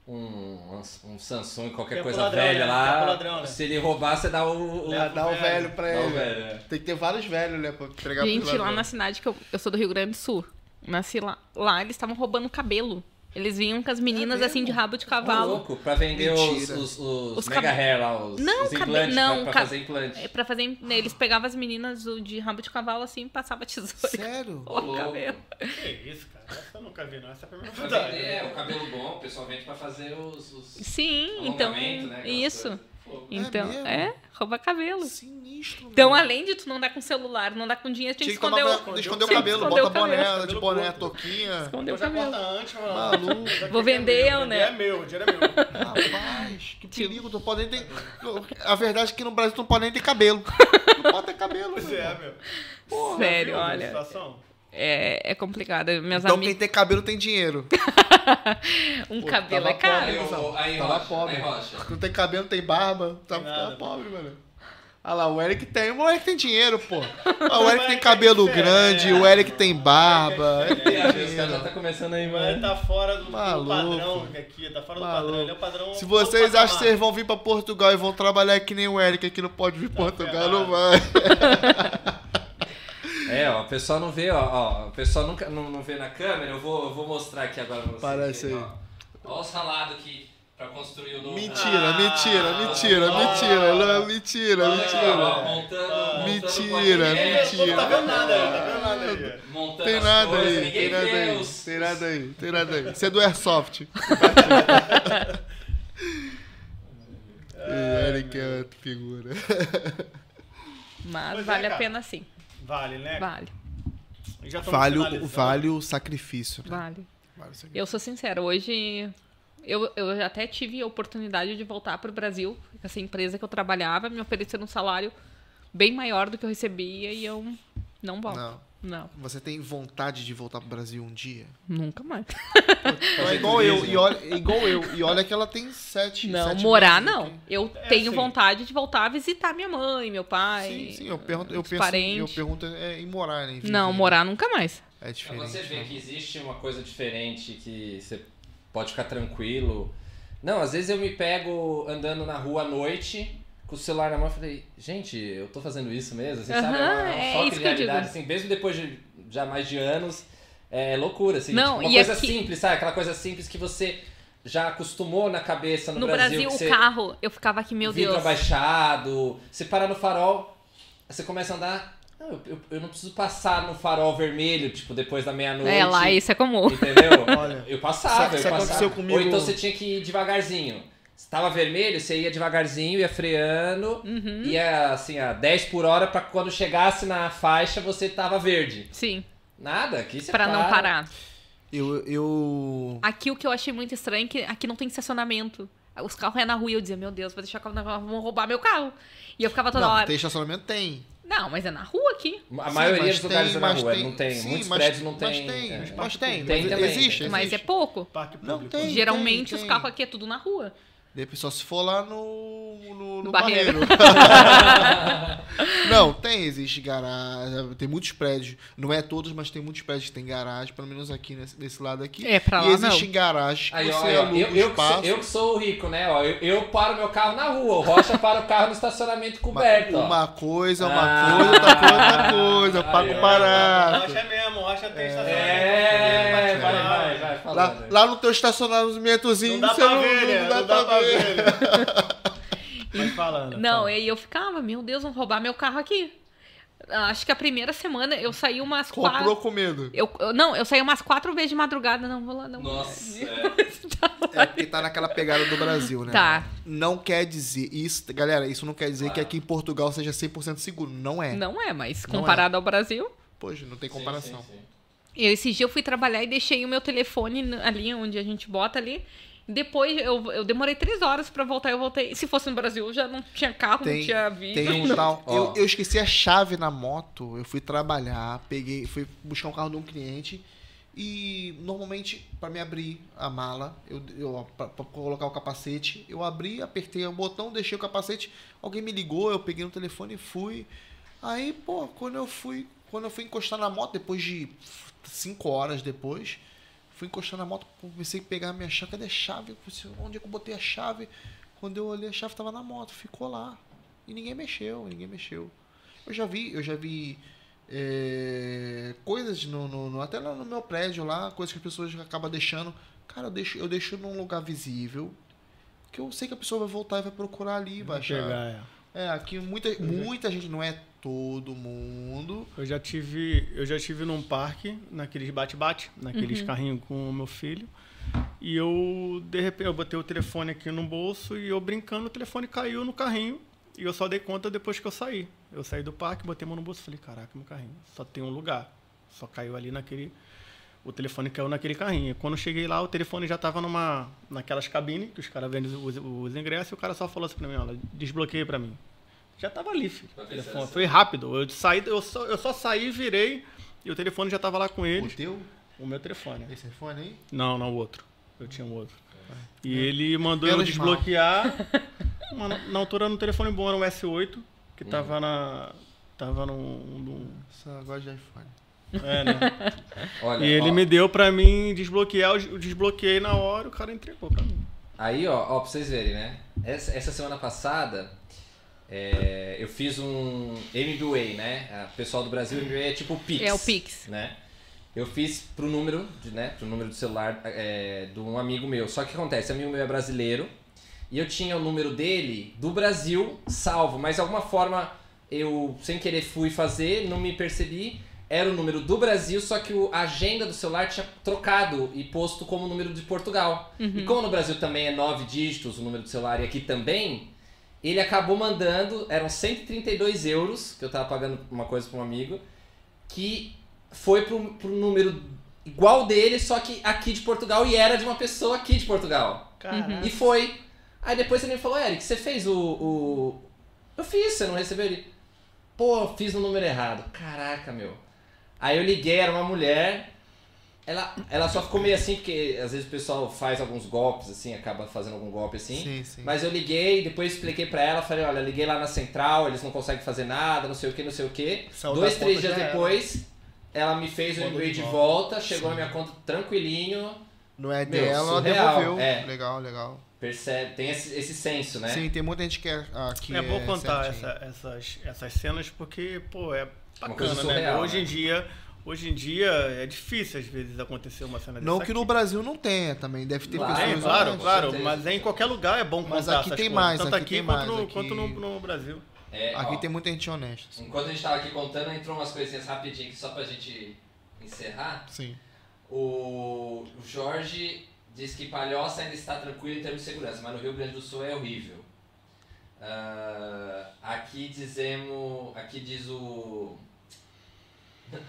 S3: um, um Samsung, qualquer
S5: Tempo
S3: coisa
S5: ladrão,
S3: velha
S5: né?
S3: lá.
S5: Tempo ladrão, né?
S3: Se ele roubar, você dá o. o-
S1: Ah, dá o velho pra
S3: Dá o
S1: ele.
S3: velho, é.
S1: Tem que ter vários velhos, né? Pra entregar pro
S4: Gente, lá
S1: ladrão.
S4: na cidade que eu, eu sou do Rio Grande do Sul. Nasci lá. Lá eles estavam roubando cabelo. Eles vinham com as meninas assim de
S1: mesmo?
S4: rabo de
S3: Ô,
S4: cavalo.
S3: louco, pra vender os,
S1: Mentira.
S3: os, os,
S4: Os
S3: mega
S4: cab-
S3: hair lá, os,
S4: Não,
S3: os
S4: cabe-
S3: implantes pra-
S4: não,
S3: pra,
S4: cab-
S3: fazer implante.
S4: É, Pra fazer. né, Eles pegavam as meninas o- de rabo de cavalo assim e passava a tesoura.
S1: Sério?
S4: Ó, o
S3: louco.
S4: cabelo.
S2: Que isso, cara? Essa eu nunca vi, não. Essa é a primeira
S3: Pra
S2: vez.
S3: vender, é, o cabelo bom, o pessoal vende pra fazer os... os
S4: Sim, então.
S3: alongamento, né, aquelas
S4: isso.
S3: coisas. Pô,
S4: Então,
S1: mesmo?
S4: é, rouba cabelo.
S1: Sinistro.
S4: Então,
S1: velho.
S4: além de tu não dar com celular, não dar com dinheiro, tinha
S1: Tinha
S4: que
S1: que
S4: esconder
S1: tomar
S4: o.
S1: pra- esconder o
S4: tinha que
S1: cabelo,
S4: esconder
S1: bota
S4: o cabelo.
S1: boné, de
S2: Cabelo
S1: boné,
S2: curto.
S1: toquinha.
S4: Esconder
S2: Eu
S4: o
S2: já
S4: cabelo.
S2: corta antes, mano.
S1: Maluco.
S2: Já que
S4: Vou
S2: é
S4: vender
S2: meu,
S4: eu, né?
S2: É meu, o dinheiro é meu.
S1: Rapaz, que perigo. Tu pode nem ter... A verdade é que no Brasil tu não pode nem ter cabelo. Não pode ter cabelo,
S2: Pois
S1: meu
S2: é,
S1: irmão.
S2: meu.
S4: Sério,
S2: Viu a
S4: olha.
S2: situação?
S4: É, é complicado. Meus
S1: Então quem
S4: amigos.
S1: tem cabelo tem dinheiro.
S4: Um
S1: Pô,
S4: cabelo
S1: tava
S4: é caro.
S3: Aí, o- aí,
S1: Tá lá
S3: rocha,
S1: pobre.
S3: aí rocha.
S1: Não tem cabelo, tem barba. Tá
S2: Tem nada,
S1: ficando pobre, mano. Olha lá, o Eric tem. O Eric tem dinheiro, pô. Ah, O Eric tem cabelo
S2: é
S1: grande,
S2: diferente,
S1: o Eric tem barba. Ele
S3: Aí,
S1: tem
S3: ó, Os caras já
S1: dinheiro.
S3: tá começando aí,
S2: Mas
S3: mano.
S2: tá fora do, do
S1: Maluco.
S2: padrão aqui, tá fora do padrão. Ele é o padrão.
S1: Se
S2: outro
S1: vocês
S2: patamar.
S1: acham que vocês vão vir pra Portugal e vão trabalhar que nem o Eric, que não pode vir pra Portugal,
S2: Tá ferrado.
S1: não vai.
S3: É, ó, o pessoal não vê, ó, ó, o pessoal nunca, não, não vê na câmera, eu vou, eu vou mostrar aqui agora pra vocês.
S1: Parece aí.
S3: Ó, ó o salado que pra construir o novo...
S1: Mentira, mentira,
S2: Ah,
S1: mentira,
S2: não.
S1: mentira, não, mentira,
S3: Ah, Olha,
S2: Tá,
S3: ó,
S1: mentira.
S3: montando- montando
S1: Mentira,
S3: podcast,
S2: O povo Ah. tá
S1: é
S2: vendo nada,
S1: assim,
S3: ó,
S2: tá vendo nada aí.
S3: Montando
S1: Tem
S3: as
S1: nada
S3: coisas,
S1: aí,
S3: ninguém
S1: tem nada
S3: vê
S1: aí,
S3: os-
S1: tem nada aí, tem nada aí. Você é do Airsoft. O Eric é outra figura.
S4: Mas
S2: Pois é,
S4: vale a
S2: cara.
S4: pena sim.
S2: Vale, né?
S4: Vale,
S2: Já estamos
S1: Vale o,
S2: finalizando.
S1: vale o sacrifício. né?
S4: vale.
S1: Vale o sacrifício.
S4: Eu sou sincera, hoje eu, eu já até tive a oportunidade de voltar para o Brasil. Essa empresa que eu trabalhava me oferecendo um salário bem maior do que eu recebia e eu não volto.
S1: Não.
S4: Não,
S1: Você tem vontade de voltar pro Brasil um dia?
S4: nunca mais.
S1: é igual eu, e olha, é igual eu. E olha que ela tem sete.
S4: Não,
S1: sete
S4: morar
S1: meses aqui.
S4: não. Eu
S2: É
S4: tenho
S2: assim.
S4: vontade de voltar a visitar minha mãe, meu pai.
S1: Sim, sim, eu pergunto, eu
S4: os
S1: penso, em- eu
S4: parentes.
S1: pergunto é, em morar, né? em
S4: Não,
S1: viver.
S4: morar nunca mais.
S1: É
S3: Mas
S1: diferente.
S3: você vê
S1: né?
S3: que existe uma coisa diferente que você pode ficar tranquilo. Não, às vezes eu me pego andando na rua à noite com o celular na mão e falei, gente, eu tô fazendo isso mesmo, assim, sabe? É uma-
S4: Aham,
S3: é um
S4: é
S3: choque de
S4: isso que eu digo.
S3: realidade, assim, mesmo depois de já mais de anos, é loucura, assim,
S4: Não,
S3: tipo, uma
S4: e
S3: coisa
S4: aqui-
S3: simples, sabe? Aquela coisa simples que você já acostumou na cabeça no,
S4: No, Brasil,
S3: que
S4: o
S3: você-
S4: carro, eu ficava aqui, meu
S3: vidro
S4: Deus.
S3: abaixado. Você para no farol, você começa a andar. "Ah, Eu, eu- eu não preciso passar no farol vermelho, tipo, depois da meia-noite.
S4: É, lá isso é comum.
S3: Entendeu?
S1: Olha,
S3: eu passava,
S1: sabe- sabe
S3: eu
S1: o que
S3: passava.
S1: aconteceu comigo?
S3: Ou então você tinha que ir devagarzinho. Se tava vermelho, você ia devagarzinho, ia freando,
S4: Uhum.
S3: ia assim, a 10 por hora pra quando chegasse na faixa você tava verde.
S4: Sim,
S3: Nada, aqui você
S4: pra não
S3: para.
S4: parar.
S1: Eu. eu...
S4: Aqui o que eu achei muito estranho é que aqui não tem estacionamento. Os carros é na rua e eu dizia, meu Deus, vou deixar o carro na rua, vão roubar meu carro. E eu ficava toda
S1: não,
S4: hora.
S1: tem estacionamento? Tem.
S4: Não, mas é na rua aqui.
S3: A
S1: Sim,
S3: maioria
S1: mas
S3: dos lugares é na
S1: mas
S3: rua, não tem.
S1: sim,
S3: Muitos
S1: mas-
S3: prédios não
S1: mas
S3: tem.
S1: tem.
S3: é.
S1: Mas tem,
S3: Tem
S1: mas
S3: também,
S1: existe.
S3: tem.
S4: Mas é
S1: existe.
S4: pouco.
S2: Parque
S1: Não
S2: público. assim.
S1: tem.
S4: Geralmente os
S1: tem.
S4: carros aqui é tudo na rua.
S1: Depois só se for lá no. no, no
S4: Barreiro.
S1: barreiro. não, tem, existe garagem. Tem muitos prédios. Não é todos, mas tem muitos prédios que tem garagem, pelo menos aqui nesse, desse lado aqui.
S4: É, pra
S1: e
S4: lá
S1: existe garagem que
S3: Aí,
S1: você
S3: ó, eu,
S1: aluga
S3: eu,
S1: o
S3: eu, que sou,
S1: espaço.
S3: eu que sou o rico, né? Ó, eu, eu paro meu carro na rua, o Rocha para o carro no estacionamento coberto. ó.
S1: uma coisa, uma
S3: Ah.
S1: coisa, outra coisa, outra coisa. Eu pago
S3: Aí, ó.
S1: barato.
S2: Rocha mesmo, Rocha tem estacionamento.
S3: É, né? vai,
S2: particular.
S3: vai, vai, falando.
S1: Lá, lá no teu estacionamentozinho,
S2: Não dá né?
S1: você
S2: pra ver, né?
S1: não dá pra ver.
S2: Mas falando.
S1: Então.
S4: Não, e eu ficava, meu Deus, vão roubar meu carro aqui. Acho que a primeira semana eu saí umas
S1: Comprou
S4: quatro.
S1: com medo.
S4: Eu, eu- não, eu saí umas quatro vezes de madrugada. Não, vou lá, não.
S3: Nossa, é.
S1: É porque tá naquela pegada do Brasil, né?
S4: Tá,
S1: Não quer dizer isso, galera, isso não quer dizer que
S3: Claro.
S1: aqui em Portugal seja 100% seguro. Não é.
S4: não é, mas
S1: Não é.
S4: comparado ao Brasil.
S1: Poxa, não tem
S3: Sim,
S1: comparação.
S3: sim, sim.
S4: Eu, esse dia eu fui trabalhar e deixei o meu telefone n- ali onde a gente bota ali. Depois eu, eu demorei três horas pra voltar. Eu voltei. Se fosse no Brasil, eu já não tinha carro,
S1: Tem-
S4: não tinha vídeo.
S1: Tem um
S3: Não.
S1: tal.
S3: Ó.
S1: Eu, eu esqueci a chave na moto, eu fui trabalhar, peguei, fui buscar um carro de um cliente e normalmente para me abrir a mala, eu, eu pra, pra colocar o capacete, eu abri, apertei o botão, deixei o capacete, alguém me ligou, eu peguei no telefone e fui. Aí, pô, quando eu fui, quando eu fui encostar na moto depois de cinco horas depois, fui encostar na moto, comecei a pegar a minha chave, cadê a chave? Eu pensei, Onde é que eu botei a chave? Quando eu olhei, a chave tava na moto, ficou lá. E ninguém mexeu, ninguém mexeu. Eu já vi, eu já vi é, coisas no, no- no- até lá no meu prédio lá, coisas que as pessoas acabam deixando. Cara, eu deixo, eu deixo num lugar visível, que eu sei que a pessoa vai voltar e vai procurar ali, vai achar.
S2: Pegar, é.
S1: É, aqui muita, muita gente, não é todo mundo.
S2: Eu já tive, eu já tive num parque, naqueles bate-bate,
S3: Uhum.
S2: naqueles carrinhos com o meu filho. E eu, de repente, eu botei o telefone aqui no bolso e eu brincando, o telefone caiu no carrinho. E eu só dei conta depois que eu saí. Eu saí do parque, botei a mão no bolso e falei, caraca, meu carrinho, só tem um lugar. Só caiu ali naquele... O telefone caiu naquele carrinho. E Quando eu cheguei lá, o telefone já tava numa, naquelas cabines que os caras vendem os, os ingressos e o cara só falou assim pra mim, olha, desbloqueia pra mim. Já tava ali, filho.
S3: Tá
S2: o
S3: pensando
S2: telefone.
S3: assim.
S2: Foi rápido. Eu, saí, eu, só, eu só saí, virei e o telefone já tava lá com
S1: O
S2: ele.
S1: teu? É
S2: O meu telefone.
S1: Esse telefone aí?
S2: Não, não, o outro. Eu tinha um outro. E ele mandou eu
S1: É. Menos mal.
S2: desbloquear. Mano, na altura no telefone bom era um S8, que
S3: Hum.
S2: tava na. Tava num. num-
S1: Só gosto de iPhone.
S2: é, né?
S3: Olha,
S2: E ele
S3: ó,
S2: me deu pra mim desbloquear, eu desbloqueei na hora o cara entregou pra mim.
S3: Aí, ó, ó, pra vocês verem, né? Essa, essa semana passada, é, eu fiz um MBA, né? O pessoal do Brasil, MBA é tipo o Pix.
S4: É o Pix.
S3: Né? Eu fiz pro número, de- né? Pro número do celular é, de um amigo meu. Só que o que acontece? Amigo meu é brasileiro e eu tinha o número dele do Brasil salvo, mas de alguma forma eu, sem querer, fui fazer, não me percebi. Era o número do Brasil, só que o- a agenda do celular tinha trocado e posto como número de Portugal. E como no Brasil também é nove dígitos o número do celular e aqui também, ele acabou mandando, eram 132 euros, que eu tava pagando uma coisa pra um amigo, que foi pro, pro número igual dele, só que aqui de Portugal e era de uma pessoa aqui de Portugal.
S2: Caraca.
S1: Uhum.
S3: E foi. Aí depois ele me falou, Eric, você fez o, o- Eu fiz, você não recebeu ele. Pô, eu fiz o número errado. Caraca, meu. Aí eu liguei, era uma mulher. Ela, ela só ficou meio assim, porque às vezes o pessoal faz alguns golpes, assim, acaba fazendo algum golpe assim.
S1: Sim, sim.
S3: Mas eu liguei, depois expliquei pra ela, falei, olha, liguei lá na central, eles não conseguem fazer nada, não sei o que, não sei o que.
S2: Saiu da
S3: Dois,
S2: conta,
S3: três
S2: já
S3: dias
S2: era.
S3: depois, ela me fez o
S2: Mandou
S3: e-mail
S2: de
S3: de volta, chegou na minha conta tranquilinho,
S1: Não é
S3: Meu,
S1: dela, ela
S3: surreal,
S1: devolveu.
S3: é.
S1: Legal, legal.
S3: percebe, tem esse, esse senso, né?
S1: Sim, tem muita gente que é aqui.
S2: é bom contar
S1: certinho.
S2: essa- essas, essas cenas porque, pô, é
S3: Uma coisa
S2: bacana, né?
S3: surreal,
S2: Hoje
S3: né?
S2: em dia, hoje em dia é difícil às vezes acontecer uma cena
S1: Não
S2: dessa
S1: que no
S2: aqui.
S1: Brasil não tenha também, deve ter
S3: Claro,
S2: É,
S1: pessoas.
S2: claro,
S1: lá,
S3: com
S2: claro,
S3: certeza.
S2: mas é em qualquer lugar é bom contar
S1: Mas aqui
S2: essas
S1: tem
S2: coisas,
S1: mais,
S2: tanto
S1: aqui
S2: aqui,
S1: tem
S2: quanto,
S1: mais,
S2: no,
S1: aqui-
S2: quanto no, no Brasil.
S3: É, ó.
S1: Aqui tem muita gente honesta.
S3: Enquanto a gente tava aqui contando, entrou umas coisinhas rapidinho aqui só pra gente encerrar.
S1: Sim.
S3: O o Jorge diz que Palhoça ainda está tranquilo em termos de segurança, mas no Rio Grande do Sul é horrível. Ah, aqui dizemos. Aqui diz o.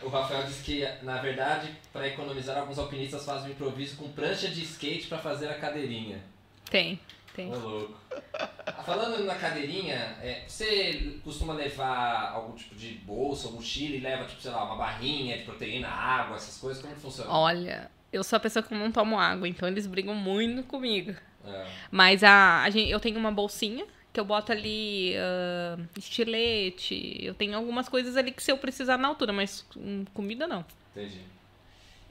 S3: O Rafael diz que, na verdade, para economizar, alguns alpinistas fazem um improviso com prancha de skate para fazer a cadeirinha.
S4: Tem, tem.
S3: Ô, louco. Ah, Falando na cadeirinha, é, você costuma levar algum tipo de bolsa ou mochila e leva, tipo, sei lá, uma barrinha de proteína, água, essas coisas? Como que funciona?
S4: Olha, eu sou a pessoa que não tomo água, então eles brigam muito comigo.
S3: É.
S4: Mas a, a gente, eu tenho uma bolsinha que eu boto ali ah, estilete. Eu tenho algumas coisas ali que se eu precisar na altura, mas hum, comida não.
S3: Entendi.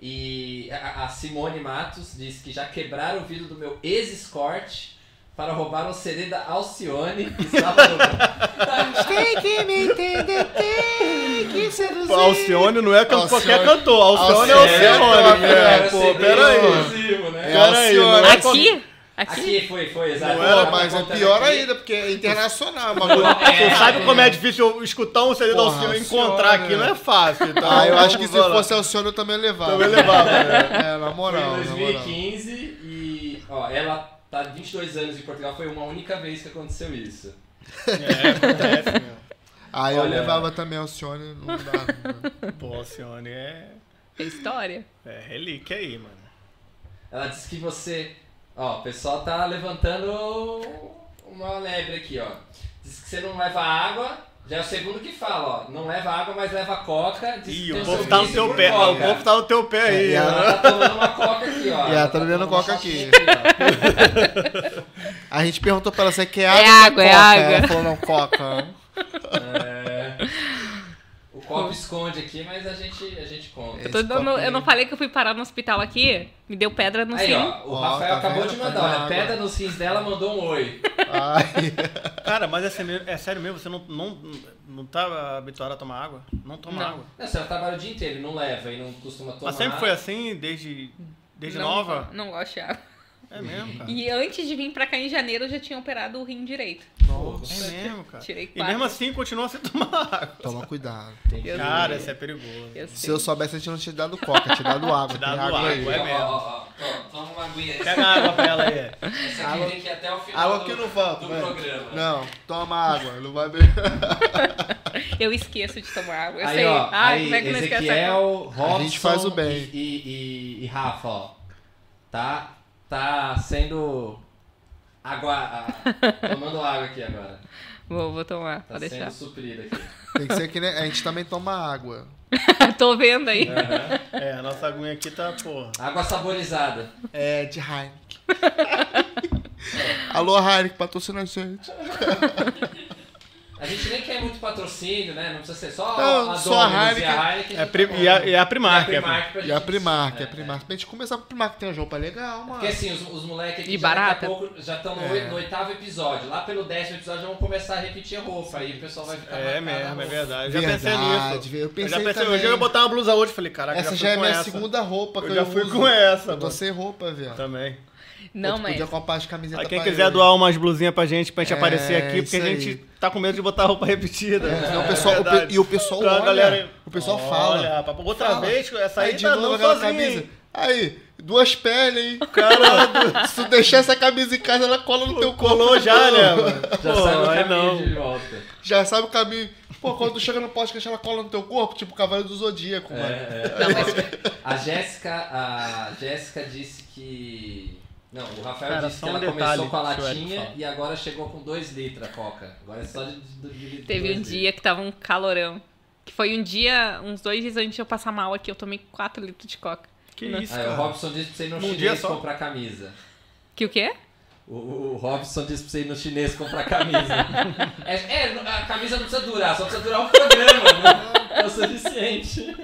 S3: E a, a Simone Matos diz que já quebraram o vidro do meu ex-escort para roubar um CD da Alcione que estava no...
S1: Tem que me entender, tem que seduzir.
S2: Alcione não é
S1: can- qualquer
S2: qualquer cantor, Alcione,
S1: Alcione é Alcione,
S2: é Alcione, né?
S1: cara,
S2: Pô, peraí.
S3: exclusivo, né?
S1: É.
S2: Peraí, não é
S1: Alcione.
S2: qualquer-
S4: Aqui, Aqui,
S3: Aqui foi, foi, exato.
S1: Não
S3: Porra,
S1: era, mas é
S3: contando
S1: pior
S3: aqui.
S1: ainda, porque é internacional. Uma coisa.
S2: Tu sabe como é difícil eu escutar um CD do
S1: Porra,
S2: Alcione e encontrar
S1: senhora,
S2: aqui,
S1: né?
S2: não é fácil. Então,
S1: Ah, eu acho que se
S2: vamos lá.
S1: fosse Alcione eu também levava.
S2: Também levava,
S1: É, na
S3: Foi
S1: moral,
S3: em
S1: na moral.
S3: 2015 e, ó, ela tá 22 anos em Portugal, foi uma única vez que aconteceu isso.
S2: É, acontece mesmo.
S1: Ah, eu
S3: Olha-
S1: levava também Alcione, não dava. né?
S2: Pô, Alcione é,
S4: é história.
S2: é relíquia aí, mano.
S3: Ela disse que você. Ó, o pessoal tá levantando uma lebre aqui, ó. Diz que você não leva água, já é o segundo que fala, ó. Não leva água, mas leva coca. Diz que
S2: Ih,
S3: tem
S2: o
S3: um
S2: povo tá no
S3: sorriso
S2: teu
S3: por
S2: pé. ó, O
S3: coca.
S2: povo tá no teu pé aí.
S1: É,
S2: ó.
S3: Ela tá tomando uma coca aqui, ó.
S1: É, tá bebendo
S3: tomando uma
S1: coca aqui.
S3: coquinha aqui, ó.
S1: A gente perguntou pra ela se quer
S4: É
S1: água. ou
S4: água, é
S1: coca?
S4: água.
S1: Ela falou, não, coca.
S3: É. O copo esconde aqui, mas a gente, a gente conta.
S1: É.
S4: Tô
S1: Esse
S4: dando-
S1: copinho.
S4: eu não falei que eu fui parar no hospital aqui? Me deu pedra no
S3: Aí,
S4: rim.
S3: ó, o
S1: Ó,
S3: Rafael
S1: tá
S3: acabou
S1: vendo?
S3: de
S1: Tá
S3: mandar,
S1: dando
S3: olha,
S1: água.
S3: pedra nos rins dela, mandou um oi.
S1: Ai,
S2: Cara, mas é sério, é sério mesmo? Você não, não, não tá habituado a tomar água? Não toma
S4: Não.
S2: água.
S3: Não, a senhora trabalha o dia inteiro, não leva e não costuma tomar.
S2: Mas sempre foi assim, desde, desde
S4: não,
S2: nova?
S4: Não gosto de água.
S2: É mesmo,
S3: Tá.
S2: cara.
S4: E antes de vir pra cá em janeiro, eu já tinha operado o rim direito.
S3: Nossa.
S2: É mesmo, cara.
S4: Tirei
S2: E
S4: quatro.
S2: mesmo assim, continua sem tomar água.
S1: toma cuidado.
S3: Tem que-
S2: Cara, isso é perigoso.
S4: Eu
S1: Se
S4: sei.
S1: eu soubesse, a gente não tinha dado coca, tinha dado água.
S2: Dado
S1: tem água,
S2: água.
S1: aí.
S3: Ó,
S2: é
S3: ó,
S2: mesmo.
S3: ó, ó, Toma uma aguinha.
S2: Pega a água pra ela aí. É,
S3: Essa aqui
S1: Água-
S3: tem que ir até o final
S1: Água
S3: do,
S1: que não falta.
S3: do
S1: né?
S3: programa.
S1: Não, toma água, não vai beber.
S4: Eu esqueço de tomar água. Eu
S3: Aí,
S4: sei.
S3: ó,
S4: Ai,
S3: aí,
S4: como é que não esquece?
S3: Ezequiel, Robson
S1: A gente faz o bem.
S3: E, e- e- e Rafa, ó, tá, tá sendo água, a- tomando água aqui agora.
S4: Vou, vou tomar,
S3: Tá
S4: pode
S3: sendo
S4: deixar.
S3: suprida aqui.
S1: Tem que ser que nem- a gente também toma água.
S4: Tô vendo aí.
S3: Aham.
S2: É, a nossa aguinha aqui tá, porra.
S3: Água saborizada.
S1: É, de Heineken. Alô, Heineken, patrocina a gente.
S3: A gente nem quer muito patrocínio, né? Não precisa ser só
S1: Não,
S3: a
S1: só a
S3: Domino's e
S1: Heineken.
S3: a Heineken.
S2: É pri- e, a, e a Primark. é, pô.
S3: Primark pra
S1: E a
S3: gente-
S1: Primark,
S3: é,
S1: a Primark. Pra gente começar com a Primark, tem uma roupa legal, mano.
S3: Porque assim, os, os moleques aqui
S4: E
S3: já daqui
S4: barata.
S3: a pouco já estão no,
S2: É.
S3: oi- no oitavo episódio. Lá pelo décimo episódio já vão começar a repetir a roupa. Aí o pessoal vai ficar
S2: É
S3: marcado na
S2: mesmo, é
S3: roupa.
S2: verdade. Eu já
S1: Verdade,
S2: pensei nisso.
S1: eu pensei
S2: já pensei,
S1: também.
S2: hoje eu ia botar uma blusa hoje. Falei, caraca,
S1: Essa
S2: já,
S1: já
S2: fui
S1: é
S2: com
S1: minha
S2: essa.
S1: segunda roupa que eu,
S2: Eu já fui
S1: uso.
S2: com essa,
S1: Eu tô
S2: mano.
S1: sem roupa, velho.
S2: Também.
S4: Não,
S1: Outro
S4: mas.
S1: Podia comprar as camisetas
S2: Aí quem
S1: pra
S2: quiser
S1: ele.
S2: doar umas blusinhas pra gente, pra gente
S1: É,
S2: aparecer aqui, porque a
S1: isso aí. É,
S2: gente tá com medo de botar roupa repetida.
S1: Senão o pessoal, o pe-
S2: é verdade.
S1: e o pessoal
S2: Então, a
S1: olha,
S2: galera-
S1: o pessoal
S2: Olha,
S1: fala.
S2: rapaz, outra
S1: Fala.
S2: vez, essa aí
S1: de
S2: tá
S1: novo
S2: não
S1: aquela
S2: sozinha, hein?
S1: Aí, duas peles, hein?
S2: Cara,
S1: Se tu deixar essa camisa em casa, ela cola no teu corpo.
S2: colou já, né, mano?
S3: Já
S2: Pô,
S3: sai do
S2: aí
S3: caminho
S2: não.
S3: de volta.
S1: Já sabe o caminho. Pô, quando tu chega no podcast, ela cola no teu corpo, tipo o Cavaleiro do Zodíaco,
S3: É,
S1: mano.
S3: é. A Jéssica, a Jéssica disse que... Não, o Rafael
S2: Cara,
S3: disse
S2: só
S3: que
S2: um
S3: ela
S2: detalhe
S3: começou com a
S2: que o Eric
S3: latinha
S2: fala.
S3: e agora chegou com 2 litros a coca. Agora é só de... de, de
S4: Teve
S3: dois
S4: um
S3: litros.
S4: dia que tava um calorão. Que foi um dia, uns dois dias antes de eu passar mal aqui, eu tomei 4 litros de coca.
S2: Que
S4: Não.
S2: isso,
S3: Aí, o
S2: cara.
S3: Robson disse pra você ir no
S2: Num dia
S3: chinês
S2: só.
S3: comprar camisa.
S4: Que o quê?
S3: O, o- o Robson disse pra você ir no chinês comprar camisa. é, é, a camisa não precisa durar, só precisa durar o programa. Né? É o suficiente.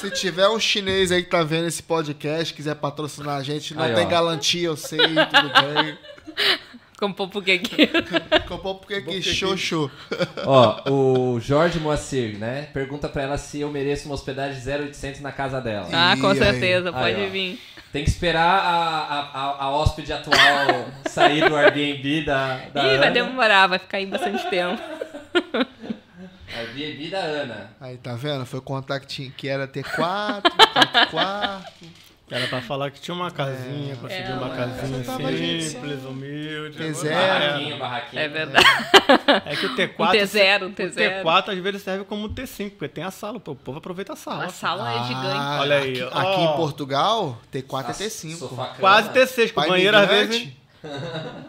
S1: Se tiver um chinês aí que tá vendo esse podcast, quiser patrocinar a gente, não
S3: Aí,
S1: tem
S3: ó.
S1: galantia, eu sei, tudo
S4: Comprou por quê que
S1: bem. Comprou porque que xoxo.
S3: Ó, o Jorge Moacir, né? Pergunta pra ela se eu mereço uma hospedagem 0800 na casa dela.
S4: Ah, com
S1: aí?
S4: certeza, pode
S3: Aí, ó.
S4: vir.
S3: Tem que esperar a, a, a, a hóspede atual sair do Airbnb da, da
S4: Ih, vai um-
S3: Ana.
S4: demorar, vai ficar aí bastante tempo.
S3: Airbnb da Ana.
S1: Aí, tá vendo? Foi o contactinho que era ter quatro, quatro, quatro.
S2: Era pra falar que tinha uma casinha, conseguiu uma
S4: mas
S2: casinha
S1: É.
S2: assim.
S1: essa tava gente só.
S2: simples, humilde.
S1: T0.
S2: Agora- tá
S3: Barraquinho, barraquinho.
S4: É verdade.
S2: É que o
S4: Um
S2: T4...
S4: T0, um
S2: O
S4: T0.
S2: T4 às vezes serve como um T5, porque tem a sala, pô, o povo aproveita a sala.
S4: A sala é gigante.
S1: Ah,
S2: Olha aí,
S1: Aqui,
S2: ó.
S1: aqui em Portugal, T4
S3: Nossa,
S1: e T5.
S3: sofá cama.
S2: Quase T6, porque o
S1: Pai
S2: banheiro às
S1: imigrante,
S2: vezes...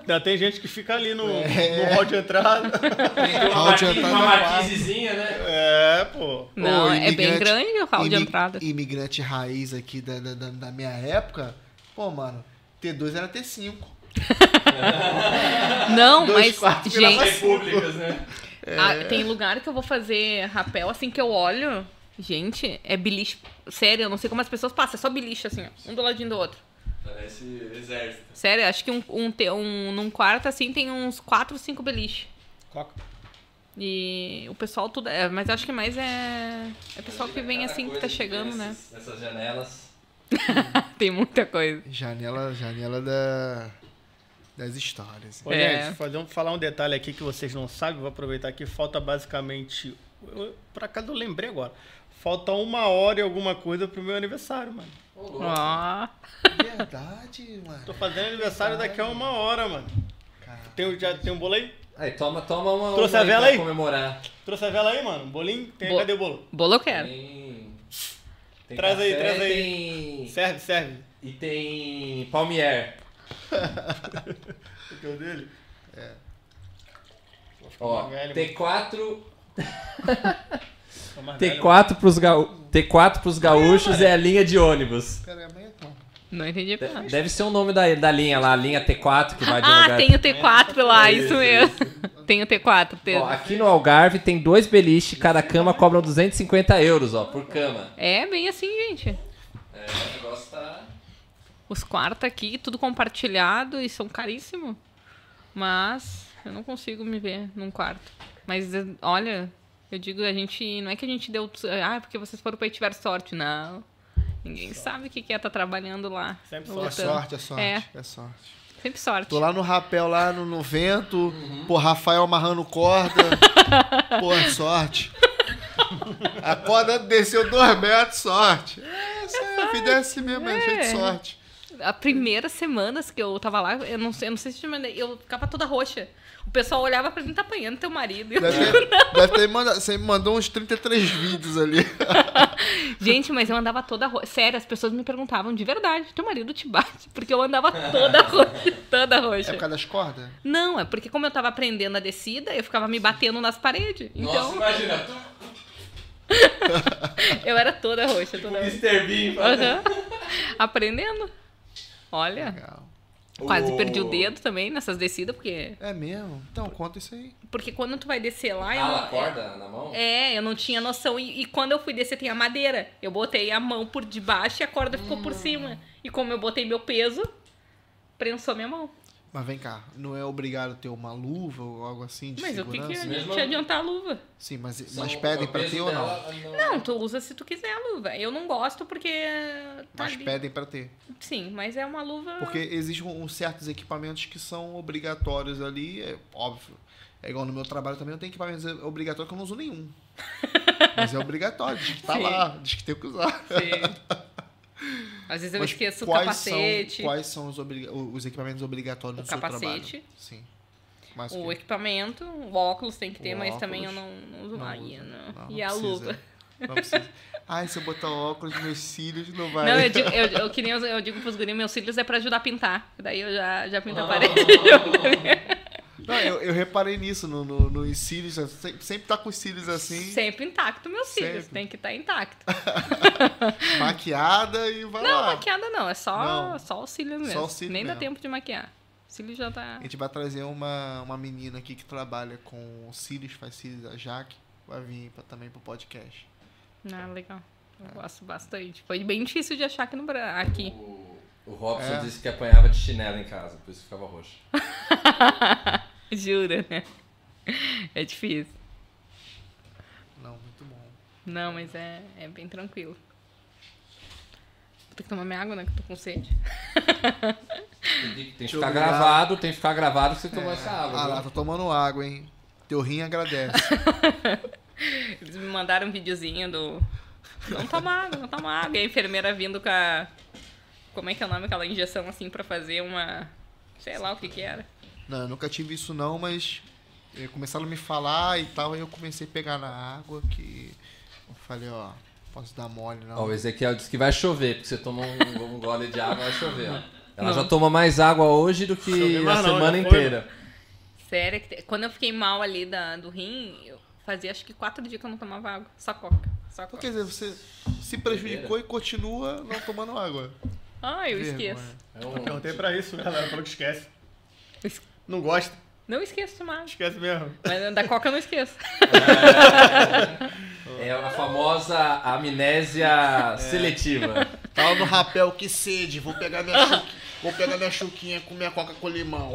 S2: Ainda tem gente que fica ali no,
S1: É.
S2: no hall de entrada.
S3: Tem uma,
S1: Hall de
S3: marquise, uma
S1: entrada no quarto.
S3: marquisezinha, né?
S2: É, pô.
S4: Não,
S1: Ô,
S4: é bem
S1: imigrante-
S4: grande o hall de
S1: imi-
S4: entrada.
S1: Imigrante raiz aqui da, da, da- da minha época, pô, mano, T2 era T5.
S4: Não,
S1: Dois
S4: mas,
S1: quartos virava
S4: gente,
S3: Repúblicas, né?
S4: Ah, tem lugar que eu vou fazer rapel, assim que eu olho. Gente, é beliche. Sério, eu não sei como as pessoas passam, é só beliche, assim, ó, um do ladinho do outro.
S3: Parece exército.
S4: Sério, acho que um, um, te- um- num quarto, assim, tem uns 4, 5 beliche.
S2: Coca.
S4: E o pessoal tudo. é, mas acho que mais é. É pessoal que vem assim que tá chegando, né?
S3: Essas janelas.
S4: Tem muita coisa.
S1: Janela, janela da. Das histórias.
S2: Olha,
S4: É.
S2: gente, fazer um, falar um detalhe aqui que vocês não sabem, vou aproveitar que falta basicamente. eu- Por acaso eu lembrei agora. Falta uma hora e alguma coisa pro meu aniversário, mano.
S3: Ô, louco.
S4: Ó,
S1: Verdade, mano.
S2: Tô fazendo aniversário daqui a uma hora, mano.
S1: Cara,
S2: Tem, o- já, tem um bolo aí?
S3: Aí, toma, toma uma.
S2: Trouxe
S3: uma
S2: a vela
S3: pra
S2: aí?
S3: comemorar.
S2: Trouxe a vela aí, mano? Um bolinho? Tem,
S4: Bo-
S2: cadê o bolo?
S4: bolo eu quero.
S3: Tem. tem
S2: Traz aí,
S3: café,
S2: traz aí.
S3: Tem...
S2: Serve, serve.
S3: E tem palmier.
S2: O que é o dele? É.
S3: Ó, T4,
S2: T4.
S3: T4 pros, gaú T4 pros gaúchos é a linha de ônibus.
S1: cara, é meio- mano.
S4: Não entendi
S3: De-
S4: nada.
S3: Deve ser o nome da, da linha lá, a linha T4 que vai de um
S4: Ah,
S3: lugar.
S4: tem o T4 lá, isso mesmo. Tem o T4,
S3: Ó,
S4: Pedro.
S3: aqui no Algarve tem dois beliches, cada cama cobra 250 euros, ó, por cama.
S4: É bem assim, gente.
S3: É, o negócio tá.
S4: Os quartos aqui, tudo compartilhado e são caríssimos. Mas eu não consigo me ver num quarto. Mas eh, olha, eu digo, a gente. Não é que a gente deu. Ah, porque vocês foram pra aí e tiveram sorte. Não. Ninguém sabe o que que é estar trabalhando lá.
S2: Sempre
S1: É
S4: Lutando.
S1: sorte, é sorte.
S4: É,
S1: É sorte.
S4: sempre sorte.
S1: Tô lá no rapel, lá no, no vento. Pô, Rafael amarrando corda. Pô, é sorte. A corda desceu dois metros, sorte. É, isso aí, a vida é assim mesmo, é cheio de sorte.
S4: A primeira semanas que eu tava lá, eu não sei, eu não sei se eu te mandei, eu ficava toda roxa. O pessoal olhava pra mim, tá apanhando teu marido. Eu
S1: Deve ter, deve ter mandado, você me mandou uns 33 vídeos ali.
S4: Gente, mas eu andava toda roxa. Sério, as pessoas me perguntavam de verdade, teu marido te bate? Porque eu andava toda roxa, toda
S1: É por
S4: roxa.
S1: causa das cordas?
S4: Não, é porque como eu tava aprendendo a descida, eu ficava me batendo nas paredes.
S3: Nossa,
S4: Então,
S3: imagina, tu,
S4: eu era toda roxa, toda roxa.
S3: Mr. Bean.
S4: Aham. Aprendendo. Olha,
S1: Legal.
S4: quase perdi o dedo também nessas descidas, porque...
S1: É mesmo? Então, conta isso aí.
S4: Porque quando tu vai descer lá... eu
S3: Ah, a
S4: não-
S3: corda na mão?
S4: É, eu não tinha noção. E, e quando eu fui descer, tem a madeira. Eu botei a mão por debaixo e a corda ficou
S1: Hum.
S4: por cima. E como eu botei meu peso, prensou minha mão.
S1: Mas vem cá, não é obrigado ter uma luva ou algo assim de
S4: Mas o que,
S1: segurança?
S4: que
S3: Mesmo-
S4: adianta adiantar a luva?
S1: Sim, mas,
S3: São-
S1: mas pedem
S3: o
S1: pra
S3: peso
S1: ter ou não?
S3: dela, não.
S4: Não, tu usa se tu quiser a luva. Eu não gosto porque. Tá
S1: Mas
S4: ali.
S1: pedem pra ter.
S4: Sim, mas é uma luva.
S1: Porque existem uns certos equipamentos que são obrigatórios ali, é óbvio. É igual no meu trabalho também, eu tenho equipamentos obrigatórios que eu não uso nenhum. Mas é obrigatório, diz que tá
S4: Sim.
S1: lá, diz que tem que usar.
S4: Sim. Às vezes eu
S1: Mas
S4: esqueço o
S1: quais
S4: capacete,
S1: São, quais são os, obriga- os equipamentos obrigatórios
S4: O
S1: do seu
S4: capacete.
S1: trabalho? Sim. Mas
S4: o
S1: que-
S4: equipamento, o óculos tem que ter,
S1: O
S4: mas também eu
S1: óculos.
S4: não, não uso
S1: não
S4: mais.
S1: usa,
S4: não.
S1: não,
S4: e
S1: não
S4: a
S1: precisa,
S4: luva.
S1: Não precisa. Ai, se eu botar óculos, meus cílios não vai.
S4: Não, é eu digo, eu, eu, que nem eu, eu digo pros guris, meus cílios é pra ajudar a pintar. Daí eu já, já
S1: Ah,
S4: pinto a parede.
S1: Não, eu, eu reparei nisso no, no, nos cílios. Sempre, sempre tá com os cílios assim,
S4: Sempre intacto, meus cílios.
S1: Sempre. Ah.
S4: Tem que estar intacto.
S1: maquiada e vai
S4: Não,
S1: lá.
S4: maquiada não. É só,
S1: Não.
S4: só o cílio mesmo.
S1: o cílio
S4: Nem dá
S1: mesmo.
S4: tempo de maquiar. O cílio já tá...
S1: A gente vai trazer uma, uma menina aqui que trabalha com cílios, faz cílios, a Jaque. Vai vir pra, também pro podcast.
S4: Ah, legal. Eu gosto bastante. Foi bem difícil de achar aqui no Bra- aqui.
S3: O, o Robson
S1: É.
S3: disse que apanhava de chinelo em casa, por isso ficava roxo.
S4: Jura, né? É difícil.
S1: Não, muito bom.
S4: Não, mas é, é bem tranquilo. Vou ter que tomar minha água, né? Que eu tô com sede.
S3: Tem que, tem que
S1: Te
S3: ficar
S1: obrigado.
S3: gravado, tem que ficar gravado que você tomou essa água.
S1: Ah
S3: viu?
S1: lá, tá tomando água, hein? Teu rim agradece.
S4: Eles me mandaram um videozinho do. Não toma água, não toma água. E a enfermeira vindo com a. Como é que é o nome? Aquela injeção assim pra fazer uma. Sei lá o que que era.
S1: não, eu nunca tive isso não, mas eh, começaram a me falar e tal, aí eu comecei a pegar na água que eu falei, ó, posso dar mole não.
S3: Ó, o Ezequiel disse que vai chover, porque você toma um, um gole de água, vai chover. ó. Ela
S4: Não.
S3: já toma mais água hoje do que
S2: Chover mais
S3: a
S2: não,
S3: semana
S2: já foi,
S3: inteira.
S4: Sério, que te- quando eu fiquei mal ali da, do rim, eu fazia acho que quatro dias que eu não tomava água. Só coca. Só
S1: Então,
S4: coca.
S1: quer dizer, você se prejudicou e continua não tomando água.
S4: Ah, eu
S1: Vergonha.
S4: esqueço.
S3: É um-
S2: Perguntei pra isso, a galera falou que esquece.
S4: Es-
S2: Não gosta,
S4: Não esqueço de tomar água.
S2: esquece mesmo.
S4: Mas da coca eu não esqueço.
S3: é a famosa amnésia seletiva.
S1: Tava no rapel, que sede, vou pegar minha chuquinha, vou pegar minha chuquinha e comer a coca com limão.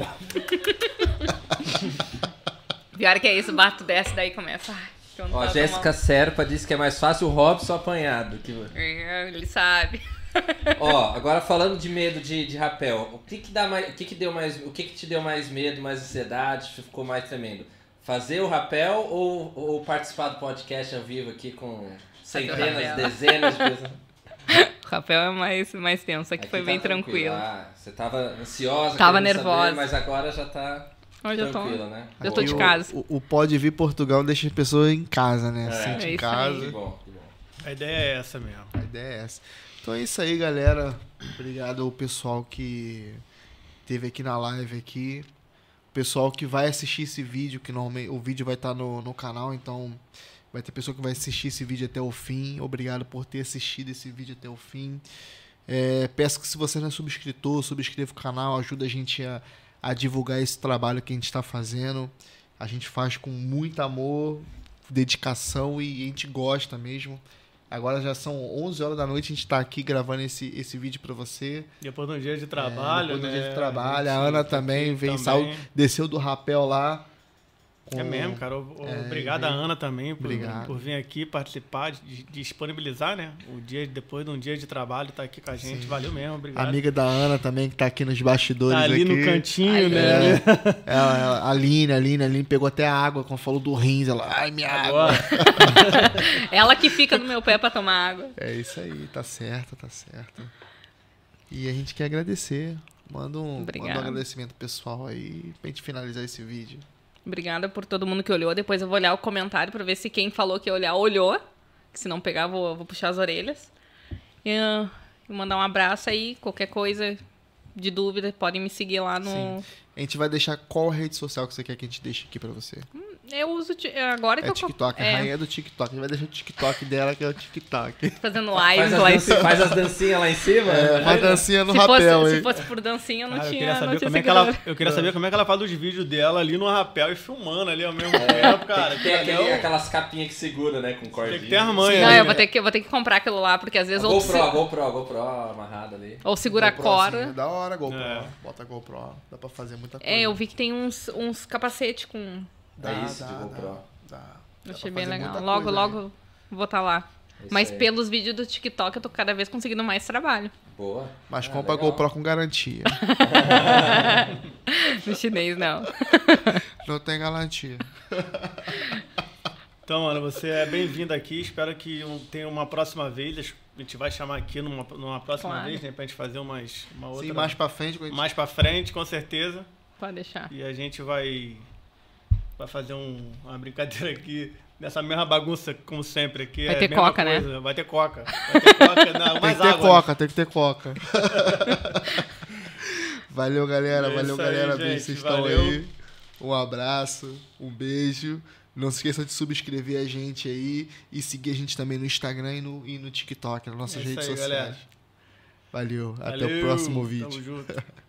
S4: Pior que é isso, bato desce, daí começa. Ai, que eu não
S3: Ó,
S4: tava
S3: Jéssica
S4: tomando.
S3: Serpa disse que é mais fácil o Robson apanhar do que.
S4: É, Ele sabe.
S3: Ó, agora falando de medo de, de rapel, o que que dá mais, o que que deu mais, o que que te deu mais medo, mais ansiedade, te ficou mais tremendo? Fazer o rapel ou, ou participar do podcast ao vivo aqui com centenas,
S4: rapel.
S3: dezenas de pessoas?
S4: O rapel é mais, mais tenso, aqui,
S3: Aqui
S4: foi
S3: tá
S4: bem tranquilo.
S3: Ah, você tava ansiosa,
S4: Tava
S3: querendo saber,
S4: nervosa.
S3: mas agora já tá
S4: Hoje eu tô.
S3: tranquila, né?
S4: Eu tô
S1: Aqui
S4: de
S1: o-
S4: casa.
S1: O, o Pode Vir Portugal deixa as pessoas em casa, né? Sente
S4: É
S1: em
S4: isso
S3: Que
S1: casa.
S3: bom, que bom.
S2: A ideia é essa mesmo.
S1: A ideia é essa. Então é isso aí, galera. Obrigado ao pessoal que teve aqui na live aqui. O pessoal que vai assistir esse vídeo, que normalmente o vídeo vai estar no, no canal, então vai ter pessoa que vai assistir esse vídeo até o fim. Obrigado por ter assistido esse vídeo até o fim. É, peço que se você não é subscritor, subscreva o canal, ajuda a gente a, a divulgar esse trabalho que a gente está fazendo. A gente faz com muito amor, dedicação e a gente gosta mesmo. Agora já são 11 horas da noite, a gente tá aqui gravando esse, esse vídeo para você.
S2: Depois de um dia de trabalho,
S1: É, depois do
S2: né?
S1: dia de trabalho, a
S2: gente
S1: Ana também veio,
S2: também.
S1: saiu- desceu do rapel lá.
S2: É
S1: com-
S2: mesmo, cara. O- o- Obrigado a Ana também por,
S1: Obrigado.
S2: por vir aqui participar, de, de disponibilizar, né? O dia depois de um dia de trabalho, tá aqui com a gente. Valeu mesmo, obrigado.
S1: Amiga da Ana também, que tá aqui nos bastidores.
S2: tá ali
S1: aqui.
S2: no cantinho,
S4: Ai,
S2: né?
S1: Ela, ela, a Aline, a Aline, a Aline pegou até a água quando falou do rins. Ela, ai, minha água.
S2: Agora.
S4: Ela que fica no meu pé pra tomar água.
S1: É isso aí, tá certo, tá certo. E a gente quer agradecer. Manda um, manda um
S4: Obrigado.
S1: agradecimento pessoal aí pra gente finalizar esse vídeo.
S4: Obrigada por todo mundo que olhou. Depois eu vou olhar o comentário pra ver se quem falou que ia olhar olhou. Que se não pegar, vou, vou puxar as orelhas. E, ah, vou mandar um abraço aí. Qualquer coisa de dúvida, podem me seguir lá no.
S1: A gente vai deixar qual rede social que você quer que a gente deixe aqui pra você.
S4: Eu uso. ti- Agora que
S1: É
S4: eu tô
S1: TikTok, a
S4: é.
S1: rainha do TikTok. A gente vai deixar o TikTok dela, que é o TikTok.
S4: fazendo
S3: Faz
S4: live
S3: as,
S4: lá em
S3: danci-
S2: assim,
S4: cima.
S3: faz as dancinhas lá em cima.
S1: É, uma dancinha no
S4: Se
S1: rapel,
S4: fosse, se
S1: hein?
S4: fosse por dancinha, eu não
S2: Cara, eu
S4: tinha.
S2: queria
S4: não
S2: saber
S4: tinha
S2: como é que ela,
S4: seguidor.
S2: eu queria saber como é que ela faz os vídeos dela ali no rapel e filmando ali ao mesmo tempo, cara.
S3: tem que ter
S2: Aquilo
S3: aquele-
S2: ali é um-
S3: aquelas capinhas que segura, né? Com cordinha.
S2: tem que ter a mãe
S4: Não,
S2: ali,
S4: eu
S2: né?
S4: vou ter, que, eu vou ter que comprar aquilo lá, porque às
S3: A
S4: vezes ou, se,
S3: GoPro, a GoPro, a GoPro amarrada ali.
S4: ou segura a
S1: GoProzinho,
S4: cora.
S1: Da hora, GoPro.
S2: É.
S1: Bota GoPro. Dá pra fazer muita coisa.
S4: É, eu vi que tem uns, uns capacete com.
S1: Dá,
S3: É isso,
S1: dá,
S3: de GoPro.
S1: Dá, dá. Dá pra
S4: Achei bem
S1: fazer
S4: legal.
S1: tá muita
S4: Logo,
S1: coisa,
S4: logo
S1: né?
S4: vou estar lá.
S3: Isso
S4: Mas
S3: aí.
S4: pelos vídeos do TikTok eu tô cada vez conseguindo mais trabalho.
S3: Boa.
S1: Mas
S4: É
S3: Ah,
S1: compra
S3: legal.
S1: GoPro com garantia.
S4: No chinês, não.
S1: Não tem garantia.
S2: Então, Ana, você é bem-vinda aqui. Espero que um- tenha uma próxima vez. A gente vai chamar aqui numa, numa próxima
S4: Claro.
S2: vez, né? Pra gente fazer umas, uma outra.
S1: Sim, mais pra frente, quando a gente
S2: mais pra frente, com certeza.
S4: Pode deixar.
S2: E a gente vai, vai fazer um- uma brincadeira aqui. Nessa mesma bagunça, como sempre, aqui.
S4: Vai
S2: é a
S4: ter
S2: mesma
S4: coca, né?
S2: coisa. Vai ter coca. Vai ter coca. Não,
S1: Tem
S2: mais
S1: que ter
S2: água, né?
S1: coca, tem que ter coca. valeu, galera.
S2: É
S1: valeu,
S2: isso aí,
S1: galera.
S2: gente,
S1: vocês estão
S2: valeu.
S1: aí. Um abraço, um beijo. Não se esqueçam de subscrever a gente aí e seguir a gente também no Instagram e no, e no TikTok, nas nossas
S2: É isso
S1: redes
S2: aí,
S1: sociais.
S2: galera.
S1: Valeu, até o
S2: Valeu,
S1: próximo vídeo.
S2: Tamo junto.